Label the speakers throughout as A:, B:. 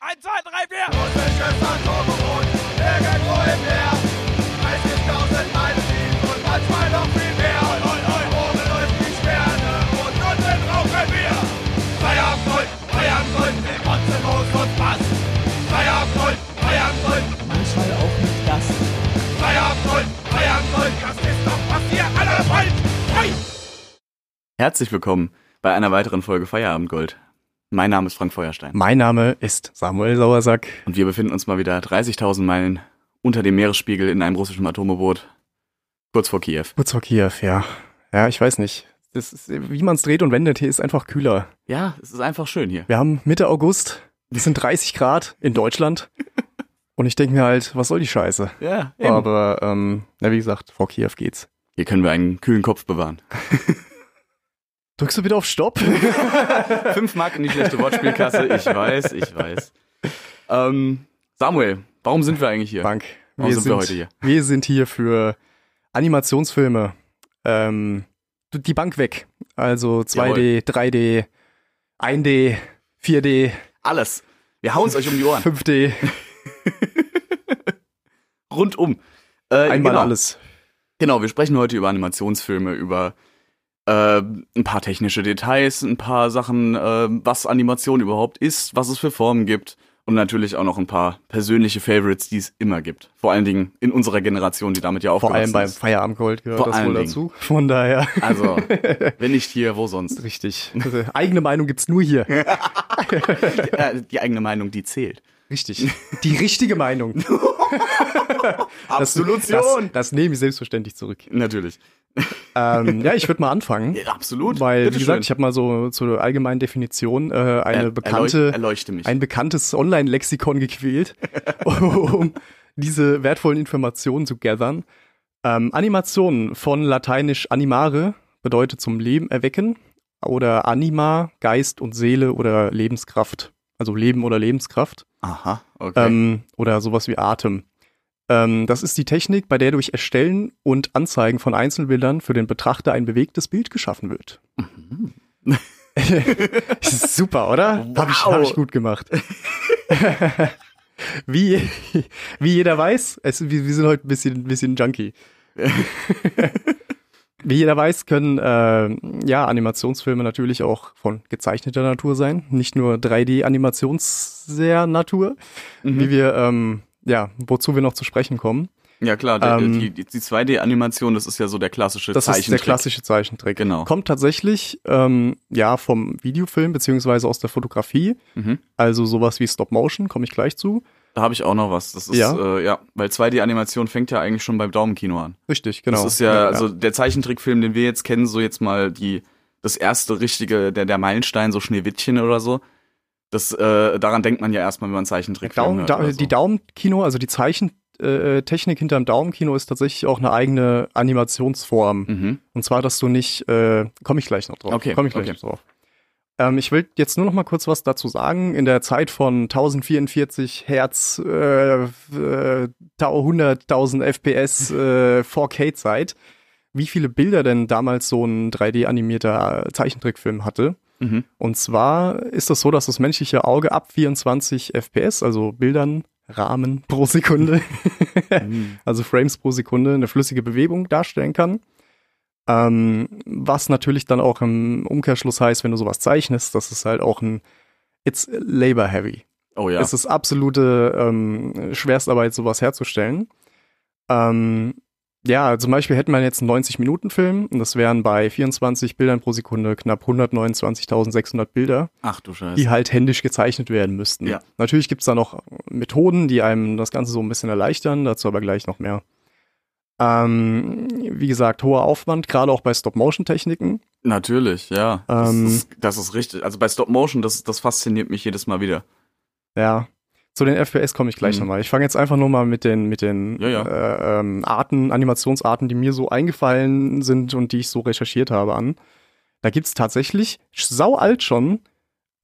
A: 1, 2, 3, 4.
B: Manchmal auch nicht das.
C: Herzlich willkommen bei einer weiteren Folge Feierabendgold. Mein Name ist Frank Feuerstein
D: Mein Name ist Samuel Sauersack.
C: und wir befinden uns mal wieder 30.000 Meilen unter dem Meeresspiegel in einem russischen Atomboot, kurz vor Kiew.
D: Kurz vor Kiew, ja. Ja, ich weiß nicht. Das ist, wie man es dreht und wendet, hier ist einfach kühler.
C: Ja, es ist einfach schön hier.
D: Wir haben Mitte August, es sind 30 Grad in Deutschland. Und ich denke mir halt, was soll die Scheiße?
C: Ja,
D: Aber, ähm, na, wie gesagt, vor Kiew geht's.
C: Oh. Hier können wir einen kühlen Kopf bewahren.
D: Drückst du bitte auf Stopp?
C: Fünf Mark in die schlechte Wortspielkasse, ich weiß, ich weiß. Ähm, Samuel, warum sind wir eigentlich hier?
D: Bank.
C: Warum sind wir heute hier?
D: wir sind hier für Animationsfilme. Ähm, du- die Bank weg. Also 2D, 3D, 1D, 4D,
C: Alles. Wir hauen's euch um die Ohren.
D: 5D,
C: Rundum. Äh,
D: einmal
C: genau.
D: alles.
C: Genau, wir sprechen heute über Animationsfilme, über äh, ein paar technische Details, ein paar Sachen, äh, was Animation überhaupt ist, was es für Formen gibt und natürlich auch noch ein paar persönliche Favorites, die es immer gibt. Vor allen Dingen in unserer Generation, die damit ja
D: Vor allem
C: aufgewachsen
D: beim
C: Genau, ist.
D: Feierabendgold gehört
C: Vor
D: das
C: allen
D: wohl
C: Dingen.
D: dazu. Von daher.
C: Also, wenn nicht hier, wo sonst?
D: Richtig. Also, eigene Meinung gibt's nur hier.
C: Äh, die eigene Meinung, die zählt.
D: Richtig. Die richtige Meinung. Das,
C: Absolution.
D: Das, das nehme ich selbstverständlich zurück.
C: Natürlich.
D: Ähm, ja, ich würde mal anfangen.
C: Ja, absolut.
D: Weil, wie
C: Bitteschön.
D: gesagt, ich habe mal so zur allgemeinen Definition äh, eine
C: Er-
D: bekannte,
C: erleuch- erleuchte mich.
D: ein bekanntes Online-Lexikon gequält, um diese wertvollen Informationen zu gathern. Ähm, Animationen von lateinisch animare bedeutet zum Leben erwecken oder anima, Geist und Seele oder Lebenskraft. Also Leben oder Lebenskraft.
C: Aha, okay.
D: Ähm, oder sowas wie Atem. Ähm, das ist die Technik, bei der durch Erstellen und Anzeigen von Einzelbildern für den Betrachter ein bewegtes Bild geschaffen wird. Super, oder? Hab, ich,
C: Wow.
D: hab ich gut gemacht. wie, wie jeder weiß, es, wir, wir sind heute ein bisschen, ein bisschen junkie. wie jeder weiß, können äh, ja, Animationsfilme natürlich auch von gezeichneter Natur sein, nicht nur 3D-Animationsser Natur,
C: Mhm.
D: wie wir, ähm, ja, wozu wir noch zu sprechen kommen.
C: ja klar, der,
D: ähm,
C: die, die 2D-Animation, das ist ja so der klassische
D: Das ist der
C: Zeichentrick.
D: klassische Zeichentrick.
C: Genau.
D: Kommt tatsächlich ähm, ja vom Videofilm beziehungsweise aus der Fotografie.
C: Mhm.
D: Also sowas wie Stop Motion, komme ich gleich zu.
C: Da habe ich auch noch was. Das ist ja,
D: Ja?
C: äh, ja weil 2D-Animation fängt ja eigentlich schon beim Daumenkino an.
D: Richtig, genau.
C: äh, Das ist ja, also der Zeichentrickfilm, den wir jetzt kennen, so jetzt mal die das erste richtige, der, der Meilenstein, so Schneewittchen oder so. Das, äh, daran denkt man ja erstmal, wenn man Zeichentrickfilm
D: Daumen,
C: hört.
D: da,
C: oder so.
D: Die Daumenkino, also die Zeichentechnik hinterm Daumenkino ist tatsächlich auch eine eigene Animationsform.
C: mhm.
D: Und zwar, dass du nicht, äh, komme ich gleich noch drauf.
C: Okay,
D: Komme ich gleich
C: okay.
D: noch drauf. Ähm, ich will jetzt nur noch mal kurz was dazu sagen. In der Zeit von 1044 Hertz, äh, äh, 100.000 FPS, äh, 4K-Zeit, wie viele Bilder denn damals so ein 3D-animierter Zeichentrickfilm hatte.
C: Mhm.
D: Und zwar ist das so, dass das menschliche Auge ab 24 FPS, also Bildern, Rahmen pro Sekunde, also Frames pro Sekunde, eine flüssige Bewegung darstellen kann. Ähm, was natürlich dann auch im Umkehrschluss heißt, wenn du sowas zeichnest, das ist halt auch ein It's labor heavy.
C: Oh ja.
D: Es ist absolute ähm, Schwerstarbeit, sowas herzustellen. Ähm, ja, zum Beispiel hätten wir jetzt einen 90-Minuten-Film und das wären bei 24 Bildern pro Sekunde knapp 129.600 Bilder
C: Ach du Scheiße.
D: die halt händisch gezeichnet werden müssten.
C: Ja.
D: Natürlich gibt's da noch Methoden, die einem das Ganze so ein bisschen erleichtern, dazu aber gleich noch mehr. Ähm, wie gesagt, hoher Aufwand, gerade auch bei Stop-Motion-Techniken.
C: Natürlich, ja.
D: Ähm.
C: das, ist, das ist richtig. Also bei Stop Motion, das, das fasziniert mich jedes Mal wieder.
D: Ja. Zu den FPS komme ich gleich
C: Mhm.
D: nochmal. Ich fange jetzt einfach nur mal mit den, mit den
C: Ja, ja.
D: Äh, ähm, Arten, Animationsarten, die mir so eingefallen sind und die ich so recherchiert habe an. Da gibt's tatsächlich, sau alt schon,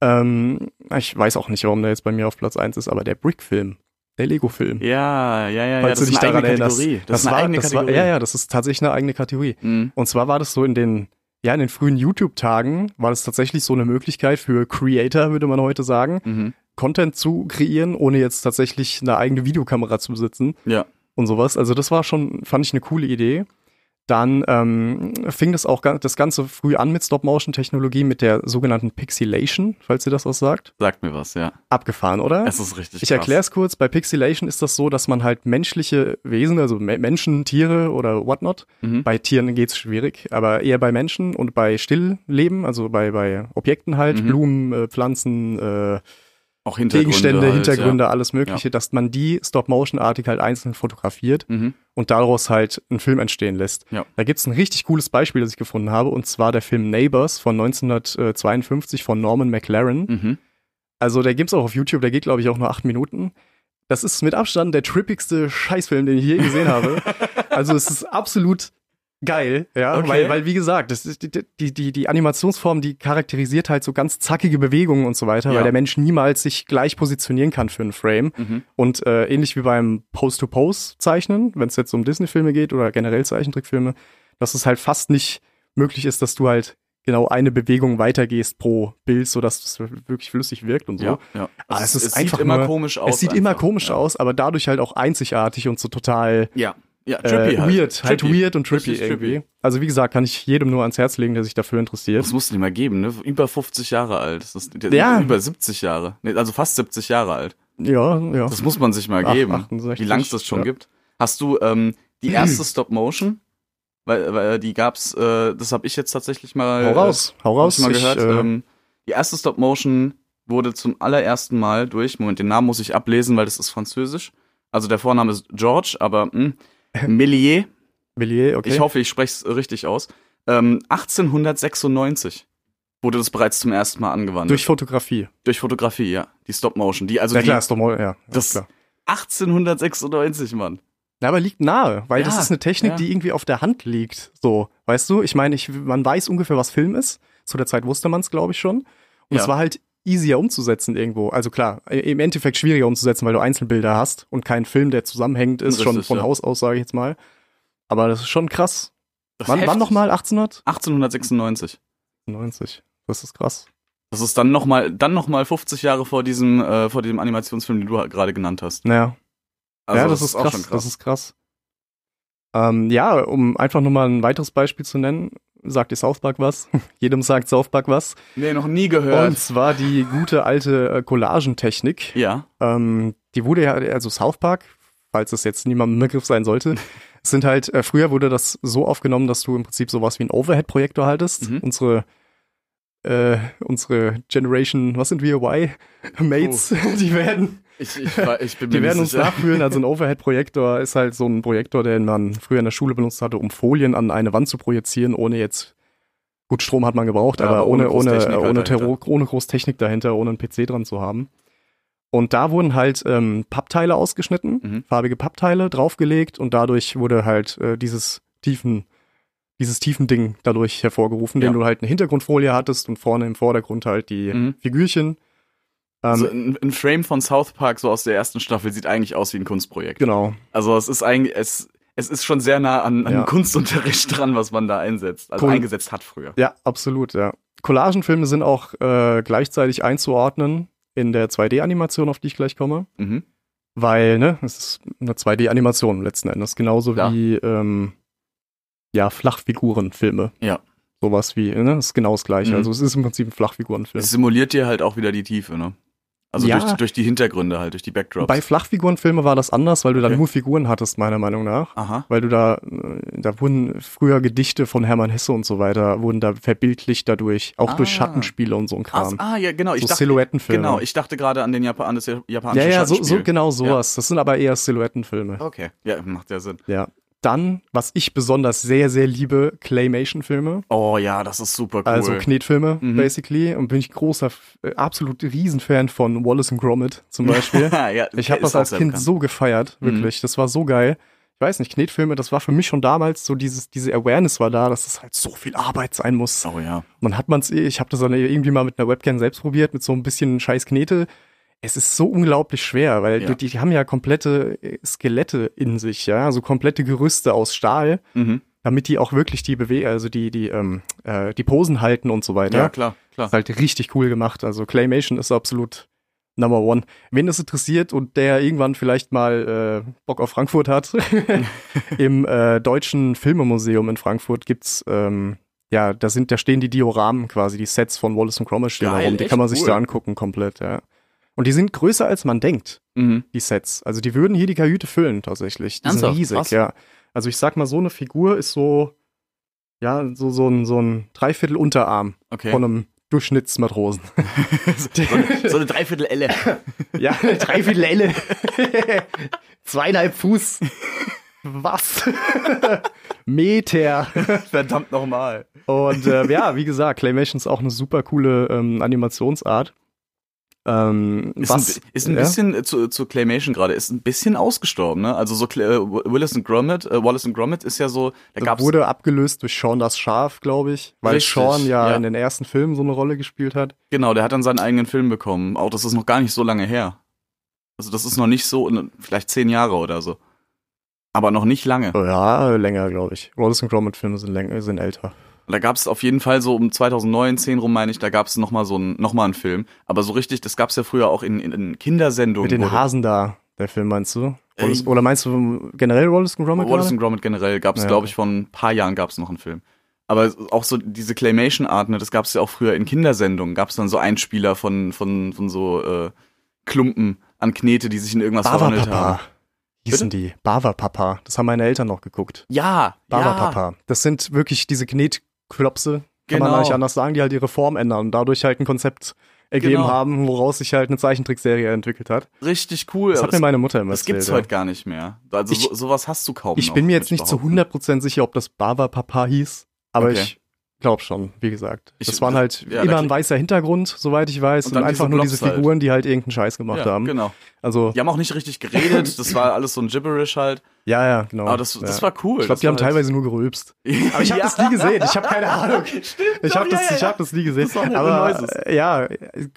D: ähm, ich weiß auch nicht, warum der jetzt bei mir auf Platz eins ist, aber der Brick-Film, der Lego-Film.
C: Ja, ja, ja,
D: falls
C: ja.
D: du dich daran erinnerst.
C: Kategorie. Das, ist eine
D: war,
C: eigene
D: das war,
C: Kategorie.
D: ja, ja, das ist tatsächlich eine eigene Kategorie.
C: Mhm.
D: Und zwar war das so in den, ja, in den frühen YouTube-Tagen war das tatsächlich so eine Möglichkeit für Creator, würde man heute sagen,
C: Mhm.
D: Content zu kreieren, ohne jetzt tatsächlich eine eigene Videokamera zu besitzen
C: Ja.
D: und sowas. Also das war schon, fand ich eine coole Idee. Dann ähm, fing das auch ga- das Ganze früh an mit Stop-Motion-Technologie, mit der sogenannten Pixelation, falls ihr das was sagt.
C: Sagt mir was, ja.
D: Abgefahren, oder?
C: Es ist richtig
D: Ich
C: krass.
D: erkläre es kurz. Bei Pixelation ist das so, dass man halt menschliche Wesen, also Me- Menschen, Tiere oder whatnot,
C: Mhm.
D: bei Tieren geht's schwierig, aber eher bei Menschen und bei Stillleben, also bei, bei Objekten halt,
C: Mhm.
D: Blumen, äh, Pflanzen, äh,
C: Auch Hintergründe.
D: Gegenstände,
C: halt,
D: Hintergründe, alles Mögliche, dass man die Stop-Motion-artig halt einzeln fotografiert
C: Ja. Mhm.
D: und daraus halt einen Film entstehen lässt.
C: Ja.
D: Da gibt's ein richtig cooles Beispiel, das ich gefunden habe, und zwar der Film Neighbors von 1952 von Norman McLaren.
C: Mhm.
D: Also der gibt's auch auf YouTube, der geht, glaube ich, auch nur acht Minuten. Das ist mit Abstand der trippigste Scheißfilm, den ich je gesehen habe. Also es ist absolut geil, ja,
C: Okay.
D: weil, weil wie gesagt, das ist die, die, die, die Animationsform, die charakterisiert halt so ganz zackige Bewegungen und so weiter,
C: Ja.
D: weil der Mensch niemals sich gleich positionieren kann für einen Frame.
C: Mhm.
D: Und äh, ähnlich wie beim Post-to-Post-Zeichnen, wenn es jetzt um Disney-Filme geht oder generell Zeichentrickfilme, dass es halt fast nicht möglich ist, dass du halt genau eine Bewegung weitergehst pro Bild, sodass es wirklich flüssig wirkt und so.
C: Ja, ja.
D: Ah, es ist
C: sieht
D: einfach
C: immer
D: nur-
C: komisch aus.
D: es sieht immer
C: einfach.
D: komisch
C: ja.
D: aus, aber dadurch halt auch einzigartig und so total
C: Ja. Ja,
D: äh,
C: trippy halt.
D: weird, halt
C: Trippy.
D: weird und trippy
C: Richtig
D: irgendwie. Also wie gesagt, kann ich jedem nur ans Herz legen, der sich dafür interessiert.
C: Das muss nicht mehr geben, ne? Über 50 Jahre alt. Das ist der-
D: Ja.
C: Über 70 Jahre. Nee, also fast 70 Jahre alt.
D: Ja, ja.
C: Das muss man sich mal
D: Ach,
C: geben.
D: 68,
C: wie lang es das schon
D: ja.
C: gibt. Hast du ähm, die erste Stop-Motion? Weil, weil die gab's, äh, das habe ich jetzt tatsächlich mal.
D: hau raus, hau
C: Hab
D: raus.
C: ich mal gehört.
D: Ich, äh,
C: ähm, die erste Stop-Motion wurde zum allerersten Mal durch, Moment, den Namen muss ich ablesen, weil das ist französisch. Also der Vorname ist George, aber mh, Millier,
D: Villiers, okay.
C: ich hoffe, ich spreche es richtig aus. Ähm, 1896 wurde das bereits zum ersten Mal angewandt.
D: Durch Fotografie.
C: durch Fotografie, ja. Die Stop-Motion. Die, also
D: ja
C: die
D: klar, ist doch mal, ja.
C: das-
D: ja, klar.
C: 1896, Mann.
D: Na, aber liegt nahe, weil das
C: Ja,
D: ist eine Technik,
C: ja.
D: die irgendwie auf der Hand liegt. So, weißt du? Ich meine, ich, man weiß ungefähr, was Film ist. Zu der Zeit wusste man es, glaube ich, schon. Und
C: Ja.
D: es war halt easier umzusetzen irgendwo. Also klar, i- im Endeffekt schwieriger umzusetzen, weil du Einzelbilder hast und keinen Film, der zusammenhängend ist, schon
C: Richtig,
D: von
C: ja.
D: Haus aus, sage ich jetzt mal. Aber das ist schon krass.
C: Das ist
D: Wann, wann
C: heftig.
D: nochmal? 1890? Das ist krass.
C: Das ist dann nochmal dann noch mal 50 Jahre vor diesem, äh, vor diesem Animationsfilm, den du gerade genannt hast.
D: Naja,
C: Also
D: ja, das, ist krass, Das ist krass. Ähm, ja, um einfach nur mal ein weiteres Beispiel zu nennen, sagt ihr South Park was? Jedem sagt South Park was.
C: nee, noch nie gehört.
D: Und zwar die gute alte äh, Collagentechnik.
C: ja.
D: Ähm, die wurde ja, also South Park, falls es jetzt niemandem im Begriff sein sollte, es sind halt, äh, früher wurde das so aufgenommen, dass du im Prinzip sowas wie einen Overhead-Projektor haltest.
C: Mhm.
D: Unsere, äh, unsere Generation, was sind wir, Y? Mates, die werden,
C: Ich, ich, war- ich bin mir
D: die werden
C: nicht
D: uns
C: sicher.
D: nachfühlen. Also ein Overhead-Projektor ist halt so ein Projektor, den man früher in der Schule benutzt hatte, um Folien an eine Wand zu projizieren, ohne jetzt gut Strom hat man gebraucht,
C: Ja,
D: aber
C: aber
D: ohne ohne
C: ohne Großtechnik halt
D: ohne,
C: dahinter.
D: Terro- ohne Großtechnik dahinter, ohne einen PC dran zu haben. Und da wurden halt ähm, Pappteile ausgeschnitten,
C: Mhm.
D: farbige Pappteile draufgelegt und dadurch wurde halt äh, dieses tiefen dieses tiefen Ding dadurch hervorgerufen, den
C: Ja.
D: du halt eine Hintergrundfolie hattest und vorne im Vordergrund halt die
C: Mhm.
D: Figürchen. Ähm,
C: Also ein, ein Frame von South Park, so aus der ersten Staffel, sieht eigentlich aus wie ein Kunstprojekt.
D: genau.
C: Also es ist eigentlich, es, es ist schon sehr nah an, an
D: Ja.
C: Kunstunterricht dran, was man da einsetzt, also
D: Cool.
C: eingesetzt hat früher.
D: Ja, absolut, ja. Collagenfilme sind auch äh, gleichzeitig einzuordnen in der 2D-Animation, auf die ich gleich komme,
C: Mhm.
D: weil, ne, es ist eine 2D-Animation letzten Endes, genauso
C: Klar.
D: wie, ähm, ja, Flachfigurenfilme.
C: Ja.
D: Sowas wie, ne, ist genau das Gleiche.
C: Mhm.
D: Also, es ist im Prinzip ein Flachfigurenfilm.
C: Es simuliert dir halt auch wieder die Tiefe, ne? Also
D: Ja.
C: durch, durch die Hintergründe halt, durch die Backdrops.
D: Bei Flachfigurenfilmen war das anders, weil du da
C: Okay. Ah.
D: nur Figuren hattest, meiner Meinung nach.
C: Aha.
D: Weil du da, äh, da wurden früher Gedichte von Hermann Hesse und so weiter, wurden da verbildlicht dadurch, auch durch
C: Ah.
D: Schattenspiele und so ein
C: Ah,
D: Kram.
C: ah, ja, genau. Ich
D: so
C: dachte,
D: Silhouettenfilme.
C: genau, ich dachte gerade an den Japan, an das japanische
D: Ja, ja, so, so
C: Schattenspiel.
D: genau sowas. Das sind aber eher Silhouettenfilme.
C: Okay. Ja, macht ja Sinn.
D: Ja. Dann, was ich besonders sehr, sehr liebe, Claymation-Filme.
C: Oh ja, das ist super cool.
D: Also Knetfilme,
C: Mhm.
D: basically. Und bin ich großer, F- äh, absolut Riesenfan von Wallace und Gromit zum Beispiel.
C: ja,
D: ich habe
C: ist
D: das
C: auch
D: als
C: sehr
D: Kind
C: bekannt. Mhm.
D: so gefeiert, wirklich. Das war so geil. Ich weiß nicht, Knetfilme, das war für mich schon damals so dieses, diese Awareness war da, dass es halt so viel Arbeit sein muss.
C: Oh ja.
D: Man hat man's, eh- ich habe das dann irgendwie mal mit einer Webcam selbst probiert, mit so ein bisschen scheiß Knete. Es ist so unglaublich schwer, weil
C: Ja.
D: die, die haben ja komplette äh, Skelette in sich, ja, also komplette Gerüste aus Stahl,
C: Mhm.
D: damit die auch wirklich die Bewe also die, die, ähm, äh, die Posen halten und so weiter.
C: Ja, klar, klar.
D: Ist halt richtig cool gemacht. Also Claymation ist absolut Number One. Wen das interessiert und der irgendwann vielleicht mal äh, Bock auf Frankfurt hat, im äh, Deutschen Filmemuseum in Frankfurt gibt's, ähm, ja, da sind, da stehen die Dioramen quasi, die Sets von Wallace und Gromit stehen da
C: Geil,
D: rum. Die
C: echt
D: kann man sich
C: cool.
D: so angucken komplett, ja. Und die sind größer als man denkt,
C: Mhm.
D: die Sets. Also die würden hier die Kajüte füllen tatsächlich. Die
C: Ernsthaft?
D: sind riesig,
C: Krass.
D: ja. Also ich sag mal, so eine Figur ist so, ja, so, so ein, so ein Dreiviertel Unterarm
C: Okay.
D: von einem Durchschnittsmatrosen.
C: So eine Dreiviertel Elle.
D: Ja, drei Viertel Elle. Zweieinhalb Fuß. Was? Meter.
C: Verdammt nochmal.
D: Und äh, ja, wie gesagt, Claymation ist auch eine super coole ähm, Animationsart. Ähm,
C: Ist
D: was,
C: ein, ist ein
D: ja?
C: bisschen äh, zu, zu Claymation gerade, ist ein bisschen ausgestorben, ne? Also so Cla- äh, Willis und Gromit, äh, Wallace und Gromit ist ja so, da gab's
D: wurde abgelöst durch Sean das Schaf, glaube ich, weil
C: Richtig,
D: Sean ja,
C: ja.
D: in den ersten Filmen so eine Rolle gespielt hat.
C: genau, der hat dann seinen eigenen Film bekommen. Auch das ist noch gar nicht so lange her. Also das ist noch nicht so, ne, vielleicht zehn Jahre oder so. Aber noch nicht lange.
D: Oh, ja, länger, glaube ich. Wallace und Gromit Filme sind, länger, sind älter.
C: Da gab es auf jeden Fall so um 2009, 10 rum, meine ich, da gab es nochmal so einen, noch mal einen Film. Aber so richtig, das gab es ja früher auch in, in, in Kindersendungen.
D: Mit den
C: wo-
D: Hasen da, der Film meinst du?
C: Äh,
D: Wallace, oder meinst du generell Wallace und Gromit?
C: Wallace
D: gerade?
C: und Gromit generell gab es,
D: Ja.
C: glaube ich, vor ein paar Jahren gab es noch einen Film. Aber auch so diese Claymation-Art, ne, das gab es ja auch früher in Kindersendungen. Gab es dann so Einspieler von, von, von so äh, Klumpen an Knete, die sich in irgendwas
D: Bava
C: verwandelt
D: Papa
C: haben.
D: hießen die. Bava Papa. Das haben meine Eltern noch geguckt.
C: Ja,
D: Bava
C: ja.
D: Papa. Das sind wirklich diese Knetklopse, kann
C: Genau.
D: man nicht anders sagen, die halt ihre Form ändern und dadurch halt ein Konzept ergeben
C: Genau.
D: haben, woraus sich halt eine Zeichentrickserie entwickelt hat.
C: Richtig cool.
D: Das
C: aber
D: hat mir meine Mutter immer
C: das
D: erzählt.
C: gibt's
D: ja.
C: heute gar nicht mehr. Also
D: Ich-
C: so, sowas hast du kaum
D: Ich
C: noch,
D: bin mir
C: würd
D: jetzt nicht zu
C: behaupten.
D: 100% sicher, ob das Bava Papa hieß, aber
C: Okay.
D: ich glaube schon, wie gesagt.
C: Ich-
D: das waren halt
C: ja,
D: immer
C: da-
D: ein weißer Hintergrund, soweit ich weiß,
C: Und
D: und,
C: dann
D: einfach
C: diese
D: nur diese
C: Blobs halt.
D: Figuren, die halt irgendeinen Scheiß gemacht
C: ja,
D: haben.
C: Genau.
D: Also,
C: Die haben auch nicht richtig geredet, das war alles so ein Gibberish halt.
D: ja, ja, genau.
C: Aber das, das
D: ja.
C: war halt cool.
D: Ich glaube, die haben teilweise nur gerülpst.
C: teilweise.
D: Aber ich habe das nie gesehen. Ich habe keine Ahnung. Ich habe
C: ja,
D: das,
C: ja,
D: ich
C: ja.
D: hab das nie gesehen.
C: Das waren halt
D: aber
C: Noises.
D: äh, ja,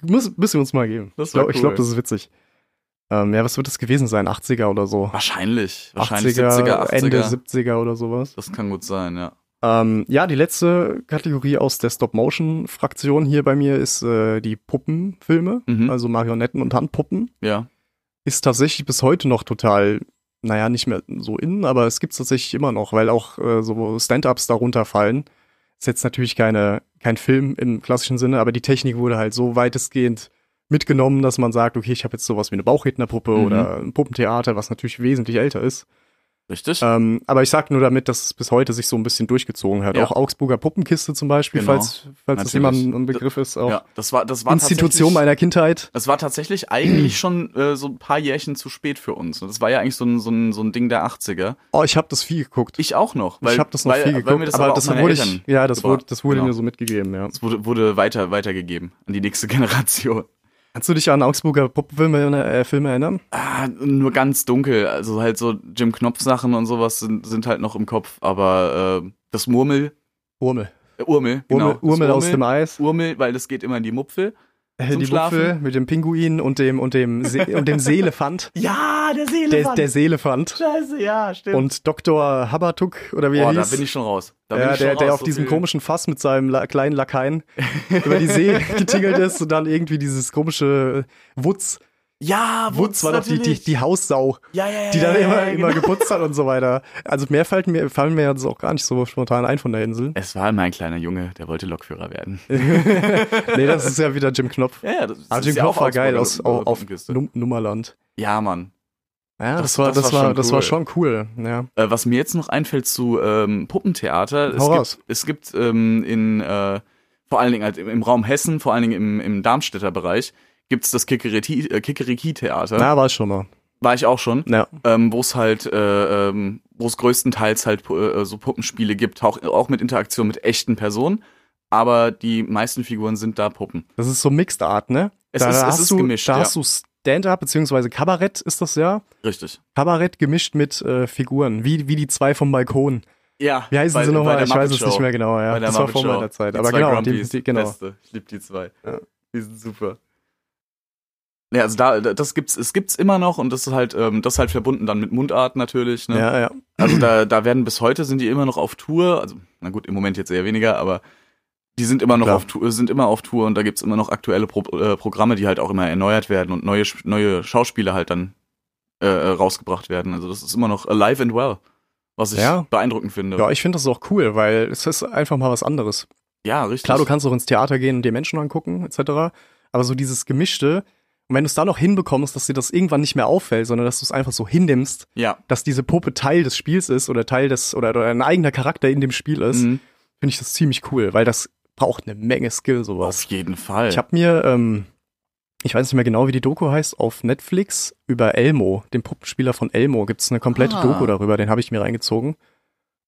D: müssen, müssen wir uns mal geben.
C: Das
D: ich glaube,
C: war
D: ich glaub,
C: cool.
D: das ist witzig. Ähm, ja, was wird das gewesen sein? 80er oder so?
C: Wahrscheinlich. Wahrscheinlich
D: 80er,
C: 70er, 80er.
D: Ende 70er oder sowas.
C: das kann gut sein, ja.
D: Ähm, ja, die letzte Kategorie aus der Stop-Motion-Fraktion hier bei mir ist äh, die Puppenfilme,
C: Mhm.
D: also Marionetten und Handpuppen.
C: Ja.
D: ist tatsächlich bis heute noch total, naja, nicht mehr so in, aber es gibt's tatsächlich immer noch, weil auch äh, so Stand-ups darunter fallen. Ist jetzt natürlich keine, kein Film im klassischen Sinne, aber die Technik wurde halt so weitestgehend mitgenommen, dass man sagt, okay, ich habe jetzt sowas wie eine Bauchrednerpuppe
C: Mhm.
D: oder ein Puppentheater, was natürlich wesentlich älter ist.
C: Richtig?
D: Ähm, aber ich sag nur damit, dass es bis heute sich so ein bisschen durchgezogen hat.
C: Ja.
D: Auch Augsburger Puppenkiste zum Beispiel,
C: Genau.
D: falls, falls das
C: Natürlich.
D: jemandem ein Begriff ist. Auch
C: ja, das war, das war
D: Institution
C: tatsächlich,
D: meiner Kindheit.
C: das war tatsächlich eigentlich schon äh, so ein paar Jährchen zu spät für uns. Das war ja eigentlich so ein, so ein, so ein Ding der 80er.
D: Oh, ich habe das viel geguckt.
C: Ich auch noch. Weil,
D: ich habe das noch
C: weil,
D: viel
C: Weil mir
D: geguckt,
C: das
D: aber
C: auch
D: das
C: meine
D: wurde
C: Eltern
D: ich, ja, das
C: gebracht.
D: wurde, das wurde
C: Genau.
D: mir so mitgegeben, ja.
C: Das wurde, wurde weiter, weitergegeben an die nächste Generation.
D: Kannst du dich an Augsburger Puppenfilme äh, Filme erinnern?
C: Ah, nur ganz dunkel. Also halt so Jim Knopf Sachen und sowas sind, sind halt noch im Kopf. Aber äh, das Murmel,
D: Urmel.
C: äh, Urmel, genau.
D: Urmel,
C: Das
D: Urmel aus dem Eis,
C: Urmel, weil das geht immer in die Mupfel.
D: äh,
C: zum
D: die
C: Schlafen.
D: Buffel mit dem Pinguin und dem und dem See und dem Seelefant,
C: Ja, der
D: der,
C: Seelefant.
D: der Seelefant
C: Scheiße, ja, stimmt.
D: und Dr. Habatuk oder wie er
C: Boah,
D: hieß.
C: Oh, da bin ich schon raus. Da bin
D: ja,
C: ich schon
D: der, der
C: raus,
D: auf
C: so
D: diesem
C: viel-
D: komischen Fass mit seinem la kleinen Lakaien über die See getingelt ist und dann irgendwie dieses komische Wutz.
C: Ja,
D: Wutz
C: Wutz,
D: war doch die, die,
C: natürlich.
D: die Haussau.
C: ja, ja, ja,
D: die dann
C: ja, ja,
D: immer,
C: ja,
D: immer
C: genau.
D: geputzt hat und so weiter. Also mehr fallen mir, fallen mir jetzt auch gar nicht so spontan ein von der Insel.
C: Es war mein kleiner Junge, der wollte Lokführer werden.
D: Nee, das ist ja wieder Jim Knopf.
C: Ja, ja, das
D: Aber
C: ist
D: Jim
C: ja
D: Knopf
C: auch
D: war geil aus,
C: Augsburger
D: auf, auf
C: Puppenkiste.
D: Num Nummerland.
C: Ja, Mann.
D: Ja, das,
C: Das-
D: war,
C: das
D: das,
C: war
D: war,
C: schon
D: das
C: cool.
D: war schon cool. Ja.
C: Äh, was mir jetzt noch einfällt zu ähm, Puppentheater,
D: Hau
C: es
D: raus.
C: gibt, es gibt ähm, in äh, vor allen Dingen halt im, im Raum Hessen, vor allen Dingen im, im Darmstädter Bereich, gibt's das Kikeriti- äh, Kikeriki-Theater.
D: Na, war es schon mal.
C: War ich auch schon.
D: Ja.
C: ähm, wo es halt, äh, ähm, wo es größtenteils halt pu- äh, so Puppenspiele gibt, auch, auch mit Interaktion mit echten Personen. Aber die meisten Figuren sind da Puppen.
D: Das ist so Mixed Art, ne?
C: Es ist- es
D: hast
C: ist
D: du,
C: gemischt,
D: Da
C: ja.
D: hast du Stand-Up, beziehungsweise Kabarett ist das ja.
C: Richtig.
D: Kabarett gemischt mit äh, Figuren, wie, wie die zwei vom Balkon.
C: Ja.
D: Wie heißen
C: bei-
D: sie
C: bei
D: nochmal?
C: der
D: Ich weiß
C: Muppet
D: es nicht
C: Show.
D: mehr genau. Ja.
C: Bei der
D: Das war
C: Muppet
D: vor
C: Show.
D: meiner Zeit.
C: Die
D: Aber
C: zwei
D: genau, die,
C: Grumpies,
D: die, genau.
C: Beste. Ich liebe die zwei.
D: Ja.
C: Die sind super. Ja, also da, da- das gibt's, es gibt's immer noch und das ist halt, ähm, das ist halt verbunden dann mit Mundart natürlich. Ne?
D: Ja, ja.
C: Also da, da werden bis heute sind die immer noch auf Tour. Also, na gut, im Moment jetzt eher weniger, aber die sind immer noch
D: Klar.
C: auf Tour, sind immer auf Tour und da gibt's immer noch aktuelle Pro äh, Programme, die halt auch immer erneuert werden und neue, Sch- neue Schauspieler halt dann äh, äh, rausgebracht werden. Also das ist immer noch alive and well, was ich
D: Ja.
C: beeindruckend finde.
D: Ja, ich finde das auch cool, weil es ist einfach mal was anderes.
C: Ja, richtig.
D: Klar, du kannst auch ins Theater gehen und dir Menschen angucken, etc. Aber so dieses Gemischte, und wenn du es da noch hinbekommst, dass dir das irgendwann nicht mehr auffällt, sondern dass du es einfach so hinnimmst,
C: ja.
D: dass diese Puppe Teil des Spiels ist oder Teil des, oder, oder ein eigener Charakter in dem Spiel ist,
C: Mhm.
D: finde ich das ziemlich cool, weil das braucht eine Menge Skill,
C: Auf
D: sowas.
C: jeden Fall.
D: Ich habe mir, ähm, ich weiß nicht mehr genau, wie die Doku heißt, auf Netflix über Elmo, den Puppenspieler von Elmo, gibt es eine komplette
C: Ah.
D: Doku darüber, den habe ich mir reingezogen.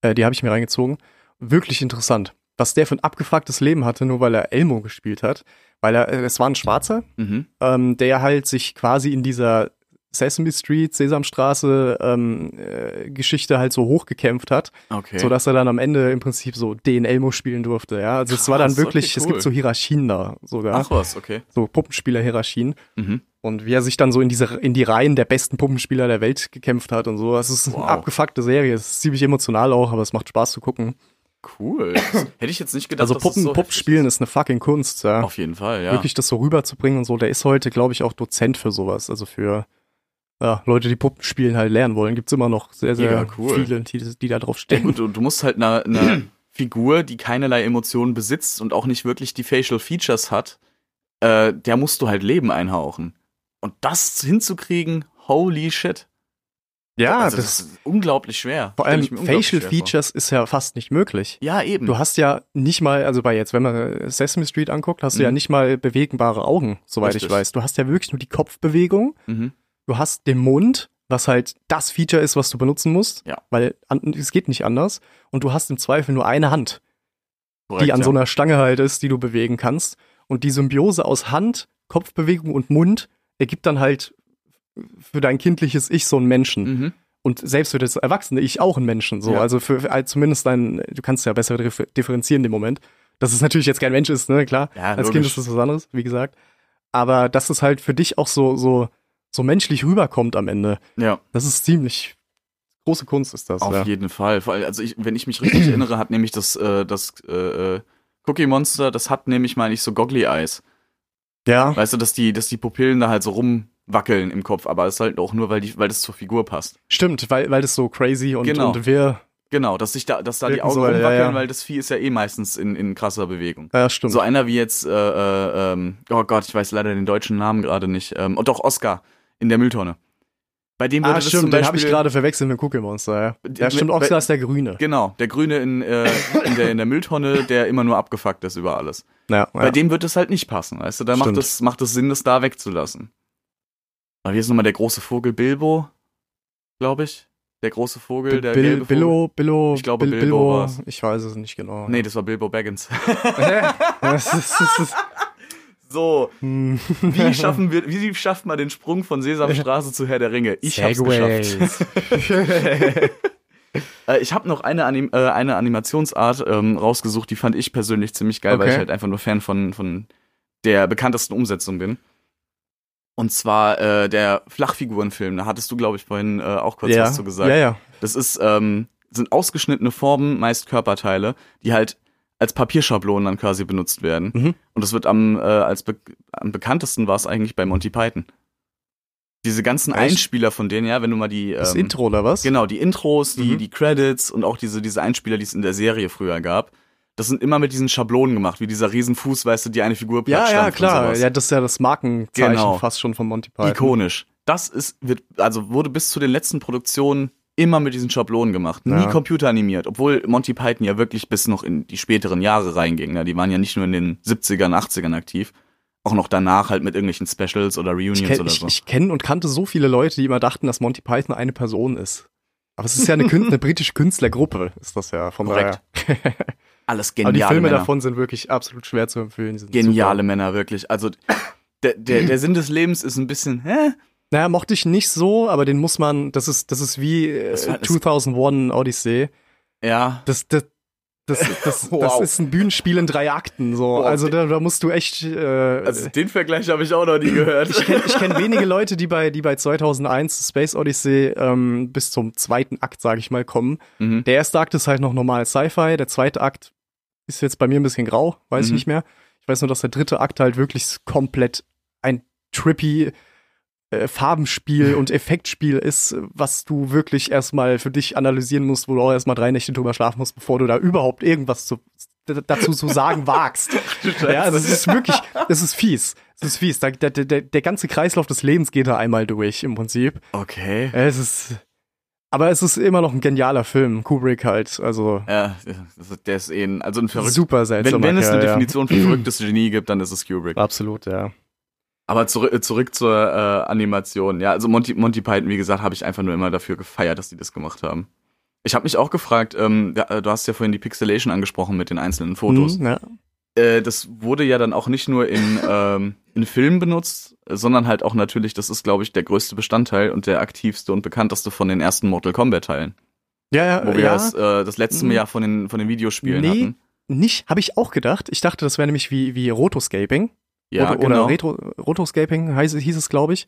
D: Äh, die habe ich mir reingezogen. Wirklich interessant, was der für ein abgefucktes Leben hatte, nur weil er Elmo gespielt hat. Weil er, äh, es war ein Schwarzer,
C: mhm.
D: ähm, der halt sich quasi in dieser Sesame Street, Sesamstraße ähm, äh, Geschichte halt so hochgekämpft hat
C: Okay.
D: so dass er dann am Ende im Prinzip so den Elmo spielen durfte. Ja, also es war dann
C: Krass, okay,
D: wirklich, es
C: cool.
D: gibt so Hierarchien da sogar,
C: Ach was, okay.
D: so Puppenspieler-Hierarchien.
C: Mhm.
D: Und wie er sich dann so in diese in die Reihen der besten Puppenspieler der Welt gekämpft hat und so. Das ist
C: Wow.
D: eine abgefuckte Serie. Es ist ziemlich emotional auch, aber es macht Spaß zu gucken.
C: Cool. Hätte ich jetzt nicht gedacht,
D: also
C: dass
D: Puppen,
C: das so heftig
D: Puppenspielen ist eine fucking Kunst, ja.
C: ist. Auf jeden Fall, ja.
D: Wirklich das so rüberzubringen und so. Der ist heute, glaube ich, auch Dozent für sowas. Also für ja, Leute, die Puppenspielen halt lernen wollen. Gibt's immer noch sehr, sehr
C: Mega cool.
D: viele, die, die da drauf
C: Ja,
D: stehen.
C: gut, du, du musst halt einer einer Figur, die keinerlei Emotionen besitzt und auch nicht wirklich die Facial Features hat, äh, der musst du halt Leben einhauchen. Und das hinzukriegen, holy shit.
D: Ja,
C: also, ist unglaublich schwer.
D: Vor
C: Stell
D: allem
C: ich mir unglaublich
D: Facial
C: schwer vor.
D: Features ist ja fast nicht möglich.
C: Ja, eben.
D: Du hast ja nicht mal, also bei jetzt, wenn man Sesame Street anguckt, hast du ja
C: Mhm.
D: nicht mal bewegbare Augen, soweit ich
C: Richtig.
D: weiß. Du hast ja wirklich nur die Kopfbewegung,
C: mhm.
D: du hast den Mund, was halt das Feature ist, was du benutzen musst,
C: Ja.
D: weil an, es geht nicht anders. Und du hast im Zweifel nur eine Hand,
C: Korrekt,
D: die an
C: ja.
D: so einer Stange halt ist, die du bewegen kannst. Und die Symbiose aus Hand, Kopfbewegung und Mund ergibt dann halt für dein kindliches Ich so einen Menschen
C: Mhm.
D: und selbst für das Erwachsene ich auch ein Menschen so
C: Ja.
D: also für, für als zumindest ein du kannst ja besser differ- differenzieren im Moment dass es natürlich jetzt kein Mensch ist ne klar
C: Ja,
D: als Kind
C: logisch.
D: ist das was anderes wie gesagt aber dass es halt für dich auch so so so menschlich rüberkommt am Ende
C: Ja,
D: das ist ziemlich große Kunst ist das
C: auf
D: ja.
C: jeden Fall. Vor allem, also ich, wenn ich mich richtig erinnere, hat nämlich das, äh, das äh, äh, Cookie Monster, das hat nämlich, meine ich, so Goggly Eyes.
D: ja
C: Weißt du, dass die, dass die Pupillen da halt so rumwackeln im Kopf, aber es ist halt auch nur, weil, die, weil das zur Figur passt.
D: stimmt weil weil das so crazy und
C: Genau.
D: und wir
C: Genau, dass sich da, dass da die
D: Wirken
C: Augen
D: soll, ja,
C: rumwackeln,
D: ja.
C: weil das Vieh ist ja eh meistens in, in krasser Bewegung.
D: ja stimmt
C: So einer wie jetzt, äh, äh, ähm, oh Gott, ich weiß leider den deutschen Namen gerade nicht. Ähm, oh doch, Oscar in der Mülltonne. Bei dem würde
D: ah
C: das zum
D: stimmt
C: Beispiel,
D: den habe ich gerade verwechselt mit Cookie Monster ja, ja stimmt Oxler ist der Grüne
C: Genau, der Grüne in, äh, in, der, in der Mülltonne, der immer nur abgefuckt ist über alles.
D: ja,
C: Bei
D: ja.
C: dem wird es halt nicht passen, weißt du? Da macht
D: Stimmt.
C: es, macht es Sinn, das da wegzulassen. Aber hier ist nochmal der große Vogel Bilbo, glaube ich. Der große Vogel, der
D: Bil-
C: gelbe Vogel.
D: Billo, Billo,
C: Ich glaube,
D: Bil-
C: Bilbo
D: Billo,
C: war's.
D: ich weiß es nicht genau.
C: Nee, das war Bilbo Baggins.
D: Das ist- das ist-
C: so,
D: Hm.
C: Wie schaffen wir, wie schafft man den Sprung von Sesamstraße zu Herr der Ringe? Ich hab's
D: Segways.
C: geschafft. Äh, ich habe noch eine, Anim äh, eine Animationsart ähm, rausgesucht, die fand ich persönlich ziemlich geil, weil
D: Okay.
C: ich halt einfach nur Fan von, von der bekanntesten Umsetzung bin. Und zwar äh, der Flachfigurenfilm. Da hattest du, glaube ich, vorhin äh, auch kurz
D: ja.
C: was zu gesagt.
D: Ja, ja.
C: Das ist, ähm, sind ausgeschnittene Formen, meist Körperteile, die halt als Papierschablonen dann quasi benutzt werden.
D: Mhm.
C: Und das wird am, äh, als be am bekanntesten war es eigentlich bei Monty Python. Diese ganzen
D: Echt?
C: Einspieler von denen, ja, wenn du mal die.
D: Das
C: ähm,
D: Intro oder was?
C: Genau, die Intros, die,
D: Mhm.
C: die Credits und auch diese, diese Einspieler, die es in der Serie früher gab. Das sind immer mit diesen Schablonen gemacht, wie dieser Riesenfuß, weißt du, die eine Figur
D: Ja, ja,
C: plattstampft und
D: klar.
C: sowas.
D: Ja, das ist ja das Markenzeichen
C: Genau.
D: fast schon von Monty Python.
C: Ikonisch. Das ist, wird, also wurde bis zu den letzten Produktionen immer mit diesen Schablonen gemacht. Nie
D: Ja.
C: computeranimiert, obwohl Monty Python ja wirklich bis noch in die späteren Jahre reinging. Ne? Die waren ja nicht nur in den 70ern, 80ern aktiv, auch noch danach halt mit irgendwelchen Specials oder Reunions
D: Ich kenne
C: oder so.
D: kenn und kannte so viele Leute, die immer dachten, dass Monty Python eine Person ist. Aber es ist ja eine, Kün eine britische Künstlergruppe, ist das ja. Von
C: Korrekt.
D: daher.
C: Alles
D: Aber
C: geniale
D: die Filme
C: Männer.
D: davon sind wirklich absolut schwer zu empfehlen. die sind
C: Geniale Männer, wirklich. Also der, der, der Sinn des Lebens ist ein bisschen, hä?
D: Naja, mochte ich nicht so, aber den muss man, das ist, das ist wie äh,
C: Das war- das-
D: 2001 Odyssey.
C: Ja,
D: Das, das, das, das,
C: Wow.
D: das ist ein Bühnenspiel in drei Akten, so.
C: Wow.
D: Also da, da musst du echt, äh,
C: also den Vergleich habe ich auch noch nie gehört.
D: ich kenne ich kenn wenige Leute, die bei, die bei 2001 Space Odyssey ähm, bis zum zweiten Akt, sage ich mal, kommen.
C: mhm.
D: Der erste Akt ist halt noch normal Sci-Fi, der zweite Akt Ist jetzt bei mir ein bisschen grau, weiß ich
C: Mhm.
D: nicht mehr. Ich weiß nur, dass der dritte Akt halt wirklich komplett ein trippy äh, Farbenspiel und Effektspiel ist, äh, was du wirklich erstmal für dich analysieren musst, wo du auch erstmal drei Nächte drüber schlafen musst, bevor du da überhaupt irgendwas zu, d- dazu zu sagen wagst. Ja, also es ist wirklich, es ist fies. Es ist fies. Da, der, der, der ganze Kreislauf des Lebens geht da einmal durch im Prinzip.
C: Okay.
D: Es ist. Aber es ist immer noch ein genialer Film. Kubrick halt. Also
C: Ja, das ist- der ist eh ein, also ein verrückt.
D: super seltsamer
C: Wenn, wenn es eine
D: Kerl,
C: Definition für verrücktes Genie gibt, dann ist es Kubrick.
D: ja. Absolut, ja.
C: Aber zurück, äh, zurück zur äh, Animation. Ja, also Monty, Monty Python, wie gesagt, habe ich einfach nur immer dafür gefeiert, dass die das gemacht haben. Ich habe mich auch gefragt, ähm, ja, äh, du hast ja vorhin die Pixelation angesprochen mit den einzelnen Fotos.
D: Mhm, ja.
C: Äh, das wurde ja dann auch nicht nur in, ähm, in Filmen benutzt, äh, sondern halt auch natürlich, das ist, glaube ich, der größte Bestandteil und der aktivste und bekannteste von den ersten Mortal Kombat-Teilen,
D: Ja, ja,
C: wo wir
D: ja.
C: das, äh, das letzte
D: Mhm.
C: Jahr von den, von den Videospielen
D: Nee.
C: hatten.
D: nicht, habe ich auch gedacht. Ich dachte, das wäre nämlich wie, wie Rotoscaping.
C: Ja,
D: oder,
C: genau.
D: oder Retro, Rotoscaping heiß, hieß es, glaube ich.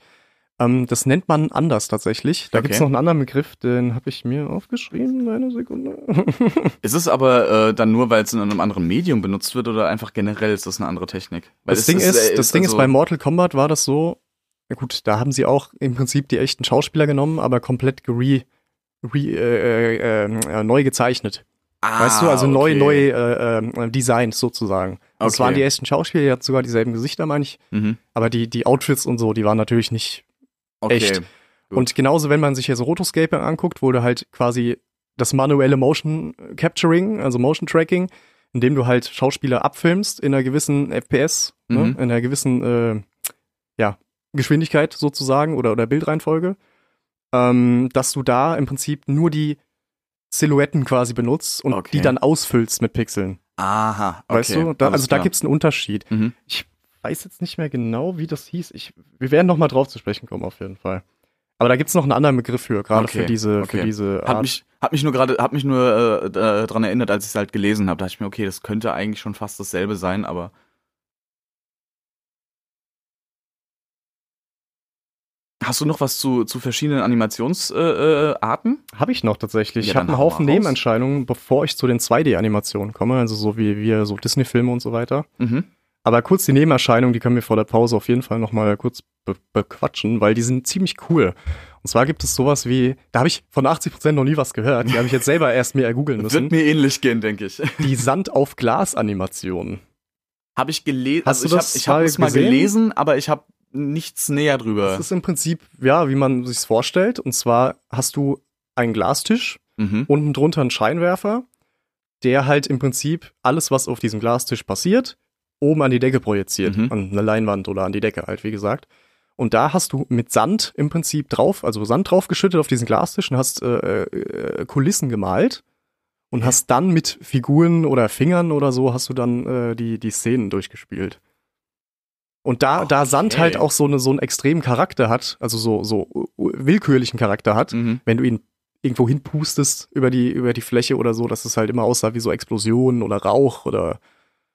D: Ähm, das nennt man anders tatsächlich. Da
C: Okay.
D: gibt es noch einen anderen Begriff, den habe ich mir aufgeschrieben. Eine Sekunde.
C: Ist es aber äh, dann nur, weil es in einem anderen Medium benutzt wird oder einfach generell ist das eine andere Technik? Weil
D: das
C: es
D: Ding ist,
C: äh,
D: das Ding ist,
C: also-
D: bei Mortal Kombat war das so, na gut, da haben sie auch im Prinzip die echten Schauspieler genommen, aber komplett gere, re, äh, äh, äh, neu gezeichnet.
C: Ah,
D: weißt du, also neu,
C: okay.
D: neu äh, äh, designt sozusagen. Das
C: Okay.
D: waren die echten Schauspieler, die hatten sogar dieselben Gesichter, meine ich.
C: Mhm.
D: Aber die, die Outfits und so, die waren natürlich nicht
C: Okay.
D: Echt.
C: Gut.
D: Und genauso, wenn man sich jetzt Rotoscaping anguckt, wurde halt quasi das manuelle Motion Capturing, also Motion Tracking, indem du halt Schauspieler abfilmst in einer gewissen FPS, ne,
C: Mhm.
D: in einer gewissen äh, ja, Geschwindigkeit sozusagen oder, oder Bildreihenfolge, ähm, dass du da im Prinzip nur die Silhouetten quasi benutzt und
C: Okay.
D: die dann ausfüllst mit Pixeln.
C: Aha, okay.
D: Weißt du? Da,
C: alles
D: also da
C: klar.
D: gibt es einen Unterschied.
C: Mhm.
D: Ich weiß jetzt nicht mehr genau, wie das hieß. Ich, wir werden noch mal drauf zu sprechen kommen, auf jeden Fall. Aber da gibt's noch einen anderen Begriff für, gerade
C: Okay,
D: für diese,
C: okay.
D: für diese
C: Hat mich, hat mich nur gerade, hat mich nur äh, da- dran erinnert, als ich es halt gelesen habe. Da dachte ich mir, okay, das könnte eigentlich schon fast dasselbe sein, aber Hast du noch was zu, zu verschiedenen Animationsarten? Äh, Arten?
D: Habe ich noch tatsächlich.
C: Ja,
D: ich habe
C: dann
D: einen
C: hau mal
D: Haufen
C: raus.
D: Nebenentscheidungen, bevor ich zu den 2D-Animationen komme, also so wie wir, so Disney-Filme und so weiter.
C: mhm.
D: Aber kurz die Nebenerscheinungen, die können wir vor der Pause auf jeden Fall nochmal kurz be bequatschen, weil die sind ziemlich cool. Und zwar gibt es sowas wie, da habe ich von 80% noch nie was gehört, die habe ich jetzt selber erst mir ergoogeln müssen,
C: Wird mir ähnlich gehen, denke ich.
D: die Sand-auf-Glas-Animation.
C: Habe ich gelesen.
D: Hast
C: Also
D: du
C: ich
D: das
C: habe ich hab
D: mal
C: es mal
D: gesehen?
C: gelesen, aber ich habe nichts näher drüber.
D: Das ist im Prinzip, ja, wie man sich's vorstellt. Und zwar hast du einen Glastisch,
C: mhm.
D: unten drunter einen Scheinwerfer, der halt im Prinzip alles, was auf diesem Glastisch passiert, oben an die Decke projiziert.
C: Mhm.
D: An eine Leinwand oder an die Decke halt, wie gesagt. Und da hast du mit Sand im Prinzip drauf, also Sand draufgeschüttet auf diesen Glastisch und hast äh, äh, Kulissen gemalt. Und hast dann mit Figuren oder Fingern oder so, hast du dann äh, die, die Szenen durchgespielt. Und da, da Sand
C: Okay.
D: halt auch so, eine, so einen extremen Charakter hat, also so, so u- willkürlichen Charakter hat,
C: Mhm.
D: wenn du ihn irgendwo hinpustest über die, über die Fläche oder so, dass es halt immer aussah wie so Explosionen oder Rauch oder.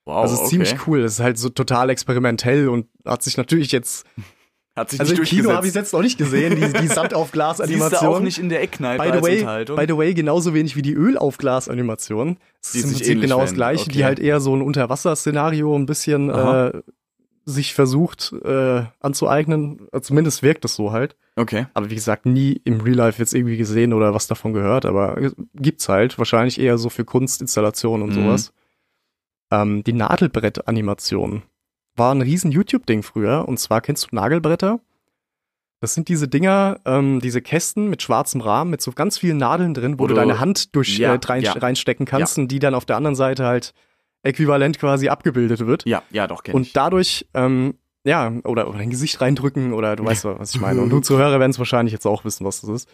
C: Wow,
D: das ist
C: Oh, okay.
D: also ziemlich cool. Das ist halt so total experimentell und hat sich natürlich jetzt.
C: Hat sich
D: Also im
C: nicht
D: Kino habe ich es
C: durchgesetzt.
D: jetzt noch nicht gesehen, die, die Sand auf
C: Siehst du auch
D: Glas-Animation.
C: nicht in der Eckkneipe
D: By the,
C: als
D: way,
C: Unterhaltung.
D: by the way, genauso wenig wie die Öl auf Glas-Animation. Es
C: Die
D: ist im
C: sich
D: Prinzip
C: ähnlich
D: genau das
C: verhält,
D: gleiche,
C: okay.
D: die halt eher so ein Unterwasserszenario ein bisschen
C: Aha.
D: äh, sich versucht äh, anzueignen. Zumindest wirkt es so halt.
C: okay.
D: Aber wie gesagt, nie im Real Life jetzt irgendwie gesehen oder was davon gehört, aber gibt's halt. Wahrscheinlich eher so für Kunstinstallationen und
C: Mhm.
D: sowas. Ähm, die Nadelbrett-Animation war ein riesen YouTube-Ding früher. Und zwar kennst du Nagelbretter? Das sind diese Dinger, ähm, diese Kästen mit schwarzem Rahmen, mit so ganz vielen Nadeln drin, wo
C: Wo
D: du
C: du-
D: deine Hand durch
C: Ja,
D: äh, rein,
C: ja.
D: reinstecken kannst und die dann auf der anderen Seite halt äquivalent quasi abgebildet wird.
C: Ja, ja, doch, kenn ich.
D: Und dadurch, ähm, ja, oder, oder dein Gesicht reindrücken oder du weißt, was ich meine. Und du Zuhörer werden es wahrscheinlich jetzt auch wissen, was das ist.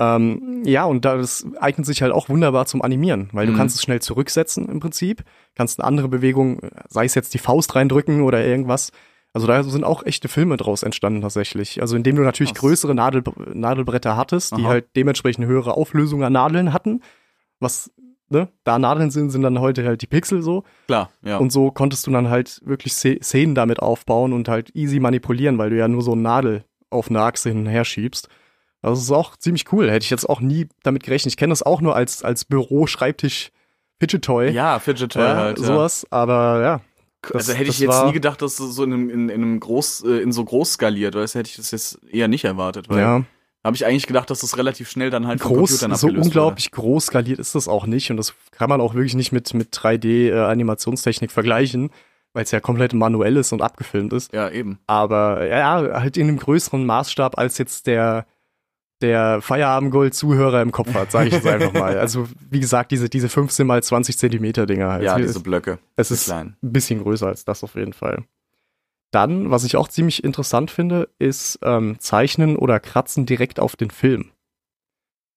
D: Ähm, ja, und da- das eignet sich halt auch wunderbar zum Animieren, weil du
C: Mhm.
D: kannst es schnell zurücksetzen im Prinzip, kannst eine andere Bewegung, sei es jetzt die Faust reindrücken oder irgendwas. Also da sind auch echte Filme draus entstanden tatsächlich. Also indem du natürlich
C: Krass.
D: größere Nadel, Nadelbretter hattest, die
C: Aha.
D: halt dementsprechend eine höhere Auflösung an Nadeln hatten. Was, ne, da Nadeln sind, sind dann heute halt die Pixel so.
C: Klar, ja.
D: Und so konntest du dann halt wirklich Szen- Szenen damit aufbauen und halt easy manipulieren, weil du ja nur so eine Nadel auf eine Achse hin und her schiebst. Also das ist auch ziemlich cool. Hätte ich jetzt auch nie damit gerechnet. Ich kenne das auch nur als, als Büro-Schreibtisch Fidget Toy.
C: Ja, Fidget Toy
D: ja,
C: halt. ja.
D: sowas, aber ja. das-
C: also hätte
D: das
C: ich jetzt
D: war-
C: nie gedacht, dass das so in, einem, in, in einem groß, äh, in so groß skaliert, weißt du, hätte ich das jetzt eher nicht erwartet, weil
D: Ja,
C: habe ich eigentlich gedacht, dass das relativ schnell dann halt von
D: groß,
C: Computern
D: so
C: abgelöst
D: unglaublich groß skaliert ist das auch nicht und das kann man auch wirklich nicht mit, mit 3D-Animationstechnik vergleichen, weil es ja komplett manuell ist und abgefilmt ist.
C: wurde. Ja, eben.
D: Aber ja, ja, halt in einem größeren Maßstab, als jetzt der, der Feierabendgold-Zuhörer im Kopf hat, sage ich jetzt einfach mal. Also, wie gesagt, diese, diese 15 mal 20 Zentimeter Dinger halt.
C: Ja,
D: es,
C: diese Blöcke.
D: es
C: die
D: ist
C: kleinen.
D: ein bisschen größer als das auf jeden Fall. Dann, was ich auch ziemlich interessant finde, ist ähm, Zeichnen oder Kratzen direkt auf den Film.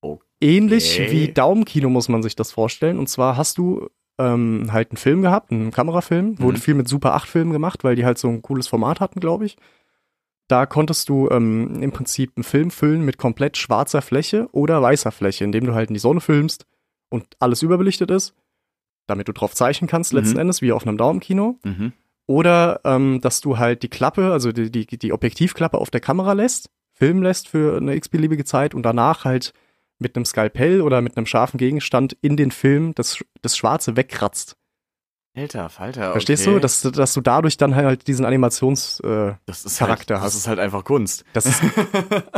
C: Okay.
D: Ähnlich wie Daumenkino muss man sich das vorstellen. Und zwar hast du ähm, halt einen Film gehabt, einen Kamerafilm, wurde
C: Mhm.
D: viel mit Super 8 Filmen gemacht, weil die halt so ein cooles Format hatten, glaube ich. Da konntest du ähm, im Prinzip einen Film füllen mit komplett schwarzer Fläche oder weißer Fläche, indem du halt in die Sonne filmst und alles überbelichtet ist, damit du drauf zeichnen kannst, letzten
C: Mhm.
D: Endes, wie auf einem Daumenkino.
C: Mhm.
D: Oder ähm, dass du halt die Klappe, also die, die, die Objektivklappe auf der Kamera lässt, filmen lässt für eine x-beliebige Zeit und danach halt mit einem Skalpell oder mit einem scharfen Gegenstand in den Film das, das Schwarze wegkratzt.
C: Alter, Falter.
D: Verstehst
C: okay.
D: du? Dass, dass du dadurch dann halt diesen Animations... Äh,
C: das ist
D: Charakter
C: halt,
D: hast.
C: Das ist halt einfach Kunst.
D: das ist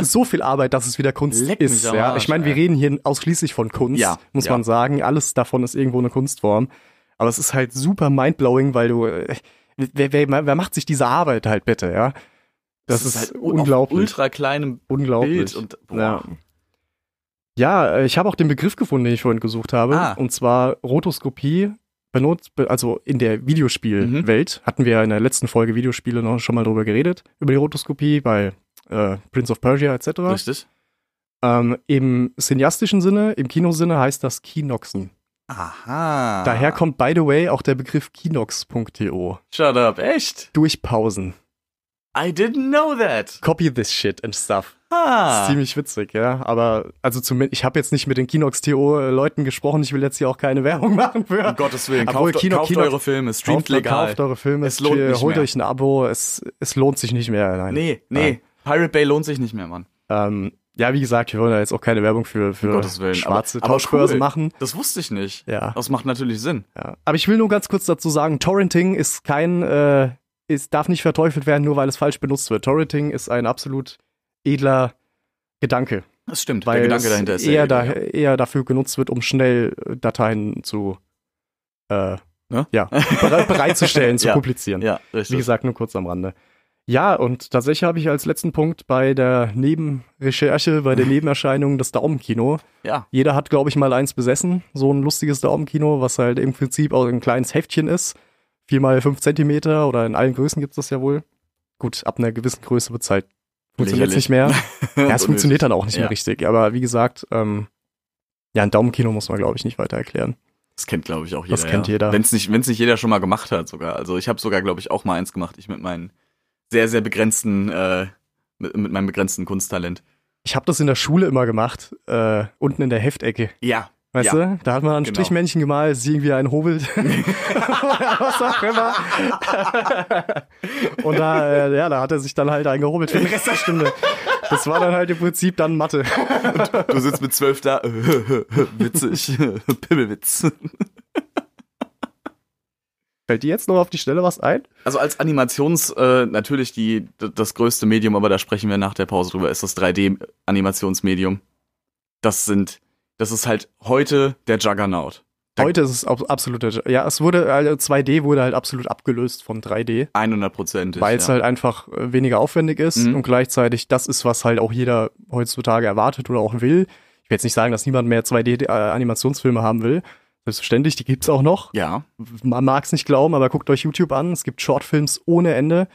D: so viel Arbeit, dass es wieder Kunst
C: Leck mich
D: ist.
C: am
D: Ja?
C: Arsch,
D: Ich meine, wir
C: ey.
D: reden hier ausschließlich von Kunst,
C: Ja,
D: muss
C: ja.
D: man sagen. Alles davon ist irgendwo eine Kunstform. Aber es ist halt super mindblowing, weil du. äh, Wer, wer, wer macht sich diese Arbeit halt bitte, ja? Das, ist,
C: halt u- auf
D: unglaublich.
C: Ultra kleinem
D: unglaublich.
C: Bild und boah.
D: ja. ja, äh, ich habe auch den Begriff gefunden, den ich vorhin gesucht habe.
C: Ah.
D: Und zwar Rotoskopie. Benutzt, be- also in der Videospielwelt
C: Mhm.
D: hatten wir ja in der letzten Folge Videospiele noch schon mal drüber geredet, über die Rotoskopie bei äh, Prince of Persia etc.
C: Richtig?
D: Ähm, Im cineastischen Sinne, im Kinosinne heißt das Kinoxen.
C: Aha.
D: Daher kommt, by the way, auch der Begriff Kinox.to.
C: Shut up, echt?
D: Durchpausen.
C: I didn't know that.
D: Copy this shit and stuff. Ist
C: Ah.
D: ziemlich witzig, ja. Aber, also zumindest, ich habe jetzt nicht mit den Kinox.to-Leuten gesprochen. Ich will jetzt hier auch keine Werbung machen für.
C: Um Gottes Willen,
D: Obwohl,
C: kauft,
D: Kino-
C: kauft
D: Kino-
C: eure Filme, streamt
D: Kauft-
C: legal.
D: Kauft eure Filme.
C: Es lohnt nicht
D: Holt
C: mehr.
D: euch ein Abo. Es, es lohnt sich nicht mehr. Nein.
C: Nee, nee. Pirate Bay lohnt sich nicht mehr, Mann.
D: Ähm, ja, wie gesagt, wir wollen da jetzt auch keine Werbung für, für
C: Um Gottes Willen.
D: schwarze
C: aber, aber
D: Tauschbörsen
C: cool. Oh.
D: machen.
C: Das wusste ich nicht.
D: Ja.
C: Das macht natürlich Sinn.
D: Ja. Aber ich will nur ganz kurz dazu sagen, Torrenting ist kein, äh, ist, darf nicht verteufelt werden, nur weil es falsch benutzt wird. Torrenting ist ein absolut edler Gedanke,
C: Das stimmt.
D: weil
C: Der Gedanke
D: es
C: dahinter ist
D: eher,
C: ja
D: da,
C: egal.
D: eher dafür genutzt wird, um schnell äh, Dateien zu, äh,
C: Ne?
D: ja, bere bereitzustellen, zu
C: Ja.
D: publizieren.
C: Ja,
D: Wie
C: richtig.
D: gesagt, nur kurz am Rande. Ja, und tatsächlich habe ich als letzten Punkt bei der Nebenrecherche, bei der Nebenerscheinung das Daumenkino
C: Ja.
D: jeder hat, glaube ich, mal eins besessen. So ein lustiges Daumenkino, was halt im Prinzip auch ein kleines Heftchen ist. 4 mal 5 Zentimeter oder in allen Größen gibt es das ja wohl. Gut, ab einer gewissen Größe wird es halt funktioniert
C: Lächerlich.
D: nicht mehr. Ja, es
C: Unnötig.
D: funktioniert dann auch nicht mehr
C: Ja.
D: richtig. Aber wie gesagt, ähm, ja, ein Daumenkino muss man, glaube ich, nicht weiter erklären.
C: Das kennt, glaube ich, auch jeder.
D: Das kennt jeder.
C: Wenn es nicht, wenn's nicht jeder schon mal gemacht hat sogar. Also ich habe sogar, glaube ich, auch mal eins gemacht. Ich mit meinen sehr, sehr begrenzten, äh, mit, mit meinem begrenzten Kunsttalent.
D: Ich habe das in der Schule immer gemacht, äh, unten in der Heftecke.
C: Ja.
D: Weißt
C: ja.
D: du, da hat man ein
C: Genau.
D: Strichmännchen gemalt, ist irgendwie ein Hobel. Was auch immer. Und da, äh, ja, da hat er sich dann halt eingehobelt für den Rest der Stunde. Das war dann halt im Prinzip dann Mathe.
C: Du sitzt mit zwölf da. Witzig. Pimmelwitz.
D: Fällt dir jetzt noch auf die Stelle was ein?
C: Also als Animations, äh, natürlich die, d- das größte Medium, aber da sprechen wir nach der Pause drüber, ist das 3D-Animationsmedium. Das sind, das ist halt heute der Juggernaut.
D: Heute ist es ab- absoluter, ja, es wurde, also 2D wurde halt absolut abgelöst von 3D,
C: 100 Prozent.
D: weil es halt einfach äh, weniger aufwendig ist
C: Mhm.
D: und gleichzeitig das ist, was halt auch jeder heutzutage erwartet oder auch will. Ich will jetzt nicht sagen, dass niemand mehr 2D-Animationsfilme haben will. Selbstverständlich, die gibt's auch noch.
C: Ja,
D: man mag es nicht glauben, aber guckt euch YouTube an. Es gibt Shortfilms ohne Ende.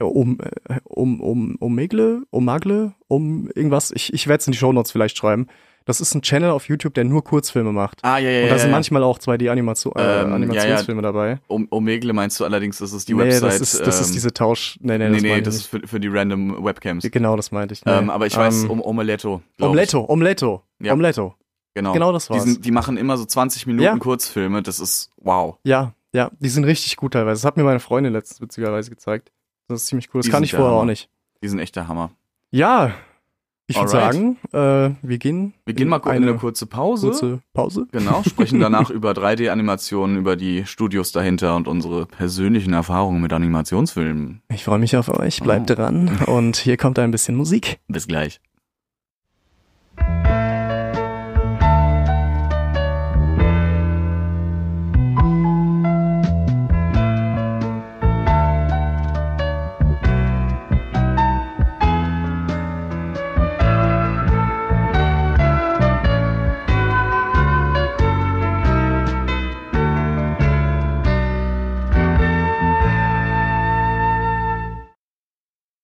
D: Um, äh, um, um, um Megle, um Magle, um irgendwas. Ich, ich werde es in die Shownotes vielleicht schreiben. Das ist ein Channel auf YouTube, der nur Kurzfilme macht.
C: Ah, ja, ja,
D: Und
C: ja.
D: da sind
C: ja.
D: manchmal auch 2D-Animationsfilme
C: Ähm, ja, ja.
D: äh, Animationsfilme dabei.
C: Um, Omegle meinst du allerdings, das ist die
D: nee,
C: Website.
D: das ist, das
C: ähm,
D: ist diese Tausch. Nee, nee,
C: Nee,
D: das,
C: nee,
D: meine
C: das
D: ich
C: ist für, für die random Webcams.
D: nicht. Genau, das meinte ich. Nee.
C: Ähm, aber ich weiß,
D: Ähm,
C: um Omeletto. glaub
D: Omeletto, Omeletto,
C: Ja.
D: Omeletto.
C: Ich. Genau.
D: genau das
C: die,
D: war's.
C: sind, die machen immer so 20 Minuten
D: Ja.
C: Kurzfilme, das ist wow.
D: Ja, ja, die sind richtig gut teilweise. Das hat mir meine Freundin letztens witzigerweise gezeigt. Das ist ziemlich cool. Das
C: Die
D: kann
C: sind
D: ich
C: der
D: vorher auch
C: Hammer.
D: nicht.
C: Die sind echt der Hammer.
D: Ja, Ich würde
C: Alright.
D: sagen, äh, wir gehen.
C: Wir gehen mal
D: in
C: kurz in
D: eine
C: eine kurze Pause.
D: kurze Pause.
C: Genau, sprechen danach über 3D-Animationen, über die Studios dahinter und unsere persönlichen Erfahrungen mit Animationsfilmen.
D: Ich freue mich auf euch. Bleibt
C: Oh.
D: dran. Und hier kommt ein bisschen Musik.
C: Bis gleich.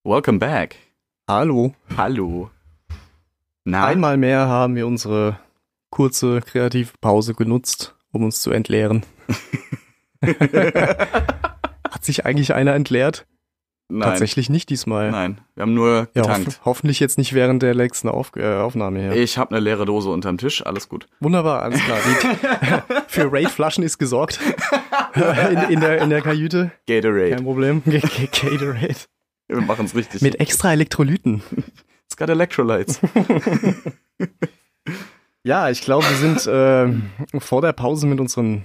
C: Welcome back.
D: Hallo.
C: Hallo. Na,
D: Einmal mehr haben wir unsere kurze kreative Pause genutzt, um uns zu entleeren. Hat sich eigentlich einer entleert?
C: nein,
D: Tatsächlich nicht diesmal.
C: Nein, wir haben nur
D: Ja,
C: getankt.
D: hoff hoffentlich jetzt nicht während der letzten Auf äh, Aufnahme hier.
C: ich habe eine leere Dose unterm Tisch, alles gut.
D: Wunderbar, alles klar. Die, für Raid-Flaschen ist gesorgt. in, in, der, in der Kajüte. Kein
C: Gatorade.
D: Problem. G- G- Gatorade.
C: Wir machen's richtig.
D: Mit extra Elektrolyten.
C: It's got Electrolytes.
D: Ja, ich glaube, wir sind äh, vor der Pause mit unseren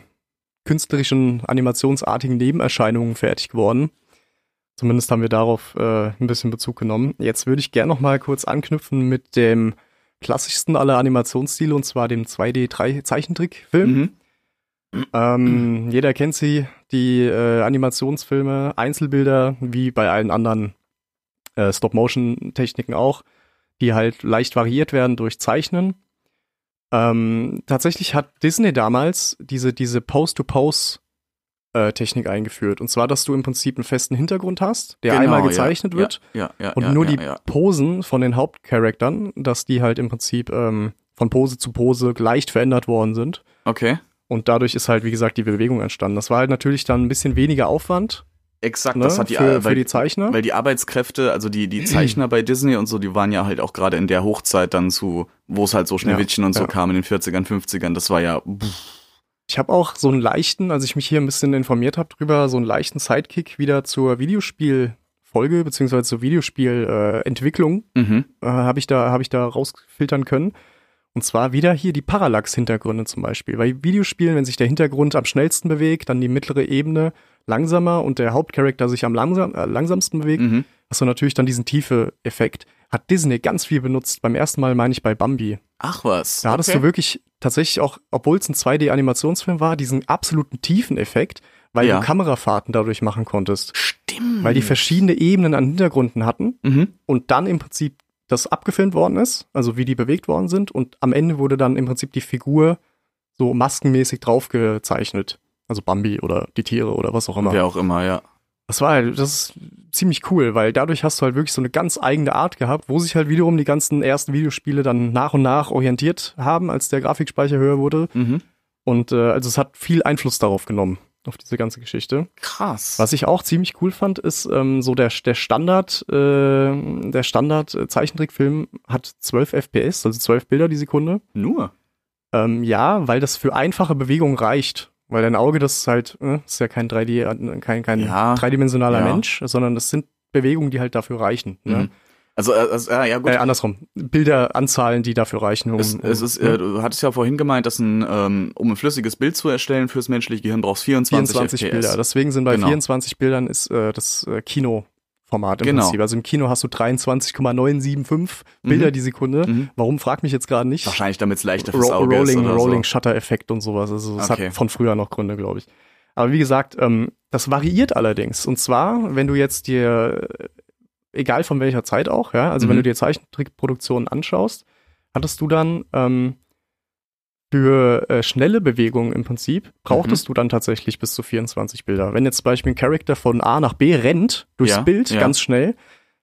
D: künstlerischen, animationsartigen Nebenerscheinungen fertig geworden. Zumindest haben wir darauf äh, ein bisschen Bezug genommen. Jetzt würde ich gerne noch mal kurz anknüpfen mit dem klassischsten aller Animationsstile, und zwar dem 2D-Zeichentrickfilm.
C: mhm.
D: Ähm, jeder kennt sie, die äh, Animationsfilme, Einzelbilder, wie bei allen anderen äh, Stop-Motion-Techniken auch, die halt leicht variiert werden durch Zeichnen. Ähm, tatsächlich hat Disney damals diese, diese Pose-to-Pose-Technik eingeführt. Und zwar, dass du im Prinzip einen festen Hintergrund hast, der
C: Genau,
D: einmal
C: ja,
D: gezeichnet
C: ja,
D: wird.
C: Ja, ja,
D: Und
C: ja,
D: nur
C: ja,
D: die
C: Ja.
D: Posen von den Hauptcharaktern, dass die halt im Prinzip ähm, von Pose zu Pose leicht verändert worden sind.
C: Okay.
D: Und dadurch ist halt, wie gesagt, die Bewegung entstanden. Das war halt natürlich dann ein bisschen weniger Aufwand
C: Exakt,
D: ne,
C: das hat die,
D: für,
C: weil,
D: für die Zeichner.
C: weil die Arbeitskräfte, also die, die Zeichner bei Disney und so, die waren ja halt auch gerade in der Hochzeit dann zu, wo es halt so Schneewittchen und so
D: ja.
C: kam in den 40ern, 50ern. Das war ja, pff,
D: ich habe auch so einen leichten, als ich mich hier ein bisschen informiert habe drüber, so einen leichten Sidekick wieder zur Videospielfolge beziehungsweise zur Videospielentwicklung
C: mhm.
D: äh, habe ich da habe ich da rausfiltern können. Und zwar wieder hier die Parallax-Hintergründe zum Beispiel. Bei Videospielen, wenn sich der Hintergrund am schnellsten bewegt, dann die mittlere Ebene langsamer und der Hauptcharakter sich am langsam, äh, langsamsten bewegt,
C: Mhm.
D: hast du natürlich dann diesen Tiefe-Effekt. Hat Disney ganz viel benutzt. Beim ersten Mal meine ich bei Bambi.
C: Ach was.
D: Da hattest du wirklich tatsächlich auch, obwohl es ein 2D-Animationsfilm war, diesen absoluten Tiefeneffekt, weil
C: Ja.
D: du Kamerafahrten dadurch machen konntest.
C: Stimmt.
D: Weil die verschiedene Ebenen an Hintergründen hatten
C: mhm.
D: und dann im Prinzip das abgefilmt worden ist, also wie die bewegt worden sind und am Ende wurde dann im Prinzip die Figur so maskenmäßig draufgezeichnet. Also Bambi oder die Tiere oder was auch immer.
C: Wer auch immer, ja.
D: Das war halt, das ist ziemlich cool, weil dadurch hast du halt wirklich so eine ganz eigene Art gehabt, wo sich halt wiederum die ganzen ersten Videospiele dann nach und nach orientiert haben, als der Grafikspeicher höher wurde.
C: Mhm.
D: Und äh, also es hat viel Einfluss darauf genommen, auf diese ganze Geschichte.
C: Krass.
D: Was ich auch ziemlich cool fand, ist ähm, so der, der Standard, äh, der Standard äh, Zeichentrickfilm hat 12 FPS, also 12 Bilder die Sekunde.
C: Nur.
D: Ähm, ja, weil das für einfache Bewegungen reicht. Weil dein Auge, das ist halt, äh, ist ja kein 3D, an- kein, kein
C: Ja.
D: dreidimensionaler
C: Ja.
D: Mensch, sondern das sind Bewegungen, die halt dafür reichen. Ne?
C: Mhm. Also, äh, also äh, ja gut.
D: Äh, andersrum. Bilderanzahlen, die dafür reichen. Um,
C: es, es
D: um,
C: ist,
D: ne?
C: äh, du hattest ja vorhin gemeint, dass ein, ähm, um ein flüssiges Bild zu erstellen fürs menschliche Gehirn brauchst 24,
D: 24
C: FPS.
D: Bilder. Deswegen sind bei
C: Genau.
D: 24 Bildern ist äh, das äh, Kinoformat im
C: Genau.
D: Prinzip. Also im Kino hast du 23,975 Bilder die Sekunde.
C: Mhm.
D: Warum, frag mich jetzt gerade nicht.
C: Wahrscheinlich, damit es leichter fürs
D: Ro
C: Auge ist
D: Rolling,
C: oder
D: Rolling
C: so.
D: Shutter-Effekt und sowas. Also es
C: Okay.
D: hat von früher noch Gründe, glaube ich. Aber wie gesagt, ähm, das variiert allerdings. Und zwar, wenn du jetzt dir, äh, egal von welcher Zeit auch, ja, also
C: Mhm.
D: wenn du dir Zeichentrickproduktionen anschaust, hattest du dann ähm, für äh, schnelle Bewegungen im Prinzip,
C: Mhm.
D: brauchtest du dann tatsächlich bis zu 24 Bilder. Wenn jetzt zum Beispiel ein Charakter von A nach B rennt, durchs
C: Ja,
D: Bild,
C: ja.
D: ganz schnell,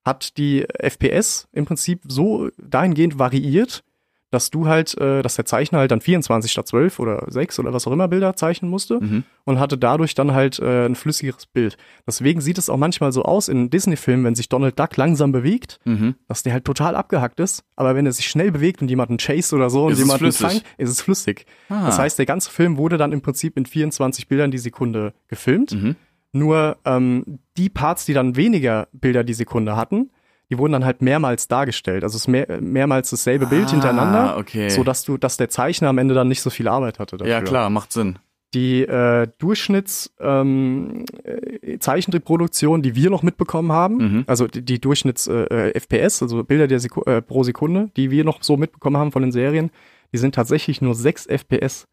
D: hat die FPS im Prinzip so dahingehend variiert, dass du halt, äh, dass der Zeichner halt dann 24 statt 12 oder 6 oder was auch immer Bilder zeichnen musste
C: Mhm.
D: und hatte dadurch dann halt äh, ein flüssigeres Bild. Deswegen sieht es auch manchmal so aus in Disney-Filmen, wenn sich Donald Duck langsam bewegt,
C: Mhm.
D: dass der halt total abgehackt ist, aber wenn er sich schnell bewegt und jemanden chase oder so und
C: Ist es
D: jemanden
C: flüssig.
D: fangt, ist es flüssig.
C: Ah.
D: Das heißt, der ganze Film wurde dann im Prinzip in 24 Bildern die Sekunde gefilmt.
C: Mhm.
D: Nur ähm, die Parts, die dann weniger Bilder die Sekunde hatten, die wurden dann halt mehrmals dargestellt. Also es ist mehr, mehrmals dasselbe Bild hintereinander,
C: Ah, okay.
D: sodass du, dass der Zeichner am Ende dann nicht so viel Arbeit hatte dafür.
C: ja, klar, macht Sinn.
D: Die äh, Durchschnitts ähm, äh, Zeichentrickproduktion, die wir noch mitbekommen haben,
C: Mhm.
D: also die, die Durchschnitts äh, äh, FPS, also Bilder der Seku äh, pro Sekunde, die wir noch so mitbekommen haben von den Serien, die sind tatsächlich nur 6 FPS.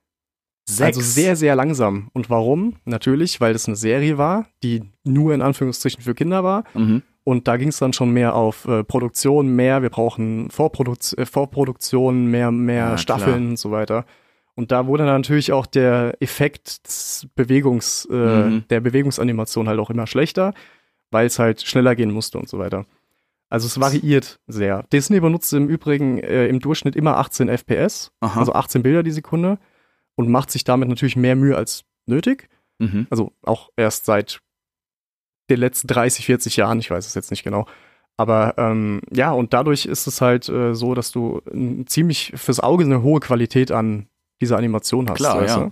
D: Also sehr, sehr langsam. Und warum? Natürlich, weil das eine Serie war, die nur in Anführungsstrichen für Kinder war.
C: Mhm.
D: Und da ging es dann schon mehr auf äh, Produktion, mehr, wir brauchen Vorprodukt äh, Vorproduktion, mehr, mehr
C: Ja,
D: Staffeln
C: klar.
D: und so weiter. Und da wurde dann natürlich auch der Effekt des Bewegungs, äh,
C: Mhm.
D: der Bewegungsanimation halt auch immer schlechter, weil es halt schneller gehen musste und so weiter. Also es variiert sehr. Disney benutzt im Übrigen äh, im Durchschnitt immer 18 FPS,
C: Aha.
D: also 18 Bilder die Sekunde und macht sich damit natürlich mehr Mühe als nötig
C: mhm.
D: also auch erst seit den letzten 30, 40 Jahren, ich weiß es jetzt nicht genau. Aber ähm, ja, und dadurch ist es halt äh, so, dass du n- ziemlich fürs Auge eine hohe Qualität an dieser Animation hast.
C: Klar,
D: weißt
C: ja.
D: du?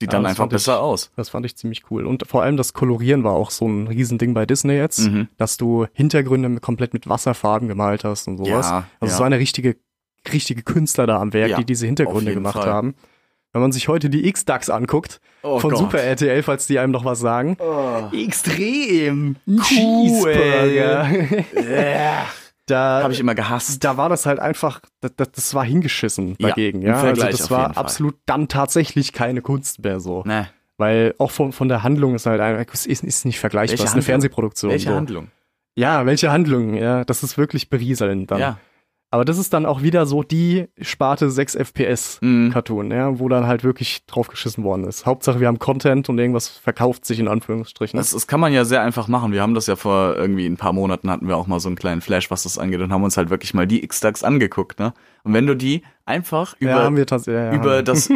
C: Sieht
D: Ja,
C: dann
D: das
C: einfach
D: fand ich-
C: besser aus.
D: Das fand ich ziemlich cool. Und vor allem das Kolorieren war auch so ein Riesending bei Disney jetzt,
C: Mhm.
D: dass du Hintergründe mit- komplett mit Wasserfarben gemalt hast und sowas.
C: Ja,
D: Also es
C: ja.
D: waren ja richtige, richtige Künstler da am Werk,
C: Ja,
D: die diese Hintergründe
C: jeden
D: gemacht
C: Fall.
D: haben. Wenn man sich heute die X-Ducks anguckt,
C: oh
D: von
C: Gott.
D: Super RTL, falls die einem noch was sagen,
C: Oh.
D: extrem
C: Cheeseburger.
D: cool. da,
C: Habe ich immer gehasst.
D: da war das halt einfach, das, das, das war hingeschissen
C: Ja,
D: dagegen.
C: im
D: Ja, also
C: Vergleich
D: das
C: auf
D: war
C: jeden Fall.
D: absolut dann tatsächlich keine Kunst mehr so.
C: Ne.
D: Weil auch von, von der Handlung ist halt einfach, es ist, ist nicht vergleichbar.
C: Welche
D: Es ist eine
C: Handlung?
D: Fernsehproduktion.
C: Welche
D: so.
C: Handlung?
D: Ja, welche Handlung? Ja, das ist wirklich berieseln dann. ne?
C: Ja.
D: Aber das ist dann auch wieder so die Sparte 6 FPS.
C: Mhm.
D: Cartoon, ja, wo dann halt wirklich draufgeschissen worden ist. Hauptsache, wir haben Content und irgendwas verkauft sich in Anführungsstrichen.
C: Das, das kann man ja sehr einfach machen. Wir haben das ja vor irgendwie ein paar Monaten hatten wir auch mal so einen kleinen Flash, was das angeht und haben uns halt wirklich mal die X-Ducks angeguckt, ne? Und wenn du die einfach über,
D: ja, haben wir tats- ja, ja, haben
C: über
D: wir.
C: das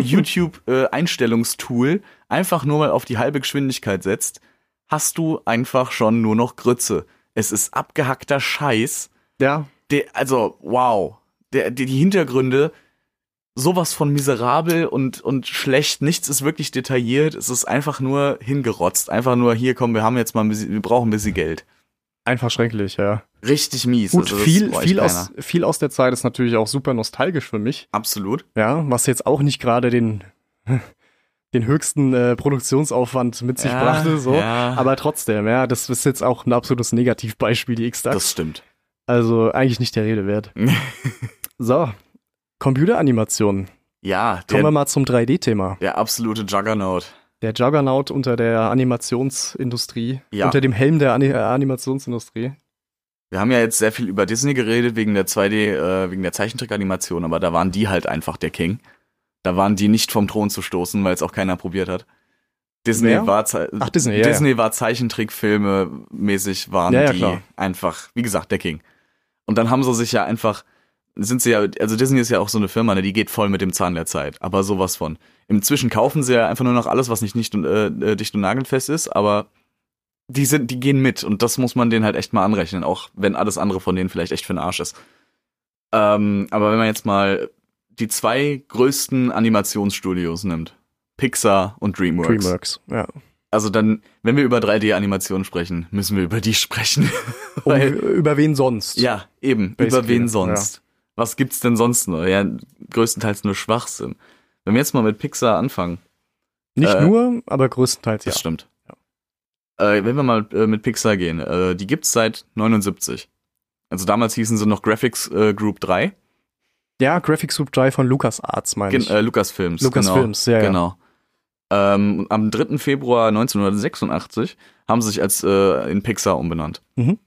C: YouTube-Einstellungstool einfach nur mal auf die halbe Geschwindigkeit setzt, hast du einfach schon nur noch Grütze. Es ist abgehackter Scheiß.
D: Ja,
C: Der, also, wow. Der, die, die Hintergründe, sowas von miserabel und, und schlecht. Nichts ist wirklich detailliert. Es ist einfach nur hingerotzt. Einfach nur, hier, komm, wir haben jetzt mal ein bisschen, wir brauchen ein bisschen Geld.
D: einfach schrecklich, ja.
C: Richtig mies.
D: Gut,
C: Also das
D: viel,
C: war echt
D: viel,
C: keiner.
D: aus, viel aus der Zeit ist natürlich auch super nostalgisch für mich,
C: Absolut.
D: ja, was jetzt auch nicht gerade den, den höchsten äh, Produktionsaufwand mit sich
C: Ja,
D: brachte, so.
C: ja.
D: Aber trotzdem, ja, das ist jetzt auch ein absolutes Negativbeispiel, die
C: Das
D: X-Dax.
C: stimmt.
D: Also eigentlich nicht der Rede wert. so, Computeranimationen.
C: Ja,
D: Kommen wir
C: der,
D: mal zum 3D-Thema.
C: der absolute Juggernaut.
D: Der Juggernaut unter der Animationsindustrie,
C: Ja.
D: unter dem Helm der Ani äh, Animationsindustrie.
C: Wir haben ja jetzt sehr viel über Disney geredet wegen der 2D, äh, wegen der Zeichentrickanimation, aber da waren die halt einfach der King. Da waren die nicht vom Thron zu stoßen, weil es auch keiner probiert hat. Disney
D: Wer?
C: war Ze
D: Ach, Disney, ja,
C: Disney war Zeichentrickfilme mäßig waren
D: Ja, ja,
C: die
D: klar.
C: einfach, wie gesagt, der King. Und dann haben sie sich ja einfach sind sie ja, also Disney ist ja auch so eine Firma, ne, die geht voll mit dem Zahn der Zeit, aber sowas von. Inzwischen kaufen sie ja einfach nur noch alles, was nicht, nicht und, äh, äh, dicht und nagelfest ist, aber die sind, die gehen mit und das muss man denen halt echt mal anrechnen, auch wenn alles andere von denen vielleicht echt für den Arsch ist. Ähm, aber wenn man jetzt mal die zwei größten Animationsstudios nimmt, Pixar und DreamWorks.
D: Dreamworks. Ja.
C: Also dann, wenn wir über 3D-Animationen sprechen, müssen wir über die sprechen.
D: Um,
C: Weil-
D: über wen sonst?
C: Ja, eben.
D: Basically,
C: Über wen
D: ja.
C: sonst? Was gibt's denn sonst noch? Ja, größtenteils nur Schwachsinn. Wenn wir jetzt mal mit Pixar anfangen,
D: Nicht
C: Äh,
D: nur, aber größtenteils ja.
C: das stimmt. Äh, wenn wir mal äh, mit Pixar gehen, äh, die gibt's seit 79. Also damals hießen sie noch Graphics äh, Group 3,
D: Ja, Graphics Group 3 von LucasArts, meine
C: Gen
D: ich.
C: äh, Lucasfilms.
D: LucasFilms, ja,
C: genau.
D: ja.
C: Genau. Ähm, am 3. Februar 1986 haben sie sich als äh, in Pixar umbenannt.
D: Mhm.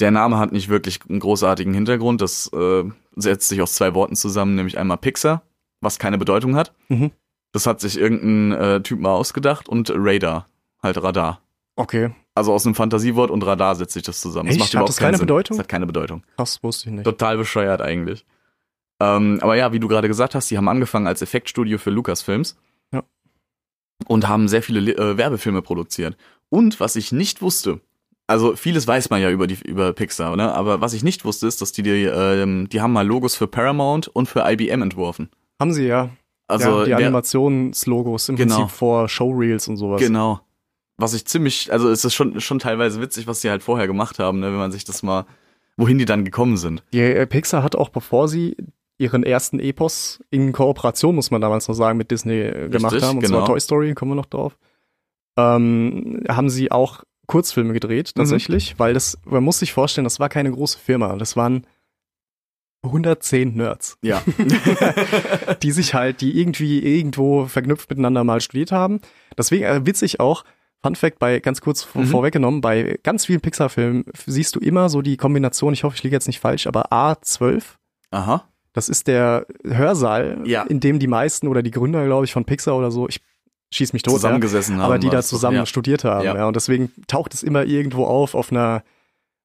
C: Der Name hat nicht wirklich einen großartigen Hintergrund. Das äh, setzt sich aus zwei Worten zusammen, nämlich einmal Pixar, was keine Bedeutung hat.
D: Mhm.
C: Das hat sich irgendein äh, Typ mal ausgedacht und Radar, halt Radar.
D: Okay,
C: Also aus einem Fantasiewort und Radar setzt sich das zusammen.
D: Echt?
C: Das macht
D: Hat
C: überhaupt
D: das
C: keinen
D: keine
C: Sinn.
D: Bedeutung?
C: Das hat keine Bedeutung.
D: das wusste ich nicht.
C: Total bescheuert eigentlich. Ähm, aber ja, wie du gerade gesagt hast, die haben angefangen als Effektstudio für Lucasfilms.
D: Ja.
C: Und haben sehr viele äh, Werbefilme produziert. Und was ich nicht wusste, also vieles weiß man ja über, die, über Pixar, ne? aber was ich nicht wusste, ist, dass die, die, ähm, die haben mal Logos für Paramount und für IBM entworfen.
D: Haben sie ja.
C: Also
D: ja die
C: der-
D: Animationslogos im
C: Genau.
D: Prinzip vor Showreels und sowas.
C: Genau. Was ich ziemlich, also es ist schon, schon teilweise witzig, was die halt vorher gemacht haben, ne? wenn man sich das mal, wohin die dann gekommen sind.
D: Ja, äh, Pixar hat auch, bevor sie ihren ersten Epos in Kooperation, muss man damals noch sagen, mit Disney äh, gemacht
C: Richtig,
D: haben, und
C: genau.
D: zwar Toy Story, kommen wir noch drauf, ähm, haben sie auch Kurzfilme
C: Mhm.
D: gedreht, tatsächlich, weil das, man muss sich vorstellen, das war keine große Firma, das waren 110 Nerds,
C: Ja.
D: die sich halt, die irgendwie irgendwo verknüpft miteinander mal studiert haben. Deswegen äh, witzig auch, Fun Fact bei ganz kurz vor,
C: Mhm.
D: vorweggenommen, bei ganz vielen Pixar-Filmen f- siehst du immer so die Kombination, ich hoffe, ich liege jetzt nicht falsch, aber A12
C: Aha.
D: das ist der Hörsaal,
C: Ja.
D: in dem die meisten oder die Gründer, glaube ich, von Pixar oder so, ich schieß mich tot, ja,
C: Zusammengesessen haben.
D: aber die
C: war
D: da
C: es doch,
D: zusammen
C: ja.
D: studiert haben. Ja.
C: Ja.
D: und deswegen taucht es immer irgendwo auf, auf einer,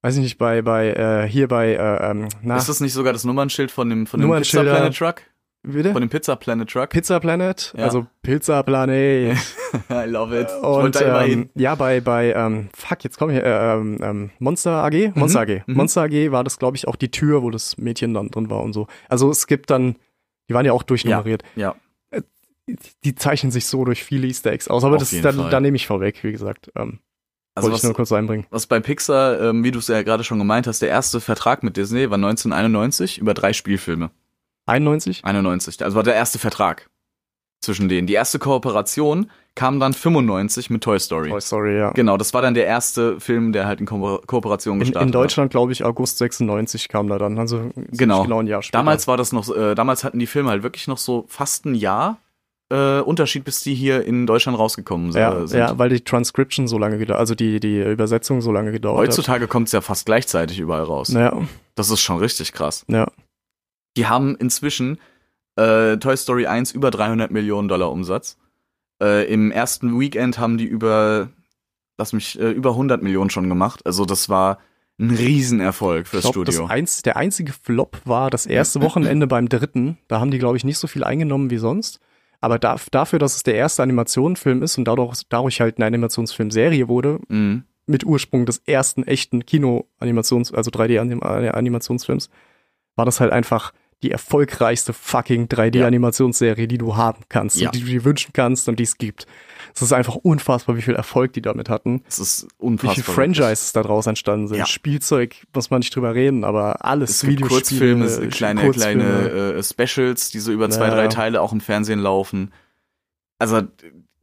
D: weiß ich nicht, bei, bei, äh, hier bei, äh, ähm, na,
C: Ist das nicht sogar das Nummernschild von dem, von dem Pizza
D: Nummernschilder-
C: Planet Truck?
D: bitte?
C: Von dem Pizza Planet Truck?
D: Pizza Planet,
C: Ja.
D: also Pizza Planet.
C: I love it. Ich
D: Und
C: wollte da immer hin.
D: ähm, ja, bei, bei ähm, fuck, jetzt komm ich, äh, ähm, ähm, Monster AG? Monster AG.
C: mhm.
D: Monster AG war das, glaube ich, auch die Tür, wo das Mädchen dann drin war und so. Also es gibt dann, die waren ja auch durchnummeriert.
C: Ja.
D: die zeichnen sich so durch viele Easter Eggs aus. Aber
C: Auf
D: das
C: jeden
D: da,
C: Fall.
D: da nehme ich vorweg, wie gesagt. Ähm,
C: Also
D: wollte ich
C: was,
D: nur kurz einbringen.
C: was bei Pixar, ähm, wie du es ja gerade schon gemeint hast, der erste Vertrag mit Disney war 1991 über drei Spielfilme.
D: 91?
C: 91. Also war der erste Vertrag zwischen denen. Die erste Kooperation kam dann 95 mit Toy Story.
D: Toy Story, Oh, ja.
C: Genau, das war dann der erste Film, der halt in Ko Kooperation
D: In,
C: gestartet
D: in
C: hat.
D: Deutschland, glaube ich, August 96 kam da dann. Also ziemlich
C: Genau.
D: genau ein Jahr später.
C: Damals war das noch, äh, damals hatten die Filme halt wirklich noch so fast ein Jahr äh, Unterschied, bis die hier in Deutschland rausgekommen sind.
D: ja,
C: äh, sind.
D: ja, weil die Transcription so lange gedauert, also die, die Übersetzung so lange gedauert
C: Heutzutage kommt es ja fast gleichzeitig überall raus.
D: hat. Ja,
C: Das ist schon richtig krass.
D: ja.
C: Die haben inzwischen äh, Toy Story 1 über 300 Millionen Dollar Umsatz. Äh, Im ersten Weekend haben die über, lass mich, äh, über 100 Millionen schon gemacht. Also das war ein Riesenerfolg
D: Ich
C: fürs
D: glaube,
C: Studio.
D: einz der einzige Flop war das erste Wochenende beim dritten. Da haben die, glaube ich, nicht so viel eingenommen wie sonst. Aber da, dafür, dass es der erste Animationenfilm ist und dadurch, dadurch halt eine Animationsfilmserie wurde,
C: Mhm.
D: mit Ursprung des ersten echten Kino-Animations-, also 3D-Animationsfilms, war das halt einfach die erfolgreichste fucking 3D-Animationsserie, die du haben kannst
C: Ja.
D: und die du dir wünschen kannst und die es gibt. Es ist einfach unfassbar, wie viel Erfolg die damit hatten.
C: Es ist
D: Wie
C: unfassbar.
D: viele Franchises da draus entstanden sind.
C: Ja.
D: Spielzeug, muss man nicht drüber reden, aber alles.
C: Es gibt
D: Videospiele,
C: Kurzfilme, kleine,
D: Kurzfilme.
C: kleine äh, Specials, die so über zwei,
D: Ja.
C: drei Teile auch im Fernsehen laufen. Also d-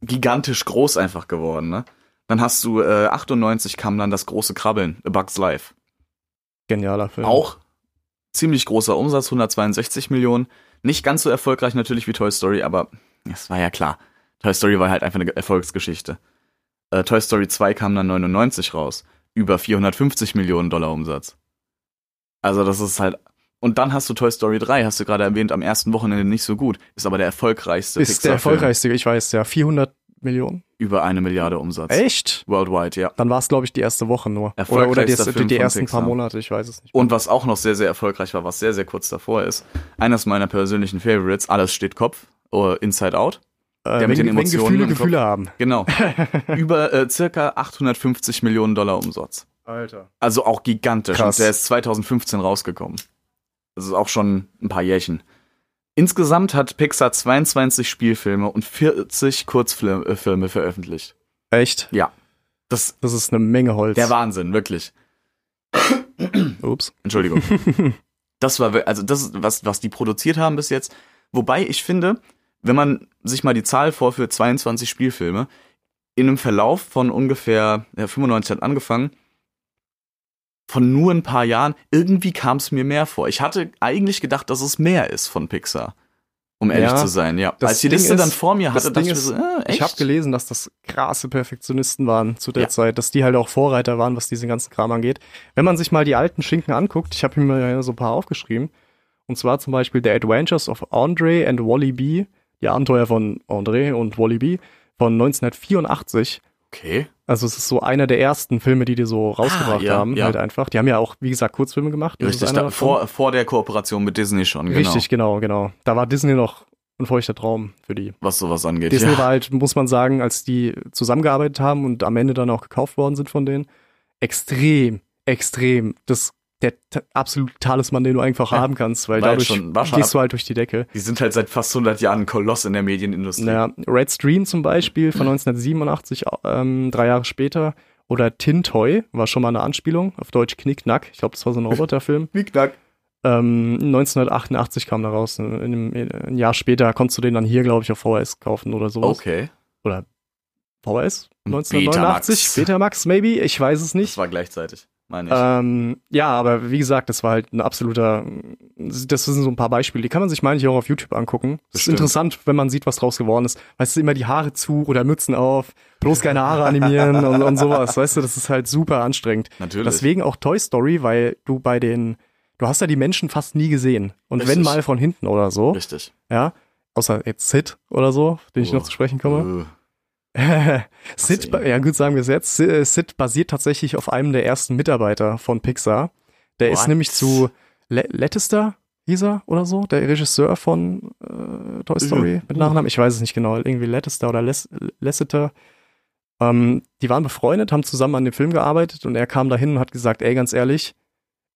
C: gigantisch groß einfach geworden, ne? Dann hast du, äh, 98 kam dann das große Krabbeln, A Bug's Life.
D: Genialer Film.
C: Auch ziemlich großer Umsatz, 162 Millionen. Nicht ganz so erfolgreich natürlich wie Toy Story, aber es war ja klar. Toy Story war halt einfach eine Erfolgsgeschichte. Äh, Toy Story 2 kam dann 99 raus. Über 450 Millionen Dollar Umsatz. Also das ist halt. Und dann hast du Toy Story 3, hast du gerade erwähnt, am ersten Wochenende nicht so gut. Ist aber der erfolgreichste
D: Ist der
C: Pixar-Film.
D: erfolgreichste, ich weiß, ja. 400 Millionen.
C: Über eine Milliarde Umsatz.
D: Echt?
C: Worldwide, ja.
D: Dann war es, glaube ich, die erste Woche nur. Oder, oder die,
C: Erfolgreichster
D: die,
C: Film
D: die
C: von
D: ersten
C: Pixar.
D: paar Monate, ich weiß es nicht.
C: Und was auch noch sehr, sehr erfolgreich war, was sehr, sehr kurz davor ist, eines meiner persönlichen Favorites, Alles steht Kopf, oder Inside Out.
D: Äh,
C: der mit den Emotionen
D: Gefühle,
C: im Kopf.
D: Gefühle haben.
C: Genau. Über äh, circa 850 Millionen Dollar Umsatz.
D: Alter.
C: Also auch gigantisch.
D: Krass.
C: Und der ist 2015 rausgekommen. Das ist auch schon ein paar Jährchen. Insgesamt hat Pixar 22 Spielfilme und 40 Kurzfilme äh, Filme veröffentlicht.
D: Echt?
C: Das
D: Das ist eine Menge Holz.
C: der Wahnsinn, wirklich.
D: Ups.
C: Entschuldigung. das war wir- also das was was die produziert haben bis jetzt, wobei ich finde, wenn man sich mal die Zahl vorführt 22 Spielfilme in einem Verlauf von ungefähr ja, 95 hat angefangen von nur ein paar Jahren, irgendwie kam es mir mehr vor. Ich hatte eigentlich gedacht, dass es mehr ist von Pixar. Um ehrlich
D: Ja,
C: zu sein, ja.
D: das
C: Als die
D: Ding
C: Liste
D: ist-
C: dann vor mir
D: das
C: hatte,
D: Ding
C: dachte ich mir so, äh, echt?
D: Ich habe gelesen, dass das krasse Perfektionisten waren zu der
C: Ja.
D: Zeit, dass die halt auch Vorreiter waren, was diesen ganzen Kram angeht. Wenn man sich mal die alten Schinken anguckt, ich habe mir ja so ein paar aufgeschrieben, und zwar zum Beispiel The Adventures of Andre and Wally B, die Abenteuer von Andre und Wally B von 1984.
C: okay.
D: Also es ist so einer der ersten Filme, die die so rausgebracht
C: Ah, ja,
D: haben,
C: ja.
D: halt einfach. Die haben ja auch, wie gesagt, Kurzfilme gemacht. Das ist
C: Richtig,
D: einer
C: da,
D: davon.
C: vor, vor der Kooperation mit Disney schon, genau.
D: Richtig, genau, genau. Da war Disney noch ein feuchter Traum für die.
C: Was sowas angeht.
D: Disney
C: ja.
D: war halt, muss man sagen, als die zusammengearbeitet haben und am Ende dann auch gekauft worden sind von denen, extrem, extrem. Das der t- absolute Talisman, den du einfach
C: Ja.
D: haben kannst, weil
C: War ja
D: dadurch
C: schon- war schon
D: gehst
C: ab-
D: du halt durch die Decke.
C: Die sind halt seit fast 100 Jahren ein Koloss in der Medienindustrie. Mhm.
D: Naja, Red Stream zum Beispiel von 1987, ähm, drei Jahre später, Oder Tintoy war schon mal eine Anspielung, auf Deutsch Knickknack. Ich glaube, das war so ein Roboterfilm.
C: Knickknack.
D: Ähm, 1988 kam da raus. ne, In einem, ein Jahr später konntest du den dann hier, glaube ich, auf VHS kaufen oder sowas.
C: Okay.
D: Oder VHS 1989, Betamax maybe, ich weiß es nicht.
C: Das war gleichzeitig, meine ich.
D: Ähm, ja, aber wie gesagt, das war halt ein absoluter. Das sind so ein paar Beispiele. Die kann man sich, meine ich, auch auf YouTube angucken. Das ist
C: Bestimmt.
D: interessant, wenn man sieht, was draus geworden ist. Weißt du, immer die Haare zu oder Mützen auf, bloß keine Haare animieren und, und sowas. Weißt du, das ist halt super anstrengend.
C: Natürlich.
D: Deswegen auch Toy Story, weil du bei den. Du hast ja die Menschen fast nie gesehen. Und wenn
C: Richtig.
D: mal von hinten oder so,
C: Richtig.
D: ja. Außer jetzt Sid oder so, auf den ich
C: Oh.
D: noch zu sprechen komme.
C: Äh,
D: Sid,
C: Ach so,
D: ba- ja gut, sagen wir es jetzt. Sid- äh, Sid basiert tatsächlich auf einem der ersten Mitarbeiter von Pixar. Der ist
C: What?
D: nämlich zu Le Lettester, hieß er oder so, der Regisseur von äh, Toy
C: Mhm.
D: Story mit Nachnamen. Ich weiß es nicht genau, irgendwie Lettester oder Les Lasseter. Ähm, die waren befreundet, haben zusammen an dem Film gearbeitet und er kam dahin und hat gesagt, ey, ganz ehrlich,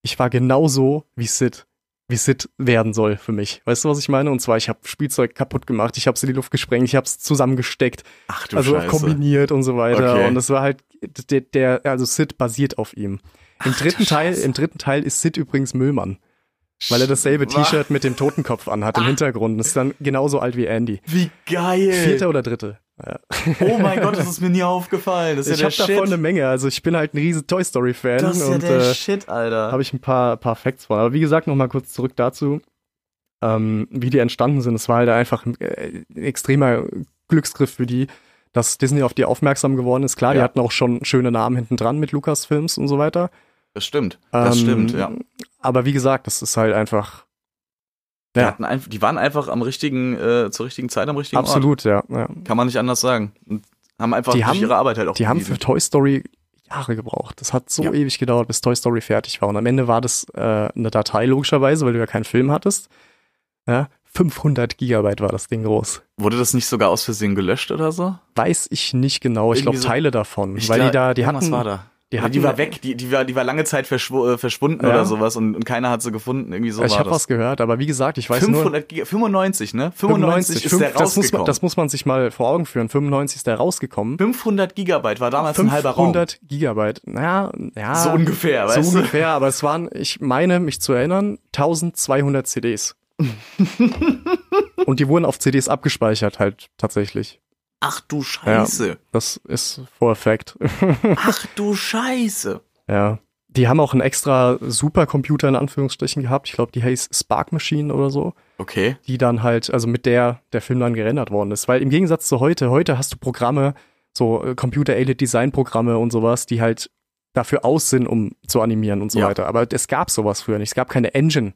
D: ich war genauso wie Sid, wie Sid werden soll für mich. Weißt du, was ich meine? Und zwar, ich habe Spielzeug kaputt gemacht, ich habe es in die Luft gesprengt, ich habe es zusammengesteckt
C: Ach du
D: also auch
C: Scheiße.
D: kombiniert und so weiter.
C: Okay.
D: Und das war halt der, der also Sid basiert auf ihm. Im dritten Teil,
C: Scheiße.
D: im dritten Teil ist Sid übrigens Müllmann, weil er dasselbe
C: Wa-
D: T-Shirt mit dem Totenkopf anhat
C: Ah.
D: im Hintergrund. Und Ist dann genauso alt wie Andy.
C: Wie geil.
D: Vierter oder dritte? Ja.
C: Oh mein Gott, das ist mir nie aufgefallen. Das ist
D: Ich
C: ja
D: habe
C: der
D: davon eine
C: Shit.
D: Menge. Also ich bin halt ein riesen Toy Story Fan
C: Das ist ja
D: und
C: der
D: äh,
C: Shit, Alter.
D: habe ich ein paar, paar Facts von. Aber wie gesagt, nochmal kurz zurück dazu, ähm, wie die entstanden sind. Es war halt einfach ein, äh, ein extremer Glücksgriff für die, dass Disney auf die aufmerksam geworden ist. Klar, die
C: Ja.
D: hatten auch schon schöne Namen hinten dran mit Lucasfilms und so weiter.
C: das stimmt. Das
D: Ähm,
C: stimmt, ja.
D: Aber wie gesagt, das ist halt einfach
C: Die,
D: ja.
C: hatten einf- die waren einfach am richtigen, äh, zur richtigen Zeit am richtigen Ort.
D: absolut, ja, ja.
C: Kann man nicht anders sagen. Und haben einfach
D: Die
C: durch
D: haben-
C: ihre Arbeit halt auch
D: Die haben für
C: bewiesen.
D: Toy Story Jahre gebraucht. Das hat so
C: Ja.
D: ewig gedauert, bis Toy Story fertig war. Und am Ende war das äh, eine Datei, logischerweise, weil du ja keinen Film hattest. Ja, 500 Gigabyte war das Ding groß.
C: Wurde das nicht sogar aus Versehen gelöscht oder so?
D: Weiß ich nicht genau. Ich
C: Irgendwie
D: glaube,
C: so-
D: Teile davon.
C: Ich
D: weil
C: glaub,
D: die da, die
C: irgendwas
D: hatten,
C: war da.
D: die
C: Die,
D: hatten.
C: war weg, die, die, war, die war lange Zeit verschw äh, verschwunden
D: Ja.
C: oder sowas und, und keiner hat sie gefunden. Irgendwie so
D: Also ich
C: war
D: habe
C: das.
D: was gehört, aber wie gesagt, ich weiß nur.
C: 500 Giga, 95, ne? 95, ist der
D: das, muss man,
C: rausgekommen.
D: das muss man sich mal vor Augen führen. 95 ist der rausgekommen.
C: 500 Gigabyte war damals ein halber Raum.
D: 500 Gigabyte. Naja, ja.
C: So ungefähr,
D: ah, So
C: weißt du?
D: ungefähr, aber es waren, ich meine, mich zu erinnern, 1200 CDs. Und die wurden auf CDs abgespeichert, halt tatsächlich.
C: Ach du Scheiße.
D: Das ist for a fact.
C: Ach du Scheiße.
D: Ja. Die haben auch einen extra Supercomputer in Anführungsstrichen gehabt. Ich glaube, die heißt Spark Machine oder so,
C: Okay.
D: die dann halt, also mit der der Film dann gerendert worden ist. Weil im Gegensatz zu heute, heute hast du Programme, so äh, Computer-Aided Design-Programme und sowas, die halt dafür aus sind, um zu animieren und so
C: Ja.
D: weiter. Aber es gab sowas früher nicht. Es gab keine Engine,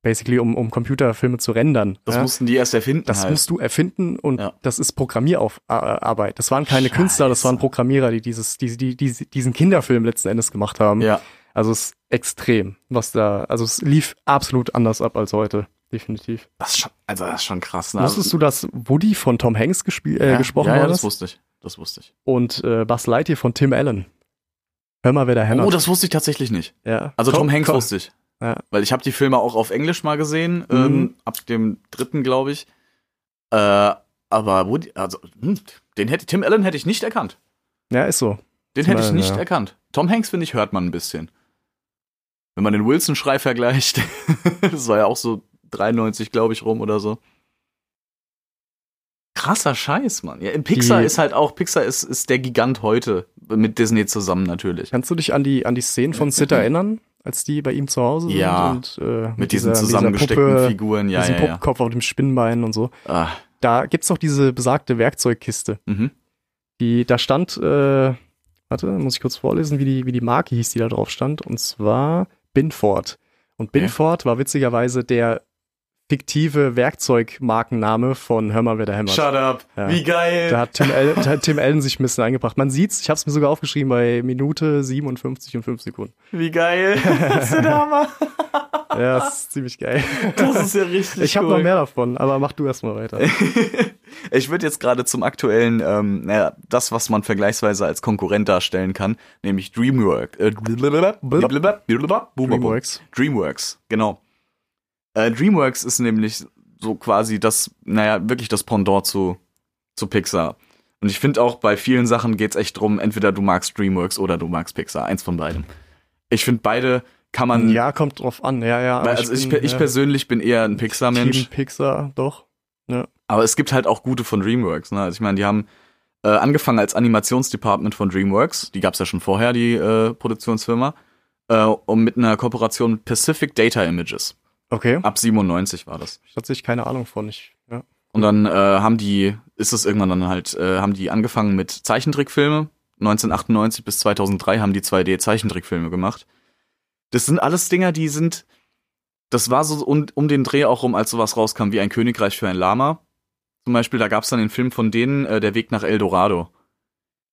D: basically, um, um Computerfilme zu rendern.
C: Das
D: ja.
C: mussten die erst erfinden.
D: Das
C: halt.
D: musst du erfinden und
C: Ja.
D: das ist Programmierarbeit. Das waren keine Künstler, das waren
C: Scheiße.
D: Programmierer, die, dieses, die, die, die diesen Kinderfilm letzten Endes gemacht haben.
C: Ja.
D: Also es ist extrem, was da, also es lief absolut anders ab als heute, definitiv.
C: Das ist schon, also das ist schon krass. Ne?
D: Wusstest du, dass Woody von Tom Hanks gespielt, äh,
C: ja,
D: gesprochen
C: ja, ja,
D: war
C: das
D: das?
C: wusste ich. Das wusste ich.
D: und äh, Buzz Lightyear von Tim Allen. Hör mal, wer da hämmert.
C: Oh, das wusste ich tatsächlich nicht.
D: ja.
C: Also Tom Hanks
D: Komm.
C: wusste ich.
D: Ja.
C: Weil ich habe die Filme auch auf Englisch mal gesehen,
D: Mhm.
C: ähm, ab dem dritten, glaube ich. Äh, aber Woody, also, hm, den hätte, Tim Allen hätte ich nicht erkannt.
D: Ja, ist so. Tim
C: Den hätte ich
D: Allen,
C: nicht
D: ja.
C: erkannt. Tom Hanks, finde ich, hört man ein bisschen. Wenn man den Wilson-Schrei vergleicht, das war ja auch so 93, glaube ich, rum oder so. Krasser Scheiß, Mann. Ja, in Pixar
D: Die-
C: ist halt auch, Pixar ist, ist der Gigant heute, mit Disney zusammen natürlich.
D: Kannst du dich an die, an die Szenen von Sid erinnern, als die bei ihm zu Hause
C: Ja.
D: sind? Und, äh,
C: Mit
D: dieser-
C: diesen
D: dieser
C: zusammengesteckten
D: Puppe,
C: Figuren, ja,
D: diesen
C: ja, ja.
D: Puppenkopf auf dem Spinnbein und so.
C: Ah,
D: Da gibt's doch diese besagte Werkzeugkiste.
C: mhm.
D: Die, da stand, äh, warte, muss ich kurz vorlesen, wie die, wie die Marke hieß, die da drauf stand. Und zwar Binford. Und
C: Okay.
D: Binford war witzigerweise der fiktive Werkzeugmarkenname von Hör mal, wer da hämmert.
C: Shut up.
D: Ja.
C: Wie geil.
D: Da hat, Tim Allen, da hat Tim Allen sich ein bisschen eingebracht. Man sieht's, ich hab's mir sogar aufgeschrieben bei Minute 57 und 5 Sekunden.
C: Wie geil. das ist ja der Hammer.
D: Ja, das ist ziemlich geil.
C: Das ist ja richtig
D: Ich habe
C: cool. Äh,
D: noch mehr davon, aber mach du erstmal weiter.
C: Ich würde jetzt gerade zum aktuellen, ähm, naja, das, was man vergleichsweise als Konkurrent darstellen kann, nämlich DreamWorks. Äh, blablabla, blablabla, blablabla, blablabla.
D: Dreamworks.
C: DreamWorks, genau. Äh, DreamWorks ist nämlich so quasi das, naja, wirklich das Pendant zu, zu Pixar. Und ich finde auch, bei vielen Sachen geht's echt drum, entweder du magst DreamWorks oder du magst Pixar. Eins von beidem. Ich finde, beide kann man.
D: ja, kommt drauf an, ja, ja. aber
C: weil, also ich,
D: bin,
C: pe- ich
D: ja,
C: persönlich bin eher ein Pixar-Mensch.
D: Team Pixar, doch.
C: Aber es gibt halt auch gute von DreamWorks. Ne? Also ich meine, die haben äh, angefangen als Animationsdepartment von DreamWorks. Die gab's ja schon vorher, die äh, Produktionsfirma. Äh, und mit einer Kooperation mit Pacific Data Images.
D: Okay,
C: Ab 97 war das.
D: ich hatte ich keine Ahnung von. Ich, ja.
C: Und dann äh, haben die, ist es irgendwann dann halt, äh, haben die angefangen mit Zeichentrickfilme. 1998 bis 2003 haben die 2D-Zeichentrickfilme gemacht. Das sind alles Dinger, die sind, das war so um, um den Dreh auch rum, als sowas rauskam wie ein Königreich für ein Lama. Zum Beispiel, da gab es dann den Film von denen, äh, Der Weg nach El Dorado.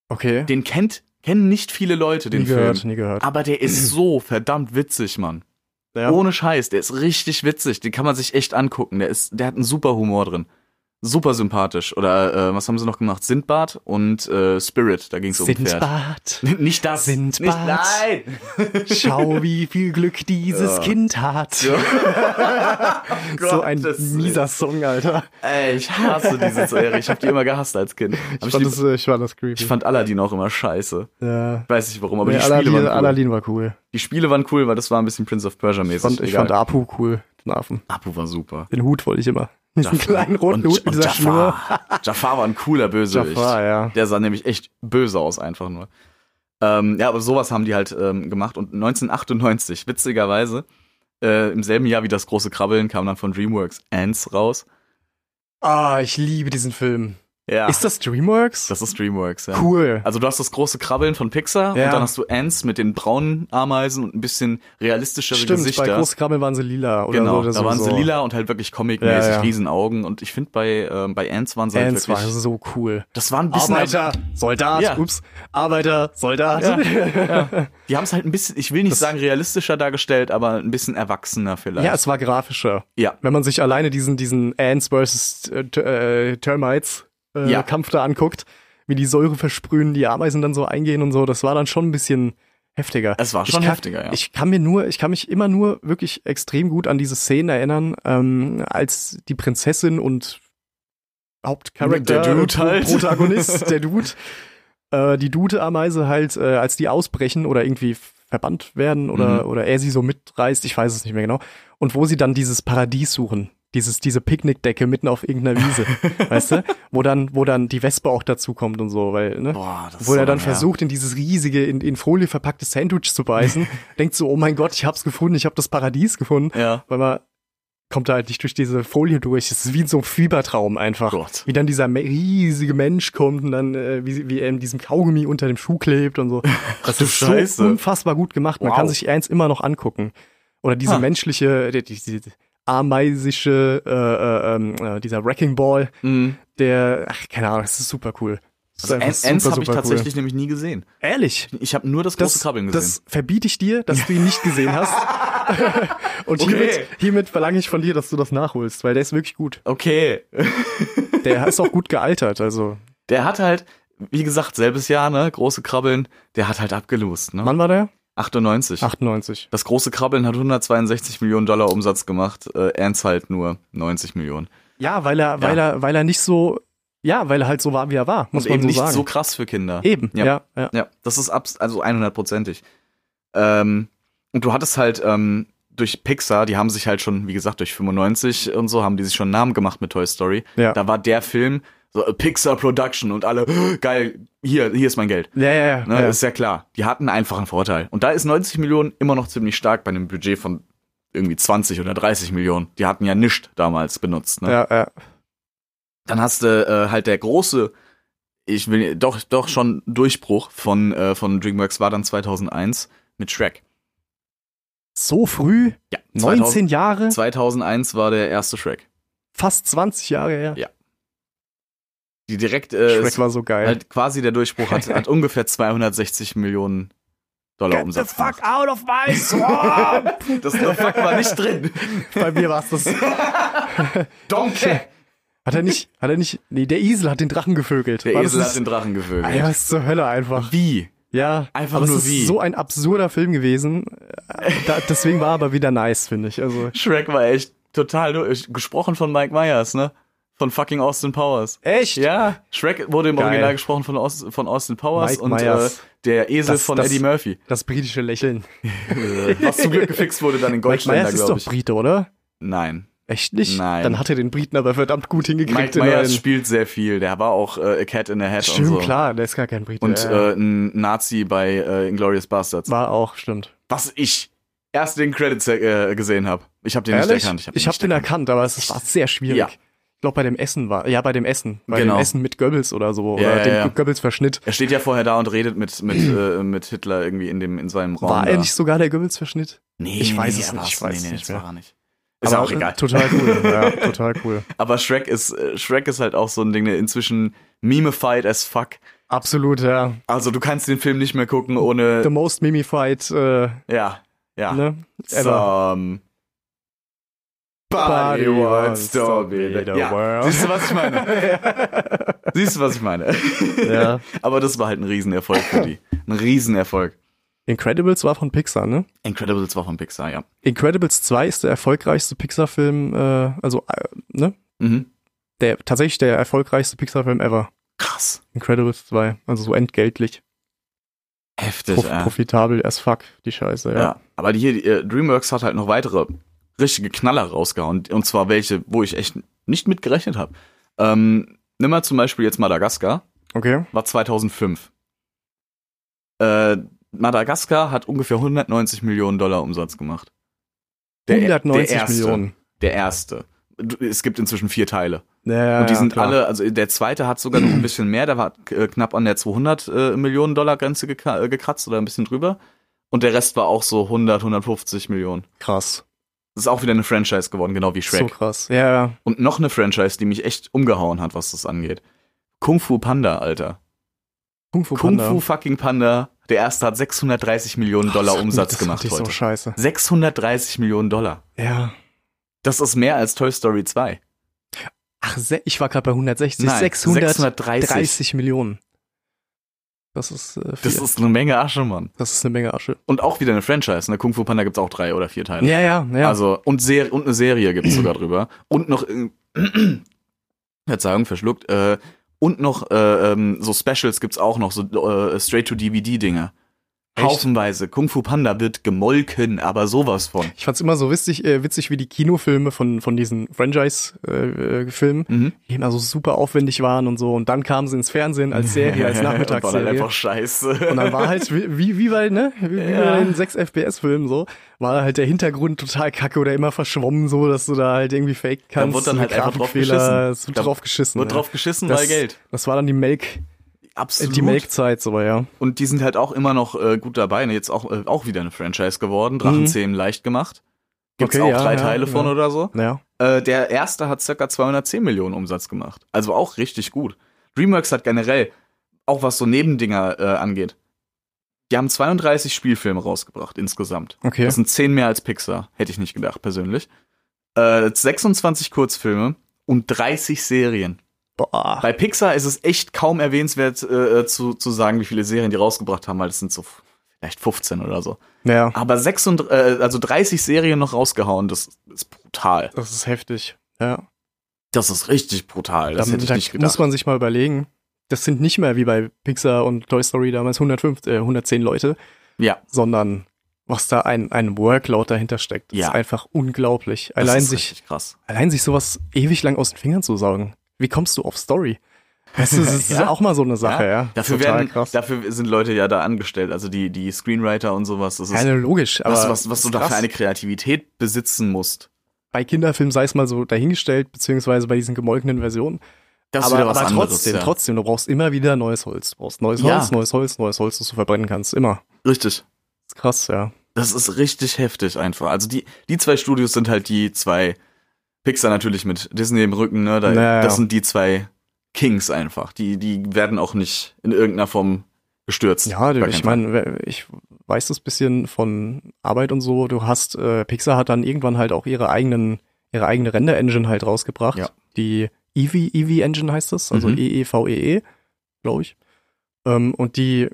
D: Okay,
C: Den kennt, kennen nicht viele Leute, den
D: nie gehört,
C: Film.
D: nie gehört.
C: Aber der ist so verdammt witzig, Mann.
D: Ja.
C: Ohne Scheiß, der ist richtig witzig. Den kann man sich echt angucken. Der ist, der hat einen super Humor drin. Super sympathisch. Oder äh, was haben sie noch gemacht? Sindbad und äh, Spirit, da ging es um ein Pferd.
D: Sindbad,
C: Nicht das.
D: Sindbad.
C: Nicht, nein.
D: schau, wie viel Glück dieses
C: Ja. um
D: Kind hat. so ein
C: Gottes
D: mieser Song, Alter.
C: Ey, ich hasse diese Serie. Ich habe die immer gehasst als Kind. Hab
D: Ich
C: ich,
D: fand,
C: lieb,
D: das, äh, ich fand das creepy.
C: ich fand Aladdin auch immer scheiße.
D: ja.
C: Ich weiß nicht warum, aber
D: Nee,
C: die Spiele
D: Aladdin,
C: waren cool.
D: Aladdin war cool.
C: Die Spiele waren cool, weil das war ein bisschen Prince of Persia
D: Ich
C: mäßig.
D: fand, ich
C: Egal.
D: fand Apu cool, den Affen.
C: Apu war super.
D: Den Hut wollte ich immer. Diesen kleinen roten Hut mit dieser Schnur.
C: Jafar. Jafar war ein cooler Bösewicht.
D: Jafar, ja.
C: Der sah nämlich echt böse aus, einfach nur. Ähm, ja, aber sowas haben die halt ähm, gemacht. Und 1998, witzigerweise, äh, im selben Jahr wie das große Krabbeln, kam dann von DreamWorks Ants raus.
D: Ah, ich liebe diesen Film.
C: Ja,
D: Ist das DreamWorks?
C: das ist DreamWorks, ja.
D: cool.
C: Also du hast das große Krabbeln von Pixar
D: Ja.
C: und dann hast du Ants mit den braunen Ameisen und ein bisschen realistischere
D: Stimmt,
C: Gesichter.
D: bei Großkrabbeln waren sie lila oder so.
C: genau,
D: Oder
C: da waren sie
D: so.
C: lila und halt wirklich comicmäßig,
D: Ja, ja.
C: Riesenaugen. Und ich finde bei, ähm, bei Ants waren sie halt
D: Ants war
C: wirklich,
D: so cool.
C: das war ein bisschen
D: Soldat,
C: Ja.
D: ups. Arbeiter, Soldat.
C: Ja, Die haben es halt ein bisschen, ich will nicht
D: Das-
C: sagen realistischer dargestellt, aber ein bisschen erwachsener vielleicht.
D: Ja, es war grafischer.
C: ja.
D: Wenn man sich alleine diesen, diesen Ants versus äh, T- äh, Termites äh,
C: Ja.
D: Kampf da anguckt, wie die Säure versprühen, die Ameisen dann so eingehen und so, das war dann schon ein bisschen heftiger.
C: Es war schon
D: ich kann,
C: heftiger, ja.
D: Ich kann mir nur, ich kann mich immer nur wirklich extrem gut an diese Szenen erinnern, ähm, als die Prinzessin und Hauptcharakter,
C: Der Dude
D: äh, Pro-
C: halt.
D: Protagonist, der Dude, äh, die Dude-Ameise halt, äh, als die ausbrechen oder irgendwie verbannt werden oder,
C: Mhm.
D: oder er sie so mitreißt, ich weiß es nicht mehr genau. Und wo sie dann dieses Paradies suchen, dieses, diese Picknickdecke mitten auf irgendeiner Wiese, weißt du? Wo dann, wo dann die Wespe auch dazukommt und so, weil, ne?
C: Boah, das ist
D: wo
C: so
D: er dann
C: lange her.
D: versucht, in dieses riesige, in, in Folie verpackte Sandwich zu beißen, denkt so, oh mein Gott, ich hab's gefunden, ich hab das Paradies gefunden.
C: Ja.
D: Weil man kommt da halt nicht durch diese Folie durch. Es ist wie in so einem Fiebertraum einfach.
C: Gott.
D: Wie dann dieser me- riesige Mensch kommt und dann, äh, wie, wie er in diesem Kaugummi unter dem Schuh klebt und so. Das
C: du
D: ist so
C: Scheiße.
D: unfassbar gut gemacht. Man
C: Wow.
D: kann sich eins immer noch angucken. Oder diese
C: Ha.
D: menschliche, die, die, die ameisische, äh, äh, ähm, äh, dieser Wrecking Ball,
C: Mhm.
D: der, ach, keine Ahnung, das ist super cool. Das ist
C: Also
D: einfach
C: Ants Ants
D: super,
C: habe ich
D: super cool.
C: tatsächlich nämlich nie gesehen.
D: Ehrlich?
C: Ich habe nur das große Krabbeln gesehen.
D: Das verbiete ich dir, dass du ihn nicht gesehen hast. Und
C: Okay.
D: hiermit, hiermit verlange ich von dir, dass du das nachholst, weil der ist wirklich gut.
C: okay.
D: Der ist auch gut gealtert, also.
C: Der hat halt, wie gesagt, selbes Jahr, ne, große Krabbeln, der hat halt abgelost, ne?
D: Wann war der?
C: 98.
D: 98.
C: Das große Krabbeln hat 162 Millionen Dollar Umsatz gemacht, äh, Ernst halt nur 90 Millionen.
D: Ja, weil er, weil er, weil er nicht so, ja, weil er halt so war, wie er war, muss
C: Und
D: man
C: eben
D: so
C: nicht
D: sagen. Eh,
C: so krass für Kinder.
D: Eben, ja, ja.
C: Ja, das ist abs also 100%ig. Ähm, und du hattest halt ähm, durch Pixar, die haben sich halt schon, wie gesagt, durch 95 und so, haben die sich schon einen Namen gemacht mit Toy Story.
D: Ja.
C: Da war der Film so äh, Pixar Production und alle, "Oh, geil, hier, hier ist mein Geld.
D: Ja, ja, ja.
C: Ne,
D: ja.
C: Ist ja klar. Die hatten einfach einen Vorteil. Und da ist 90 Millionen immer noch ziemlich stark bei einem Budget von irgendwie 20 oder 30 Millionen. Die hatten ja nichts damals benutzt. Ne?
D: ja, ja.
C: Dann hast du äh, halt der große, ich will doch doch schon Durchbruch von äh, von DreamWorks war dann 2001 mit Shrek.
D: So früh,
C: Ja,
D: 19 Jahre,
C: 2001 war der erste Shrek.
D: fast 20 Jahre her.
C: Ja. Die direkt äh,
D: Shrek
C: ist
D: war so geil.
C: halt quasi der Durchbruch hat, hat ungefähr 260 Millionen Dollar Umsatz. gemacht.
D: out of my swamp!
C: Das The fuck war nicht drin.
D: Bei mir war es das.
C: Donkey.
D: Hat er nicht, hat er nicht, nee, der Esel hat den Drachen gevögelt.
C: Der
D: War
C: Esel
D: das
C: hat den Drachen
D: nicht- Ja,
C: gevögelt.
D: was ist zur Hölle einfach.
C: Wie?
D: Ja,
C: Einfach
D: aber
C: nur
D: es ist
C: wie.
D: so ein absurder Film gewesen. Äh, Da, deswegen war er aber wieder nice, finde ich. Also
C: Shrek war echt total durch. Gesprochen von Mike Myers, ne? Von fucking Austin Powers.
D: Echt?
C: Ja, Shrek wurde im
D: Geil.
C: Original gesprochen von, Aus, von Austin Powers
D: Mike
C: und äh,
D: Myers.
C: der Esel
D: Das-
C: von
D: das-
C: Eddie Murphy.
D: Das britische Lächeln.
C: Was zum Glück gefixt wurde dann in
D: Mike
C: Goldständer,
D: Myers ist
C: glaube
D: doch
C: ich.
D: Brite, oder?
C: Nein.
D: Echt nicht?
C: Nein.
D: Dann hat er den Briten aber verdammt gut hingekriegt.
C: Mike
D: in
C: Myers
D: den-
C: spielt sehr viel. Der war auch äh, A Cat in the Hat
D: Stimmt,
C: und so.
D: klar, der ist gar kein Brite.
C: Und
D: ja.
C: äh, ein Nazi bei äh, Inglourious Bastards.
D: war auch, stimmt.
C: Was ich erst in den Credits äh, gesehen habe. Ich habe den nicht
D: Ehrlich?
C: erkannt.
D: Ich habe
C: nicht
D: den erkannt, aber es war sehr schwierig.
C: Ja.
D: Ich glaube, bei dem Essen war, ja, bei dem Essen, bei
C: Genau.
D: dem Essen mit Goebbels oder so,
C: Ja,
D: oder
C: ja,
D: dem
C: ja.
D: Goebbels-Verschnitt.
C: Er steht ja vorher da und redet mit, mit, äh, mit Hitler irgendwie in, dem, in seinem Raum.
D: War
C: da.
D: er nicht sogar der Goebbels-Verschnitt?
C: Nee,
D: Ich weiß
C: nee,
D: es
C: er
D: nicht,
C: war's.
D: ich weiß
C: nee, nee,
D: es nicht
C: das
D: mehr.
C: war er nicht. Ist ja auch
D: Aber, äh,
C: egal.
D: Total cool, ja, total cool.
C: Aber Shrek ist, äh, Shrek ist halt auch so ein Ding, der inzwischen memified as fuck.
D: Absolut, ja.
C: Also du kannst den Film nicht mehr gucken ohne.
D: The most mimified, äh,
C: Ja, ja.
D: ne? Ever.
C: Some body wants to be the ja.
D: world.
C: Siehst du, was ich meine? Siehst du, was ich meine?
D: Ja.
C: Aber das war halt ein Riesenerfolg für die. Ein Riesenerfolg.
D: Incredibles war von Pixar, ne?
C: Incredibles war von Pixar, ja.
D: Incredibles 2 ist der erfolgreichste Pixar-Film, äh, also, äh, ne?
C: Mhm.
D: Der, tatsächlich der erfolgreichste Pixar-Film ever.
C: Krass.
D: Incredibles 2, also so entgeltlich.
C: Heftig,
D: Prof
C: ja.
D: Profitabel as fuck, die Scheiße, ja.
C: ja. Aber die hier, die, äh, DreamWorks hat halt noch weitere richtige Knaller rausgehauen. Und zwar welche, wo ich echt nicht mit gerechnet habe. Ähm, nimm mal zum Beispiel jetzt Madagaskar.
D: Okay.
C: war 2005. Äh, Madagaskar hat ungefähr 190 Millionen Dollar Umsatz gemacht. Der-
D: 190
C: der erste,
D: Millionen.
C: Der erste. Du- Es gibt inzwischen vier Teile.
D: Ja,
C: und die
D: ja,
C: sind
D: klar.
C: alle, also der zweite hat sogar noch ein bisschen mehr, der war äh, knapp an der 200 äh, Millionen Dollar Grenze geka- äh, gekratzt oder ein bisschen drüber. Und der Rest war auch so 100, 150 Millionen.
D: krass.
C: Das ist auch wieder eine Franchise geworden, genau wie
D: So
C: Shrek.
D: krass. Ja, ja.
C: Und noch eine Franchise, die mich echt umgehauen hat, was das angeht. Kung Fu Panda, Alter.
D: Kung Fu
C: Kung
D: Panda.
C: Fu fucking Panda, der erste hat 630 Millionen Dollar Umsatz
D: das
C: gemacht
D: Das
C: heute.
D: so scheiße.
C: 630 Millionen Dollar.
D: Ja.
C: Das ist mehr als Toy Story 2.
D: Ach, se- ich war gerade bei 160.
C: Nein,
D: 630
C: 630.
D: Millionen. Das ist, äh, viel.
C: Das ist eine Menge Asche, Mann.
D: das ist eine Menge Asche.
C: Und auch wieder eine Franchise. Ne? Kung Fu Panda gibt's auch drei oder vier Teile.
D: Ja, ja, ja.
C: Also, und, Ser und eine Serie gibt's sogar drüber. Und noch, äh, Verzeihung, verschluckt, äh, und noch äh, ähm, so Specials gibt's auch noch, so äh, Straight-to-DVD-Dinger.
D: Echt?
C: Haufenweise. Kung Fu Panda wird gemolken, aber sowas von.
D: ich fand's immer so witzig, äh, witzig wie die Kinofilme von, von diesen Franchise-Filmen, äh, Filmen,
C: Mhm.
D: die immer so super aufwendig waren und so. Und dann kamen sie ins Fernsehen als Serie, als
C: War dann
D: Nachmittagsserie.
C: einfach scheiße.
D: Und dann war halt, wie, wie, wie bei, ne, wie, wie
C: Ja.
D: bei den 6 FPS-Filmen so, war halt der Hintergrund total kacke oder immer verschwommen so, dass du da halt irgendwie fake kannst.
C: Da wurde dann halt einfach drauf
D: Grafikfehler,
C: geschissen.
D: Es wurde
C: Da
D: drauf geschissen.
C: Wird
D: ja.
C: drauf geschissen,
D: das,
C: weil Geld.
D: Das war dann die Melk,
C: Absolut.
D: die Melkzeit so, ja.
C: Und die sind halt auch immer noch äh, gut dabei. Ne? Jetzt auch, äh, auch wieder eine Franchise geworden. Drachenzähmen leicht gemacht. Gibt's
D: Mhm. Okay,
C: auch
D: ja,
C: drei
D: ja,
C: Teile von
D: ja.
C: oder so.
D: Ja.
C: Äh, der erste hat circa 210 Millionen Umsatz gemacht. Also auch richtig gut. DreamWorks hat generell, auch was so Nebendinger äh, angeht, die haben 32 Spielfilme rausgebracht insgesamt.
D: Okay.
C: Das sind 10 mehr als Pixar, hätte ich nicht gedacht, persönlich. Äh, 26 Kurzfilme und 30 Serien.
D: Boah.
C: Bei Pixar ist es echt kaum erwähnenswert äh, zu, zu sagen, wie viele Serien die rausgebracht haben, weil es sind so f- vielleicht 15 oder so.
D: Ja.
C: Aber 36, äh, also 30 Serien noch rausgehauen, das ist brutal.
D: Das ist heftig. Ja.
C: Das ist richtig brutal. Das
D: Damit-
C: hätte ich nicht
D: muss
C: gedacht.
D: man sich mal überlegen. Das sind nicht mehr wie bei Pixar und Toy Story damals 105, äh, 110 Leute,
C: Ja,
D: sondern was da ein, ein Workload dahinter steckt.
C: Ja.
D: Ist einfach unglaublich.
C: das
D: Allein
C: ist
D: sich,
C: richtig krass.
D: Allein sich sowas ewig lang aus den Fingern zu saugen. Wie kommst du auf Story? Weißt du, das ist
C: Ja.
D: auch mal so eine Sache, ja.
C: Dafür,
D: Total
C: werden,
D: krass.
C: dafür sind Leute ja da angestellt, also die, die Screenwriter und sowas. Das ist,
D: ja, also logisch, aber
C: was, was, was
D: ist
C: du da für
D: krass.
C: eine Kreativität besitzen musst.
D: bei Kinderfilmen sei es mal so dahingestellt, beziehungsweise bei diesen gemolkenen Versionen.
C: Das
D: aber aber
C: anderes,
D: trotzdem,
C: ja.
D: trotzdem, du brauchst immer wieder neues Holz. Du brauchst neues
C: Ja.
D: Holz, neues Holz, neues Holz, das du verbrennen kannst. Immer.
C: Richtig.
D: ist krass, ja.
C: Das ist richtig heftig einfach. Also die, die zwei Studios sind halt die zwei, Pixar natürlich mit Disney im Rücken, ne? Da,
D: Naja.
C: Das sind die zwei Kings einfach. Die, die werden auch nicht in irgendeiner Form gestürzt.
D: Ja, du,
C: Gar
D: ich
C: kein Fall.
D: meine, wer- ich weiß das bisschen von Arbeit und so. Du hast, äh, Pixar hat dann irgendwann halt auch ihre eigenen, ihre eigene Render-Engine halt rausgebracht.
C: Ja.
D: Die E Eevee, Eevee Engine heißt das, also
C: Mhm.
D: EEVEE, glaube ich. Ähm, und die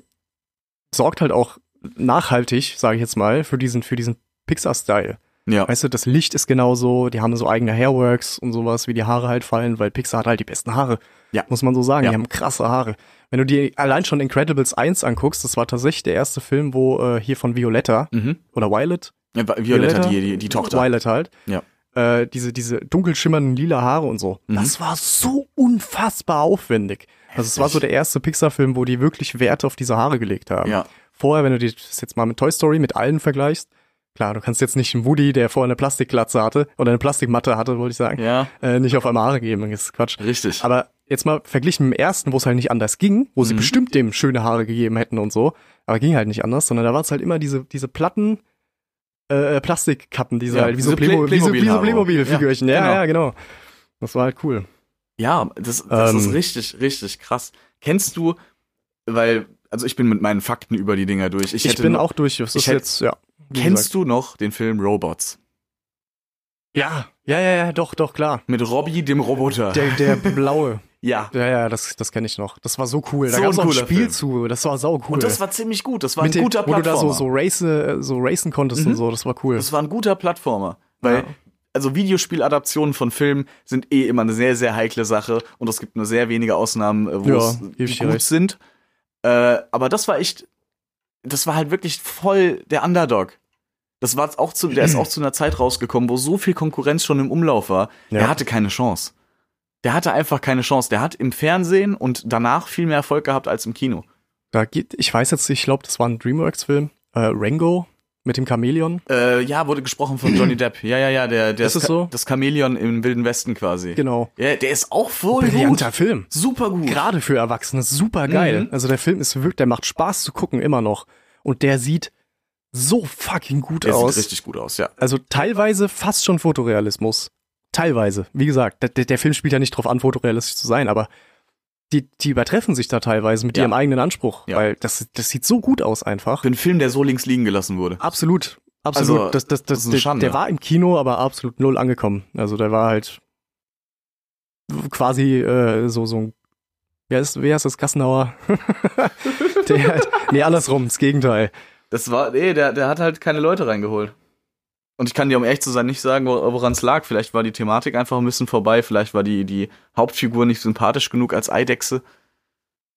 D: sorgt halt auch nachhaltig, sage ich jetzt mal, für diesen, für diesen Pixar-Style.
C: Ja.
D: Weißt du, das Licht ist genauso, die haben so eigene Hairworks und sowas, wie die Haare halt fallen, weil Pixar hat halt die besten Haare.
C: Ja.
D: Muss man so sagen,
C: Ja.
D: die haben krasse Haare. Wenn du dir allein schon Incredibles 1 anguckst, das war tatsächlich der erste Film, wo äh, hier von Violetta
C: Mhm.
D: oder Violet,
C: Ja, Vi- Violetta, die, die, die Tochter.
D: Violet halt.
C: Ja.
D: Äh, diese, diese dunkel schimmernden lila Haare und so.
C: Mhm.
D: Das war so unfassbar aufwendig. Also es war so der erste Pixar-Film, wo die wirklich Wert auf diese Haare gelegt haben.
C: Ja.
D: Vorher, wenn du dir das jetzt mal mit Toy Story, mit allen vergleichst, klar, du kannst jetzt nicht einen Woody, der vorher eine Plastikglatze hatte oder eine Plastikmatte hatte, wollte ich sagen,
C: Ja.
D: äh, nicht auf einmal Haare geben. Das ist Quatsch.
C: Richtig.
D: Aber jetzt mal verglichen mit dem ersten, wo es halt nicht anders ging, wo sie
C: Mhm.
D: bestimmt dem schöne Haare gegeben hätten und so, aber ging halt nicht anders, sondern da waren es halt immer diese, diese Platten, äh, Plastikkappen, diese
C: Ja,
D: halt, wie so
C: diese Play-
D: Playmo- wie so- wie so
C: Playmobil-Haare.
D: Playmobil-Figürchen.
C: Ja,
D: Ja, ja, genau. Das war halt cool.
C: Ja, das, das
D: Ähm.
C: ist richtig, richtig krass. Kennst du, weil, also ich bin mit meinen Fakten über die Dinger durch.
D: Ich,
C: Ich, hätte
D: bin
C: nur-
D: auch durch. Das
C: ich
D: ist
C: hätte-
D: jetzt, ja. wie
C: Kennst du noch den Film Robots?
D: gesagt. Ja, ja, ja, ja, doch, doch, klar.
C: Mit Robbie, dem Roboter.
D: Der, der blaue.
C: ja.
D: Ja, ja, das, das kenne ich noch. Das war so cool. Da
C: So
D: gab es
C: ein
D: auch ein
C: cooler
D: Spiel
C: Film.
D: zu. Das war sau cool.
C: Und das war ziemlich gut. Das war
D: Mit
C: ein
D: dem-
C: guter
D: Wo du
C: Plattformer. Mhm.
D: da so, so, race, äh, so racen konntest und so. Das war cool.
C: Das war ein guter Plattformer. Weil,
D: Ja.
C: also Videospieladaptionen von Filmen sind eh immer eine sehr, sehr heikle Sache und es gibt nur sehr wenige Ausnahmen, äh, wo
D: Ja,
C: es
D: geb ich dir
C: gut
D: recht.
C: sind. Äh, aber das war echt, das war halt wirklich voll der Underdog. Das war auch zu, der ist auch zu einer Zeit rausgekommen, wo so viel Konkurrenz schon im Umlauf war.
D: Ja.
C: Der hatte keine Chance. Der hatte einfach keine Chance. Der hat im Fernsehen und danach viel mehr Erfolg gehabt als im Kino.
D: Da geht, ich weiß jetzt, ich glaube, das war ein Dreamworks-Film. Äh, Rango mit dem Chamäleon.
C: Äh, ja, wurde gesprochen von Johnny Depp. Ja, ja, ja, der, der
D: Ist es so?
C: das Chamäleon im Wilden Westen quasi.
D: Genau.
C: Ja, der ist auch voll
D: Brillanter
C: gut.
D: Film.
C: Super gut.
D: Gerade für Erwachsene, super geil.
C: Mhm.
D: Also der Film ist wirklich, der macht Spaß zu gucken immer noch. Und der sieht so fucking gut
C: der
D: aus.
C: sieht richtig gut aus, ja.
D: also teilweise fast schon Fotorealismus. Teilweise. Wie gesagt, der, der Film spielt ja nicht drauf an, fotorealistisch zu sein, aber die, die übertreffen sich da teilweise mit
C: Ja.
D: ihrem eigenen Anspruch,
C: Ja.
D: weil das, das sieht so gut aus einfach.
C: Für einen Film, der so links liegen gelassen wurde.
D: Absolut, absolut.
C: Also,
D: das, das,
C: das
D: das,
C: ist eine
D: der,
C: Schande.
D: der war im Kino, aber absolut null angekommen. Also der war halt quasi äh, so so ein wer ist wer ist das Gassenauer? der halt, nee andersrum, das Gegenteil.
C: Das war, nee, der, der hat halt keine Leute reingeholt. Und ich kann dir, um ehrlich zu sein, nicht sagen, wo- woran es lag. Vielleicht war die Thematik einfach ein bisschen vorbei. Vielleicht war die, die Hauptfigur nicht sympathisch genug als Eidechse.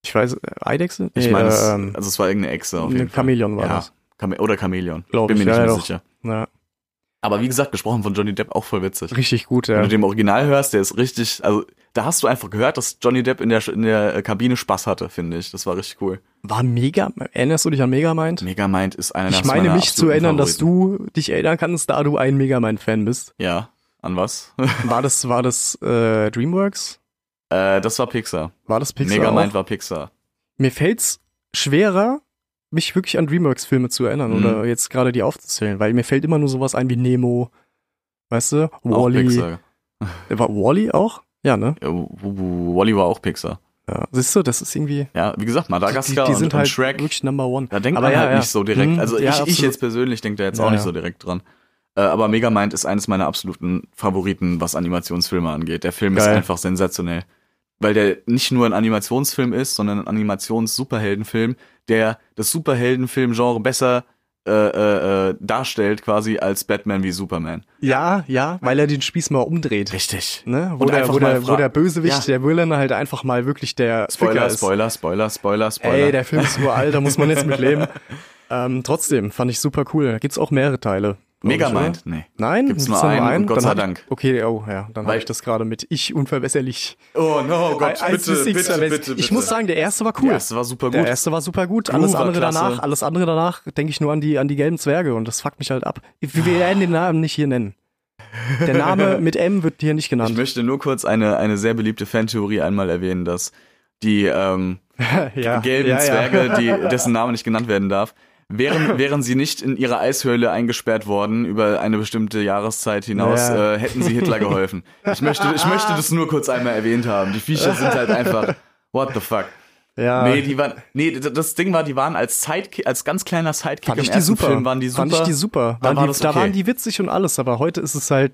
D: Ich weiß, äh, Eidechse?
C: Ich
D: Nee,
C: meine, es-
D: ähm,
C: also es war irgendeine Echse auf
D: ein
C: jeden Fall.
D: Chamäleon war
C: Ja.
D: das.
C: Chame oder Chamäleon.
D: Glaub
C: Bin mir
D: ich,
C: nicht
D: ja,
C: mehr
D: doch.
C: sicher.
D: Ja,
C: Aber wie gesagt, gesprochen von Johnny Depp auch voll witzig.
D: richtig gut,
C: Wenn
D: ja.
C: du den im Original hörst, der ist richtig, also da hast du einfach gehört, dass Johnny Depp in der, in der äh, Kabine Spaß hatte, finde ich. Das war richtig cool.
D: War mega, erinnerst du dich an Megamind?
C: Megamind ist einer
D: ich meine mich zu erinnern, dass du dich erinnern kannst, da du ein Megamind-Fan bist.
C: Ja, an was?
D: War das, war das äh, DreamWorks?
C: äh, das war Pixar.
D: War das Pixar?
C: Megamind
D: auch?
C: war Pixar.
D: mir fällt's schwerer, mich wirklich an Dreamworks-Filme zu erinnern
C: Mhm.
D: oder jetzt gerade die aufzuzählen, weil mir fällt immer nur sowas ein wie Nemo, weißt du,
C: Auch
D: Wally.
C: Pixar.
D: War Wally auch? Ja, ne?
C: Ja, W- W- Wally war auch Pixar.
D: Ja. Siehst du, das ist irgendwie.
C: Ja, wie gesagt,
D: Die,
C: Madagaskar
D: die sind
C: und,
D: halt
C: und Shrek.
D: wirklich Number One.
C: Da denkt
D: Aber
C: man
D: ja,
C: halt
D: ja.
C: nicht so direkt.
D: Mhm.
C: Also
D: Ja,
C: ich, ich
D: absolut.
C: jetzt persönlich denke da jetzt
D: Ja,
C: auch nicht
D: ja.
C: so direkt dran. Äh, aber Megamind ist eines meiner absoluten Favoriten, was Animationsfilme angeht. Der Film ist
D: Geil.
C: einfach sensationell. Weil der nicht nur ein Animationsfilm ist, sondern ein Animations-Superheldenfilm, der das Superheldenfilm-Genre besser äh, äh, äh, darstellt quasi als Batman wie Superman.
D: Ja, ja, weil er den Spieß mal umdreht.
C: Richtig.
D: Ne? Wo,
C: Und
D: der,
C: einfach
D: wo,
C: mal
D: der, wo
C: fra-
D: der Bösewicht,
C: Ja.
D: der Villain halt einfach mal wirklich der Ficker
C: Spoiler,
D: ist.
C: Spoiler, Spoiler, Spoiler, Spoiler.
D: Ey, der Film ist uralt, da muss man jetzt mit leben. Ähm, trotzdem, fand ich super cool. Da gibt's auch mehrere Teile. glaub ich,
C: Megamind? Nee.
D: Nein,
C: Gibt's nur einen und Gott
D: Dann
C: sei
D: hab ich-
C: Dank.
D: Okay, oh ja, dann
C: Weil-
D: habe ich das gerade mit ich unverbesserlich.
C: Oh no,
D: Als
C: Gott, bitte, bitte,
D: Mystics
C: bitte,
D: verwest-
C: bitte,
D: Ich muss sagen, der erste war cool.
C: ja, das war super
D: der
C: gut.
D: erste war super gut.
C: Groove
D: Alles
C: war
D: andere
C: klasse.
D: danach, alles andere danach denke ich nur an die an die gelben Zwerge und das fuckt mich halt ab.
C: Ah.
D: Wir werden den Namen nicht hier nennen. Der Name mit M wird hier nicht
C: Ich
D: genannt.
C: möchte nur kurz eine, eine sehr beliebte Fantheorie einmal erwähnen, dass die ähm,
D: ja,
C: gelben
D: ja, ja.
C: Zwerge, Die, dessen Name nicht genannt werden darf, wären, wären sie nicht in ihre Eishöhle eingesperrt worden über eine bestimmte Jahreszeit hinaus,
D: Ja.
C: äh, hätten sie Hitler geholfen. Ich möchte, ich möchte das nur kurz einmal erwähnt haben. Die Viecher sind halt einfach, what the fuck.
D: Ja.
C: Nee, die waren, nee, d- das Ding war, die waren als Sidekick, als ganz kleiner Sidekick
D: fand
C: im
D: ich die
C: ersten
D: super.
C: Film waren die super.
D: Fand ich die super.
C: Dann
D: Waren
C: war
D: die,
C: das
D: Da
C: okay.
D: waren die witzig und alles, aber heute ist es halt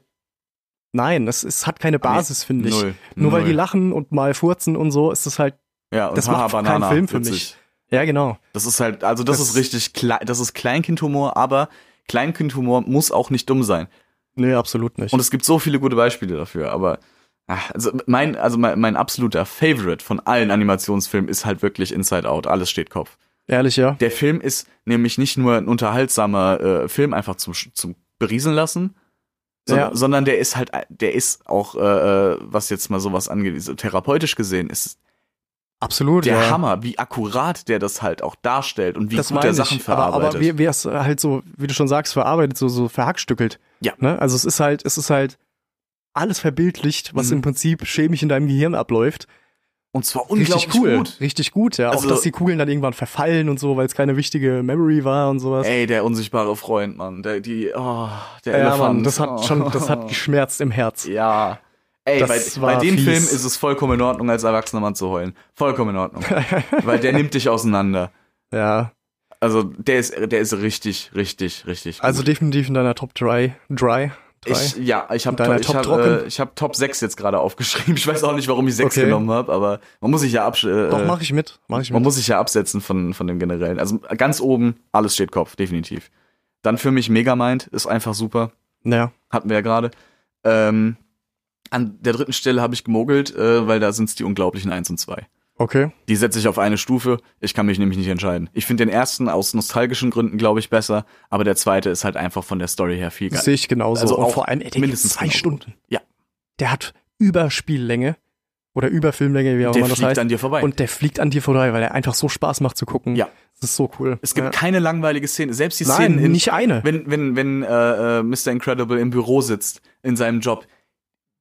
D: Nein, es, es hat keine Basis, finde ich.
C: Null.
D: Nur weil
C: Null.
D: die lachen und mal furzen und so, ist es halt
C: ja, und
D: das
C: Haha
D: macht keinen
C: Banana,
D: Film für
C: witzig.
D: mich. Ja, genau.
C: Das ist halt, also das,
D: Das-
C: ist richtig, klei- das ist Kleinkindhumor, aber Kleinkindhumor muss auch nicht dumm sein.
D: Nee, absolut nicht.
C: Und es gibt so viele gute Beispiele dafür, aber ach, also mein, also mein, mein absoluter Favorite von allen Animationsfilmen ist halt wirklich Inside Out, alles steht Kopf.
D: Ehrlich, ja?
C: Der Film ist nämlich nicht nur ein unterhaltsamer äh, Film einfach zum, zum Berieseln lassen, so,
D: Ja.
C: sondern der ist halt, der ist auch, äh, was jetzt mal sowas angeht, so therapeutisch gesehen, ist
D: Absolut.
C: der
D: ja.
C: Hammer, wie akkurat der das halt auch darstellt und wie
D: das
C: gut der
D: meine
C: Sachen
D: ich. Aber,
C: verarbeitet.
D: aber wie, wie es halt so, wie du schon sagst, verarbeitet, so, so verhackstückelt.
C: Ja.
D: Ne? Also es ist halt, es ist halt alles verbildlicht, was
C: Mhm.
D: im Prinzip chemisch in deinem Gehirn abläuft.
C: und zwar unglaublich
D: Richtig cool.
C: gut.
D: Richtig gut, ja.
C: Also-
D: Auch dass die Kugeln dann irgendwann verfallen und so, weil es keine wichtige Memory war und sowas.
C: Ey, der unsichtbare Freund, Mann. Der, die, oh, der
D: ja,
C: Elefant.
D: Mann, das
C: oh.
D: hat schon, das hat geschmerzt im Herz.
C: Ja. Ey,
D: Das
C: bei,
D: war
C: bei dem
D: fies.
C: Film ist es vollkommen in Ordnung, als erwachsener Mann zu heulen. Vollkommen in Ordnung. Weil der nimmt dich auseinander.
D: Ja.
C: Also der ist, der ist richtig, richtig, richtig.
D: Also
C: gut.
D: definitiv in deiner Top 3. Dry. Dry.
C: ich, äh, ja, ich habe
D: Deiner
C: ich
D: Top
C: hab,
D: trocken?
C: äh, ich hab Top 6 jetzt gerade aufgeschrieben. Ich weiß auch nicht, warum ich 6
D: Okay.
C: genommen habe, aber man muss sich ja absch äh,
D: Doch, mach ich mit. Mach ich
C: man
D: mit.
C: muss sich ja absetzen von, von dem generellen. Also ganz oben, alles steht Kopf, definitiv. Dann für mich Megamind ist einfach super.
D: Ja.
C: hatten wir ja gerade. Ähm, an der dritten Stelle habe ich gemogelt, äh, weil da sind es die unglaublichen 1 und 2.
D: Okay.
C: Die setze ich auf eine Stufe. Ich kann mich nämlich nicht entscheiden. Ich finde den ersten aus nostalgischen Gründen, glaube ich, besser, aber der zweite ist halt einfach von der Story her viel
D: Das
C: geiler.
D: sehe ich genauso.
C: Also
D: und
C: auch
D: vor allem, ey, der
C: mindestens
D: geht zwei
C: genauso.
D: Stunden.
C: Ja.
D: Der hat Überspiellänge oder Überfilmlänge, wie auch
C: Der
D: immer das
C: fliegt
D: heißt.
C: an dir vorbei.
D: Und der fliegt an dir vorbei, weil er einfach so Spaß macht zu gucken.
C: Ja.
D: Das ist so cool.
C: es gibt
D: ja.
C: keine langweilige Szene. Selbst die
D: Nein,
C: Szenen, in,
D: nicht eine.
C: wenn, wenn, wenn äh, äh, Mr. Incredible im Büro sitzt, in seinem Job.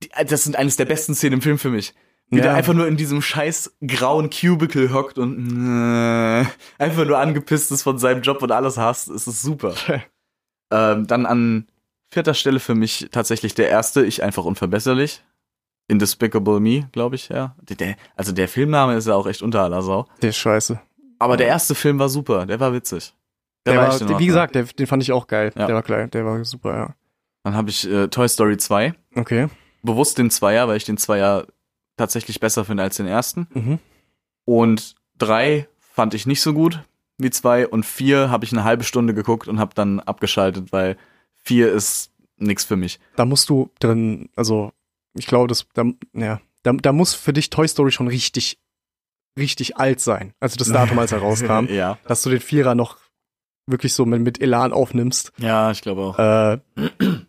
C: Die, äh, das sind eines der besten Szenen im Film für mich. Wie
D: Ja.
C: der einfach nur in diesem scheiß grauen Cubicle hockt und äh, einfach nur angepisst ist von seinem Job und alles hasst. Es ist super. ähm, dann an vierter Stelle für mich tatsächlich der erste, ich einfach unverbesserlich. Indespicable Me, glaube ich, ja. Der- Der, also der Filmname ist ja auch echt unter aller Sau.
D: Der ist scheiße.
C: Aber der erste Film war super, der war witzig.
D: Der,
C: echt
D: war,
C: in
D: wie
C: Ordnung.
D: gesagt, der, den fand ich auch geil.
C: ne? Ja.
D: Der war geil, der war super, ja.
C: Dann habe ich äh, Toy Story 2.
D: Okay.
C: bewusst den Zweier, weil ich den Zweier tatsächlich besser finde als den ersten.
D: Mhm.
C: Und drei fand ich nicht so gut wie zwei. Und vier habe ich eine halbe Stunde geguckt und habe dann abgeschaltet, weil vier ist nix für mich.
D: Da musst du drin, also ich glaube, das, da, ja, da, da muss für dich Toy Story schon richtig, richtig alt sein. Also das Datum, als er rauskam,
C: Ja.
D: dass du den Vierer noch wirklich so mit, mit Elan aufnimmst.
C: Ja, ich glaube auch.
D: Äh,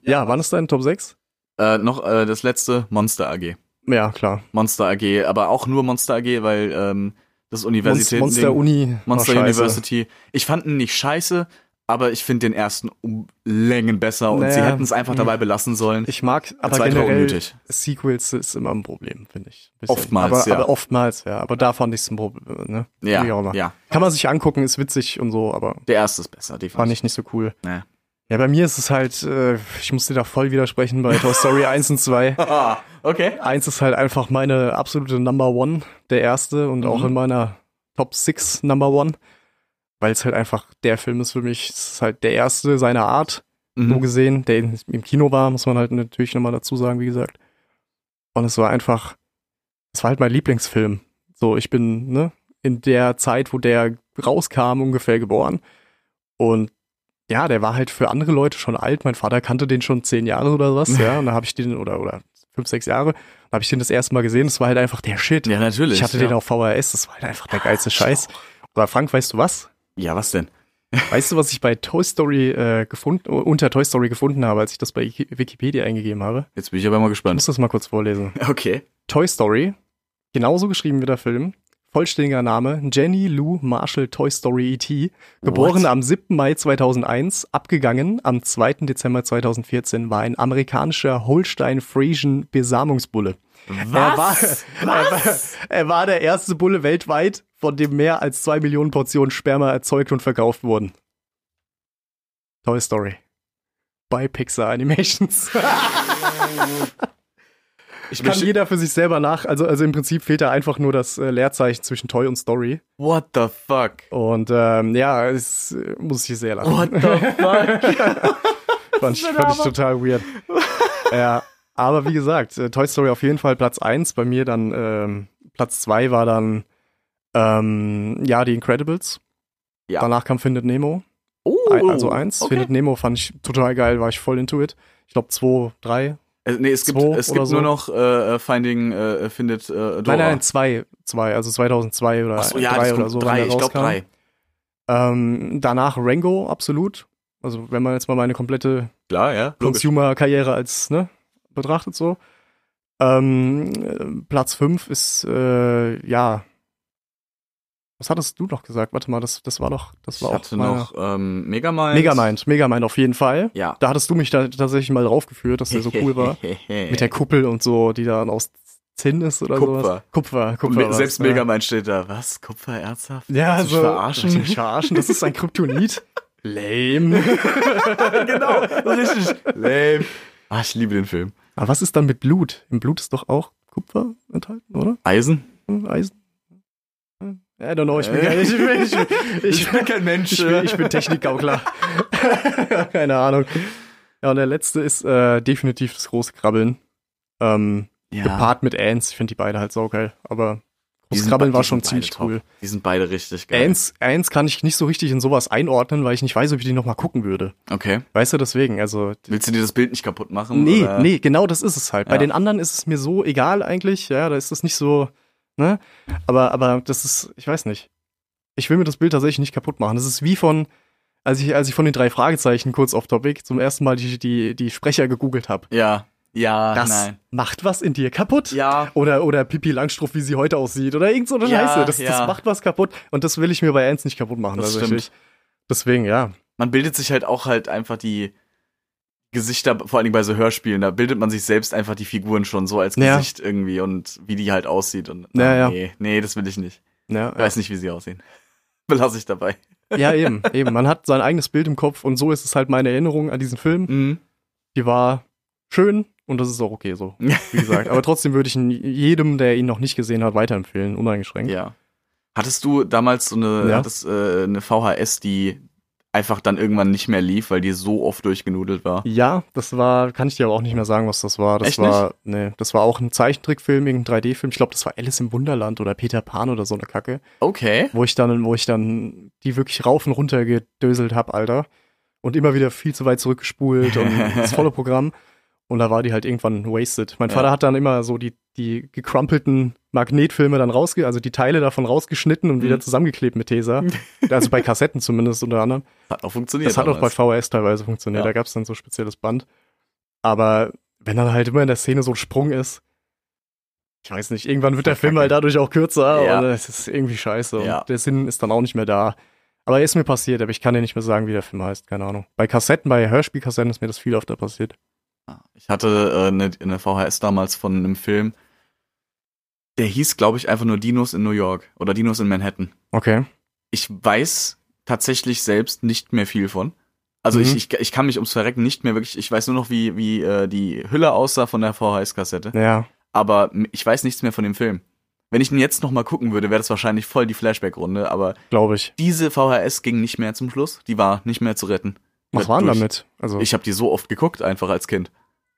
D: ja, wann ist dein Top 6?
C: Äh, noch äh, das letzte, Monster AG.
D: Ja, klar.
C: Monster AG, aber auch nur Monster AG, weil ähm, das
D: Monst
C: Universität.
D: Monster Uni. war
C: Monster
D: scheiße.
C: University. Ich fand ihn nicht scheiße, aber ich finde den ersten um Längen besser und sie
D: Naja. Hm.
C: hätten es einfach dabei belassen sollen.
D: Ich mag, aber
C: zweite war
D: generell
C: unnötig.
D: Sequels ist immer ein Problem, finde ich. Bisschen.
C: Oftmals,
D: aber,
C: ja.
D: Aber oftmals, ja. Aber da fand ich es ein Problem. Ne? Wie auch
C: ja,
D: immer.
C: ja.
D: Kann man sich angucken, ist witzig und so, aber
C: Der erste ist besser, definitiv.
D: fand ich nicht so cool.
C: Nee.
D: Ja, bei mir ist es halt, äh, ich muss dir da voll widersprechen bei Toy Story 1 und 2.
C: Ah, okay.
D: Eins ist halt einfach meine absolute Number One, der erste und auch in meiner Top Six Number One, weil es halt einfach der Film ist für mich. Es ist halt der erste seiner Art,
C: Mhm.
D: so gesehen, der in- im Kino war, muss man halt natürlich nochmal dazu sagen, wie gesagt. Und es war einfach, es war halt mein Lieblingsfilm. So, ich bin, ne, in der Zeit, wo der rauskam, ungefähr geboren. Und ja, der war halt für andere Leute schon alt. Mein Vater kannte den schon zehn Jahre oder was, ja. Und da habe ich den, oder, oder fünf, sechs Jahre, da habe ich den das erste Mal gesehen. Das war halt einfach der Shit.
C: Ja, natürlich.
D: ich hatte
C: ja.
D: den auf VHS, das war halt einfach der geilste Scheiß. Aber Frank, weißt du was?
C: Ja, was denn?
D: Weißt du, was ich bei Toy Story äh, gefunden, unter Toy Story gefunden habe, als ich das bei Wiki- Wikipedia eingegeben habe?
C: Jetzt bin ich aber mal
D: Ich
C: gespannt.
D: muss das mal kurz vorlesen.
C: Okay.
D: Toy Story, genauso geschrieben wie der Film, vollständiger Name, Jenny Lou Marshall Toy Story E.T., geboren
C: What?
D: am 7. Mai 2001, abgegangen am 2. Dezember 2014, war ein amerikanischer Holstein-Friesian Besamungsbulle. Er war, Er, war, er war der erste Bulle weltweit, von dem mehr als zwei Millionen Portionen Sperma erzeugt und verkauft wurden. Toy Story. Bei Pixar Animations.
C: Ich
D: Kann
C: möchte-
D: jeder für sich selber nach. Also, also im Prinzip fehlt da einfach nur das äh, Leerzeichen zwischen Toy und Story.
C: What the fuck?
D: Und ähm, ja, es äh, muss ich sehr lachen.
C: What the fuck?
D: Fand ich, fand ich total weird. ja, aber wie gesagt, äh, Toy Story auf jeden Fall Platz 1, bei mir dann ähm, Platz 2 war dann ähm, ja, die Incredibles.
C: Ja.
D: Danach kam Findet Nemo.
C: Oh,
D: Ein- Also eins
C: okay.
D: findet Nemo, fand ich total geil, war ich voll into it. Ich glaube zwei, drei.
C: Äh, nee, es gibt,
D: Zwei
C: es
D: oder
C: gibt
D: so.
C: nur noch äh, äh, Finding äh, findet äh, Dora.
D: Nein, nein, zwei, zwei, also 2002 oder
C: Ach so, ja,
D: drei
C: das
D: oder
C: kommt
D: so.
C: drei,
D: wenn der
C: ich glaube
D: rauskam.
C: drei.
D: Ähm, danach Rango, absolut. Also wenn man jetzt mal meine komplette
C: Klar, ja. Logisch.
D: Consumer-Karriere als, ne, betrachtet so. Ähm, äh, Platz 5 ist, äh, ja. Was hattest du noch gesagt? Warte mal, das, das war doch, das
C: Ich
D: war
C: hatte
D: auch meine-
C: noch ähm, Megamind.
D: Megamind, Megamind auf jeden Fall.
C: Ja.
D: Da hattest du mich da tatsächlich mal draufgeführt, dass der so cool war. Mit der Kuppel und so, die dann aus Zinn ist oder
C: Kupfer.
D: sowas. Kupfer,
C: Und
D: Kupfer.
C: me-
D: war's,
C: selbst
D: ja.
C: Megamind steht da. Was? Kupfer ernsthaft?
D: Ja,
C: Willst du
D: so.
C: mich verarschen?
D: Mich verarschen, das ist ein Kryptonit. Lame.
C: genau, richtig. Lame. Ah, ich liebe den Film.
D: Aber was ist dann mit Blut? Im Blut ist doch auch Kupfer enthalten, oder?
C: Eisen?
D: Hm, Eisen? Hm, I don't know, ich bin,
C: Äh.
D: ich, bin, ich, bin, ich, bin,
C: kein Mensch. äh,
D: ich, bin, ich bin Technikgaukler. Keine Ahnung. Ja, und der letzte ist äh, definitiv das große Krabbeln. Ähm,
C: ja,
D: Gepaart mit Ants. Ich finde die beide halt saugeil. Aber
C: Die
D: großes
C: sind
D: Krabbeln
C: be-
D: war
C: die
D: schon
C: sind beide
D: ziemlich
C: top.
D: cool.
C: die sind beide richtig geil.
D: Ants, Ants kann ich nicht so richtig in sowas einordnen, weil ich nicht weiß, ob ich die nochmal gucken würde.
C: Okay.
D: Weißt du, deswegen, also...
C: Willst du dir das Bild nicht kaputt machen?
D: Nee,
C: oder?
D: nee, genau das ist es halt. Bei
C: Ja.
D: den anderen ist es mir so egal eigentlich, ja, da ist es nicht so, ne? Aber, aber das ist, ich weiß nicht. Ich will mir das Bild tatsächlich nicht kaputt machen. Das ist wie von, als ich, als ich von den drei Fragezeichen kurz off topic zum ersten Mal die, die, die Sprecher gegoogelt habe.
C: Ja. Ja,
D: Das
C: nein.
D: macht was in dir kaputt.
C: Ja.
D: Oder, oder Pippi Langstrumpf, wie sie heute aussieht, oder irgend so eine
C: Ja,
D: Scheiße. Das,
C: ja.
D: das macht was kaputt. Und das will ich mir bei Ernst nicht kaputt machen.
C: Das
D: tatsächlich. Deswegen, ja.
C: Man bildet sich halt auch halt einfach die Gesichter, vor allen Dingen bei so Hörspielen, da bildet man sich selbst einfach die Figuren schon so als
D: Ja.
C: Gesicht irgendwie und wie die halt aussieht. Und,
D: Ja, ja.
C: Nee, nee, das will ich nicht.
D: ja
C: Ich weiß nicht, wie sie aussehen. Belasse ich dabei.
D: Ja, eben, eben. Man hat sein eigenes Bild im Kopf und so ist es halt meine Erinnerung an diesen Film.
C: Mhm.
D: Die war schön und das ist auch okay so, wie gesagt. Aber trotzdem würde ich ihn jedem, der ihn noch nicht gesehen hat, weiterempfehlen, uneingeschränkt.
C: Ja. Hattest du damals so eine,
D: Ja.
C: hattest, äh, eine VHS, die einfach dann irgendwann nicht mehr lief, weil die so oft durchgenudelt war?
D: Ja, das war, kann ich dir aber auch nicht mehr sagen, was das war. Das
C: Echt
D: war, nee, das war auch ein Zeichentrickfilm, irgendein 3D-Film. Ich glaube, das war Alice im Wunderland oder Peter Pan oder so eine Kacke,
C: Okay.
D: wo ich dann, wo ich dann die wirklich rauf und runter gedöselt hab, Alter. Und immer wieder viel zu weit zurückgespult und das volle Programm. Und da war die halt irgendwann wasted. Mein
C: Ja.
D: Vater hat dann immer so die, die gekrumpelten Magnetfilme dann rausge, also die Teile davon rausgeschnitten und
C: Mhm.
D: wieder zusammengeklebt mit Tesa. also bei Kassetten zumindest unter anderem.
C: Hat auch funktioniert.
D: Das hat auch bei
C: damals.
D: VHS teilweise funktioniert.
C: Ja.
D: Da gab es dann so ein spezielles Band. Aber wenn dann halt immer in der Szene so ein Sprung ist, ich weiß nicht, irgendwann wird der Film
C: kacke.
D: halt dadurch auch kürzer
C: Ja.
D: oder es ist irgendwie scheiße
C: Ja.
D: und der Sinn ist dann auch nicht mehr da. Aber ist mir passiert, aber ich kann dir nicht mehr sagen, wie der Film heißt, keine Ahnung. Bei Kassetten, bei Hörspielkassetten ist mir das viel öfter passiert.
C: Ich hatte äh, eine, eine VHS damals von einem Film, der hieß, glaube ich, einfach nur Dinos in New York oder Dinos in Manhattan.
D: Okay.
C: Ich weiß tatsächlich selbst nicht mehr viel von. Also
D: Mhm.
C: ich, ich, ich kann mich ums Verrecken nicht mehr wirklich, ich weiß nur noch, wie, wie äh, die Hülle aussah von der VHS-Kassette.
D: Ja.
C: aber m- ich weiß nichts mehr von dem Film. Wenn ich ihn jetzt nochmal gucken würde, wäre das wahrscheinlich voll die Flashback-Runde, aber
D: Glaube ich.
C: diese VHS ging nicht mehr zum Schluss, die war nicht mehr zu retten.
D: Was
C: Ja,
D: war denn
C: durch.
D: damit? Also,
C: Ich habe die so oft geguckt, einfach als Kind.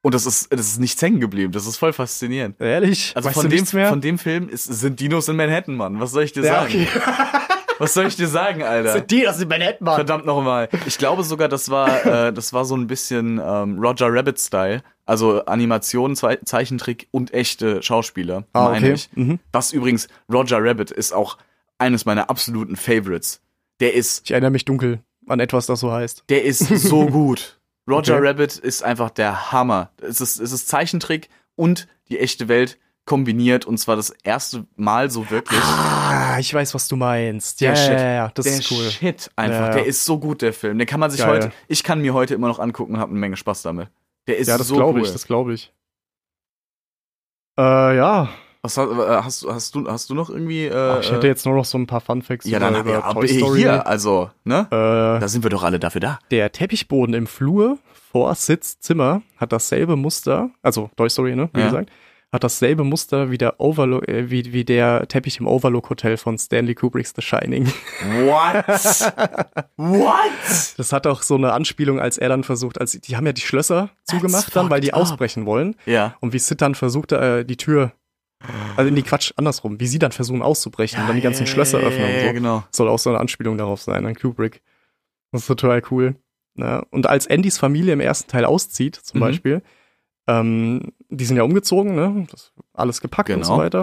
C: Und das ist, das ist nichts hängen geblieben, das ist voll faszinierend.
D: ehrlich?
C: Also
D: weißt
C: von
D: du
C: dem,
D: nichts mehr?
C: von dem Film ist, sind Dinos in Manhattan, Mann. Was soll ich dir
D: ja, okay.
C: sagen? Was soll ich dir sagen, Alter?
D: die das in Manhattan, Mann?
C: Verdammt nochmal. Ich glaube sogar, das war, äh, das war so ein bisschen ähm, Roger Rabbit-Style. Also Animation, Zei- Zeichentrick und echte Schauspieler,
D: Ah,
C: meine
D: okay.
C: ich.
D: Mhm.
C: Was übrigens, Roger Rabbit ist auch eines meiner absoluten Favorites. Der ist,
D: Ich erinnere mich dunkel an etwas, das so heißt.
C: der ist so gut. Roger
D: Okay.
C: Rabbit ist einfach der Hammer. Es ist, es ist Zeichentrick und die echte Welt kombiniert und zwar das erste Mal so wirklich.
D: Ah, ich weiß, was du meinst.
C: Der
D: Ja,
C: Shit.
D: ja, ja, ja, das
C: der
D: ist cool.
C: Shit einfach.
D: Ja.
C: Der ist so gut, der Film. Den kann man sich
D: Geil.
C: heute, ich kann mir heute immer noch angucken und habe eine Menge Spaß damit. Der ist
D: Ja, das
C: so
D: glaube
C: cool.
D: ich, das glaube ich. Äh, ja,
C: Was hast, hast, du- hast du, hast du noch irgendwie? Äh,
D: Ach, ich hätte
C: äh,
D: jetzt nur noch so ein paar Funfacts
C: ja, dann
D: über,
C: ja,
D: über
C: aber
D: Toy Story.
C: hier, also, ne?
D: Äh,
C: Da sind wir doch alle dafür da.
D: der Teppichboden im Flur vor Sits Zimmer hat dasselbe Muster, also Toy Story, ne, wie
C: Ja.
D: gesagt, hat dasselbe Muster wie der, Overlook, äh, wie, wie der Teppich im Overlook Hotel von Stanley Kubricks The Shining.
C: What? What?
D: Das hat auch so eine Anspielung, als er dann versucht, als die haben ja die Schlösser zugemacht dann, weil die
C: fucked up.
D: ausbrechen wollen.
C: Ja.
D: Und wie Sid dann versucht, äh, die Tür, also in die Quatsch, andersrum, wie sie dann versuchen auszubrechen und dann die ganzen Schlösser öffnen
C: Ja,
D: und
C: ja,
D: so.
C: genau.
D: Soll auch so eine Anspielung darauf sein, an Kubrick. Das ist total cool. Ne? Und als Andys Familie im ersten Teil auszieht, zum
C: Mhm.
D: Beispiel, ähm, die sind ja umgezogen, ne? Das, alles gepackt und so
C: Genau.
D: weiter.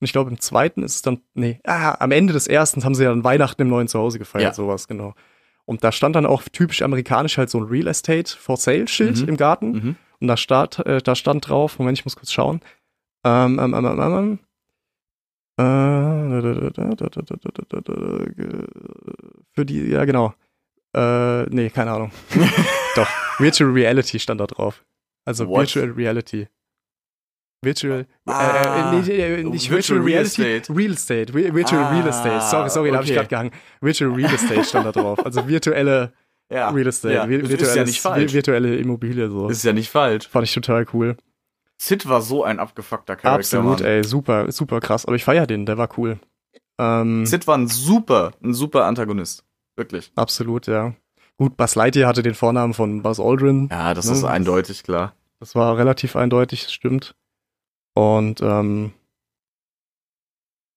D: Und ich glaube, im zweiten ist es dann, nee, ah, am Ende des ersten haben sie ja dann Weihnachten im neuen Zuhause gefeiert,
C: Ja.
D: sowas, genau. Und da stand dann auch typisch amerikanisch halt so ein Real Estate for Sale Schild
C: Mhm.
D: im Garten.
C: Mhm.
D: Und da, start, äh, da stand drauf, Moment, ich muss kurz schauen. Ähm, ähm, ähm, ähm, ähm, ähm, äh, da, da, da, da, da, da, da, da, da, da, ge- für die, ja genau. Äh, nee, keine Ahnung. Doch, Virtual Reality stand da drauf. Also
C: What?
D: Virtual Reality. Virtual,
C: Ah,
D: äh, äh, nee, äh, nicht Virtual,
C: Virtual Real
D: Reality,
C: Estate.
D: Real Estate, Re- Virtual
C: Ah,
D: Real Estate. Sorry, sorry, da habe ich
C: okay.
D: gerade gehangen. Virtual Real Estate stand da drauf. Also virtuelle
C: Ja.
D: Real Estate,
C: Ja.
D: vi-
C: Das
D: virtuelles,
C: ist ja nicht falsch.
D: virtuelle Immobilie so.
C: ist ja nicht falsch.
D: Fand ich total cool.
C: Sid war so ein abgefuckter Charakter.
D: Absolut,
C: Mann.
D: ey, super, super krass. Aber ich feier den, der war cool. Ähm,
C: Sid war ein super, ein super Antagonist. Wirklich.
D: absolut, ja. Gut, Buzz Lightyear hatte den Vornamen von Buzz Aldrin.
C: Ja, das
D: Ne?
C: ist eindeutig klar.
D: Das war relativ eindeutig, das stimmt. Und ähm,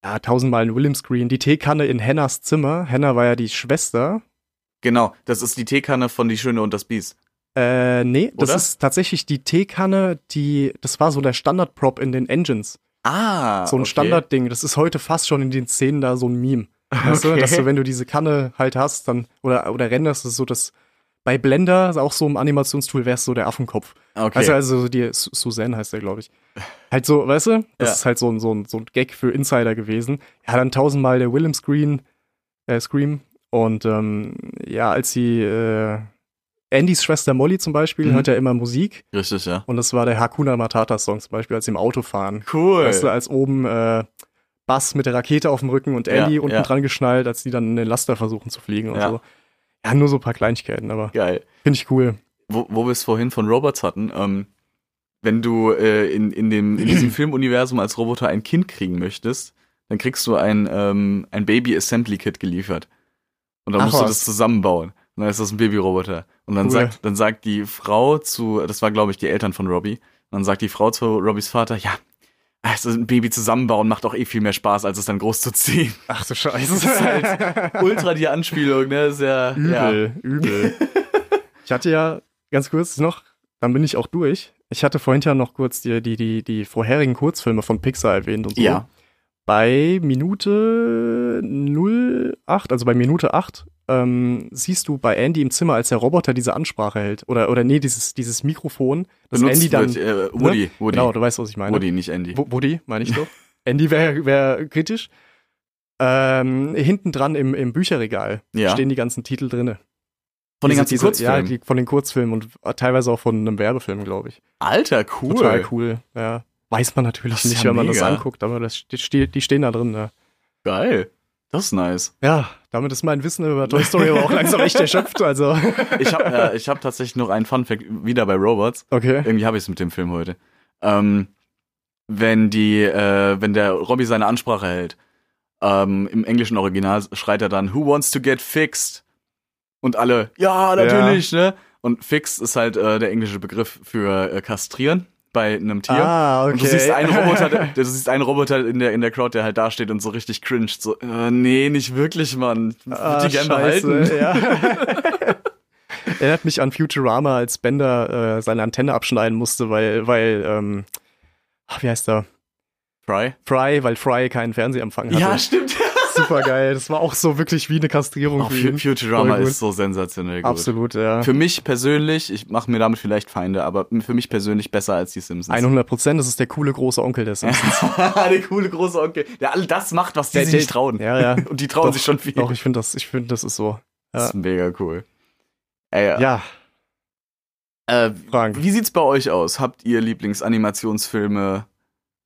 D: ja, tausendmal ein Williams Green. Die Teekanne in Hennas Zimmer. Hannah war ja die Schwester.
C: Genau, das ist die Teekanne von Die Schöne und das Biest.
D: Äh, nee, das
C: Oder?
D: ist tatsächlich die Teekanne, die, das war so der Standard-Prop in den Engines.
C: Ah,
D: so ein
C: okay.
D: Standardding. Das ist heute fast schon in den Szenen da so ein Meme. Weißt du,
C: Okay.
D: dass du, wenn du diese Kanne halt hast, dann oder, oder renderst, das ist so das. Bei Blender, auch so im Animationstool, wär's so der Affenkopf.
C: Okay.
D: Weißt du, also so die Su- Suzanne heißt der, glaube ich. Halt so, weißt du, das
C: Ja.
D: ist halt so ein, so, ein, so ein Gag für Insider gewesen. Ja, dann tausendmal der Willem Screen, äh, Scream. Und ähm, ja, als sie äh, Andys Schwester Molly zum Beispiel
C: Mhm.
D: hört ja immer Musik.
C: Richtig, ja.
D: Und das war der Hakuna Matata-Song zum Beispiel, als sie im Auto fahren.
C: Cool.
D: Weißt du, als oben äh, Bass mit der Rakete auf dem Rücken und Ellie
C: Ja,
D: unten
C: ja.
D: dran geschnallt, als die dann in den Laster versuchen zu fliegen und
C: Ja.
D: so. Ja, nur so ein paar Kleinigkeiten, aber
C: Geil.
D: finde ich cool.
C: wo, wo wir es vorhin von Robots hatten, ähm, wenn du äh, in, in, dem, in diesem Filmuniversum als Roboter ein Kind kriegen möchtest, dann kriegst du ein, ähm, ein Baby-Assembly-Kit geliefert. Und dann
D: Ach
C: musst du
D: was.
C: das zusammenbauen. Und dann ist das ein Babyroboter. Und dann
D: Cool.
C: sagt, dann sagt die Frau zu, das war glaube ich die Eltern von Robbie, und dann sagt die Frau zu Robbys Vater, ja, also ein Baby zusammenbauen macht auch eh viel mehr Spaß, als es dann groß zu ziehen.
D: Ach du
C: Das ist
D: Scheiße.
C: halt ultra die Anspielung, ne? Das ist ja, ja.
D: übel, übel. Ich hatte ja, ganz kurz noch, dann bin ich auch durch. Ich hatte vorhin ja noch kurz die, die, die, die vorherigen Kurzfilme von Pixar erwähnt und so.
C: Ja.
D: Bei Minute 08, also bei Minute 8, ähm, siehst du bei Andy im Zimmer, als der Roboter diese Ansprache hält. Oder, oder nee, dieses, dieses Mikrofon, das
C: Benutzt
D: Andy dann.
C: wird, äh, Woody, Woody.
D: Genau, du weißt, was ich meine.
C: Woody, nicht Andy.
D: Wo- Woody, meine ich doch. Andy wäre wär kritisch. Ähm, hinten dran im, im Bücherregal
C: Ja.
D: stehen die ganzen Titel drinne.
C: Von den
D: Diese-
C: ganzen
D: diese- Ja,
C: Kurzfilmen.
D: die, von den Kurzfilmen und teilweise auch von einem Werbefilm, glaube ich.
C: Alter, cool.
D: Total cool. Ja. Weiß man natürlich
C: Das ist
D: nicht,
C: ja
D: wenn man das
C: mega.
D: anguckt, aber das, die, ste- die stehen da drin. Ja.
C: Geil. Das ist nice.
D: ja, damit ist mein Wissen über Toy Story aber auch langsam echt erschöpft. Also,
C: Ich habe äh, ich hab tatsächlich noch einen Fun Fact wieder bei Robots.
D: okay.
C: Irgendwie habe ich es mit dem Film heute. Ähm, wenn die, äh, wenn der Robbie seine Ansprache hält, ähm, im englischen Original schreit er dann, Who wants to get fixed? Und alle, ja, natürlich, ne? Und fixed ist halt äh, der englische Begriff für äh, kastrieren bei einem Tier.
D: Ah, okay.
C: Und du siehst einen Roboter, der, du siehst einen Roboter in der, in der Crowd, der halt dasteht und so richtig cringed, so, äh, nee, nicht wirklich, Mann. Ich würd
D: Ah,
C: die gern
D: Scheiße,
C: behalten.
D: Ja. Erinnert mich an Futurama, als Bender äh, seine Antenne abschneiden musste, weil, weil, ähm, ach, wie heißt er?
C: Fry?
D: Fry, weil Fry keinen Fernsehempfang hatte.
C: Ja, stimmt.
D: super geil. Das war auch so wirklich wie eine Kastrierung
C: Auch
D: für ihn.
C: Oh, Futurama
D: Voll gut.
C: ist so sensationell gut.
D: Absolut, ja.
C: Für mich persönlich, ich mache mir damit vielleicht Feinde, aber für mich persönlich besser als die Simpsons.
D: 100 Prozent, das ist der coole große Onkel des.
C: der coole große Onkel, der all das macht, was die
D: Der-
C: sich
D: der-
C: nicht trauen.
D: Ja, ja.
C: Und die trauen
D: Doch,
C: sich schon viel.
D: Doch, ich finde das, ich finde, das ist so.
C: Das ist mega cool. Ey, ja.
D: Ja,
C: äh,
D: Frank.
C: wie sieht's bei euch aus? Habt ihr Lieblingsanimationsfilme?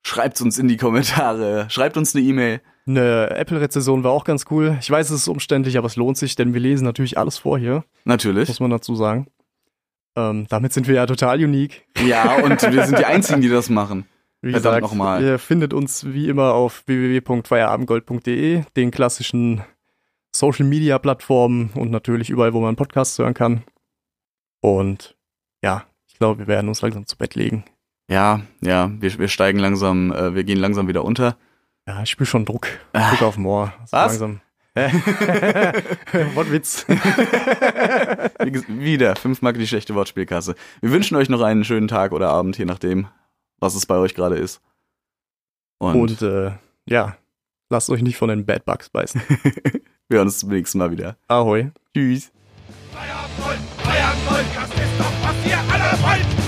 C: Schreibt's uns in die Kommentare. Schreibt uns eine E-Mail.
D: Eine Apple-Rezession war auch ganz cool. Ich weiß, es ist umständlich, aber es lohnt sich, denn wir lesen natürlich alles vor hier,
C: Natürlich.
D: muss man dazu sagen. Ähm, damit sind wir ja total unique.
C: Ja, und wir sind die Einzigen, die das machen.
D: Wie
C: Verdammt
D: gesagt,
C: nochmal.
D: ihr findet uns wie immer auf www.feierabendgold.de, den klassischen Social-Media-Plattformen und natürlich überall, wo man Podcasts hören kann. Und ja, ich glaube, wir werden uns langsam zu Bett legen.
C: Ja, ja, wir, wir steigen langsam, äh, wir gehen langsam wieder unter.
D: Ja, ich spüre schon Druck.
C: Ah.
D: Druck auf dem Ohr. Also
C: Was?
D: Langsam. Wortwitz.
C: Wie ges- Wieder, 5 Mark die schlechte Wortspielkasse. Wir wünschen euch noch einen schönen Tag oder Abend, je nachdem, was es bei euch gerade ist.
D: Und
C: Und,
D: äh, ja, lasst euch nicht von den Bad Bugs beißen.
C: wir hören uns zum nächsten Mal wieder.
D: Ahoi.
C: Tschüss.
B: Feierabend, Volk! Feierabend, Volk! Das ist doch, was ihr alle wollt!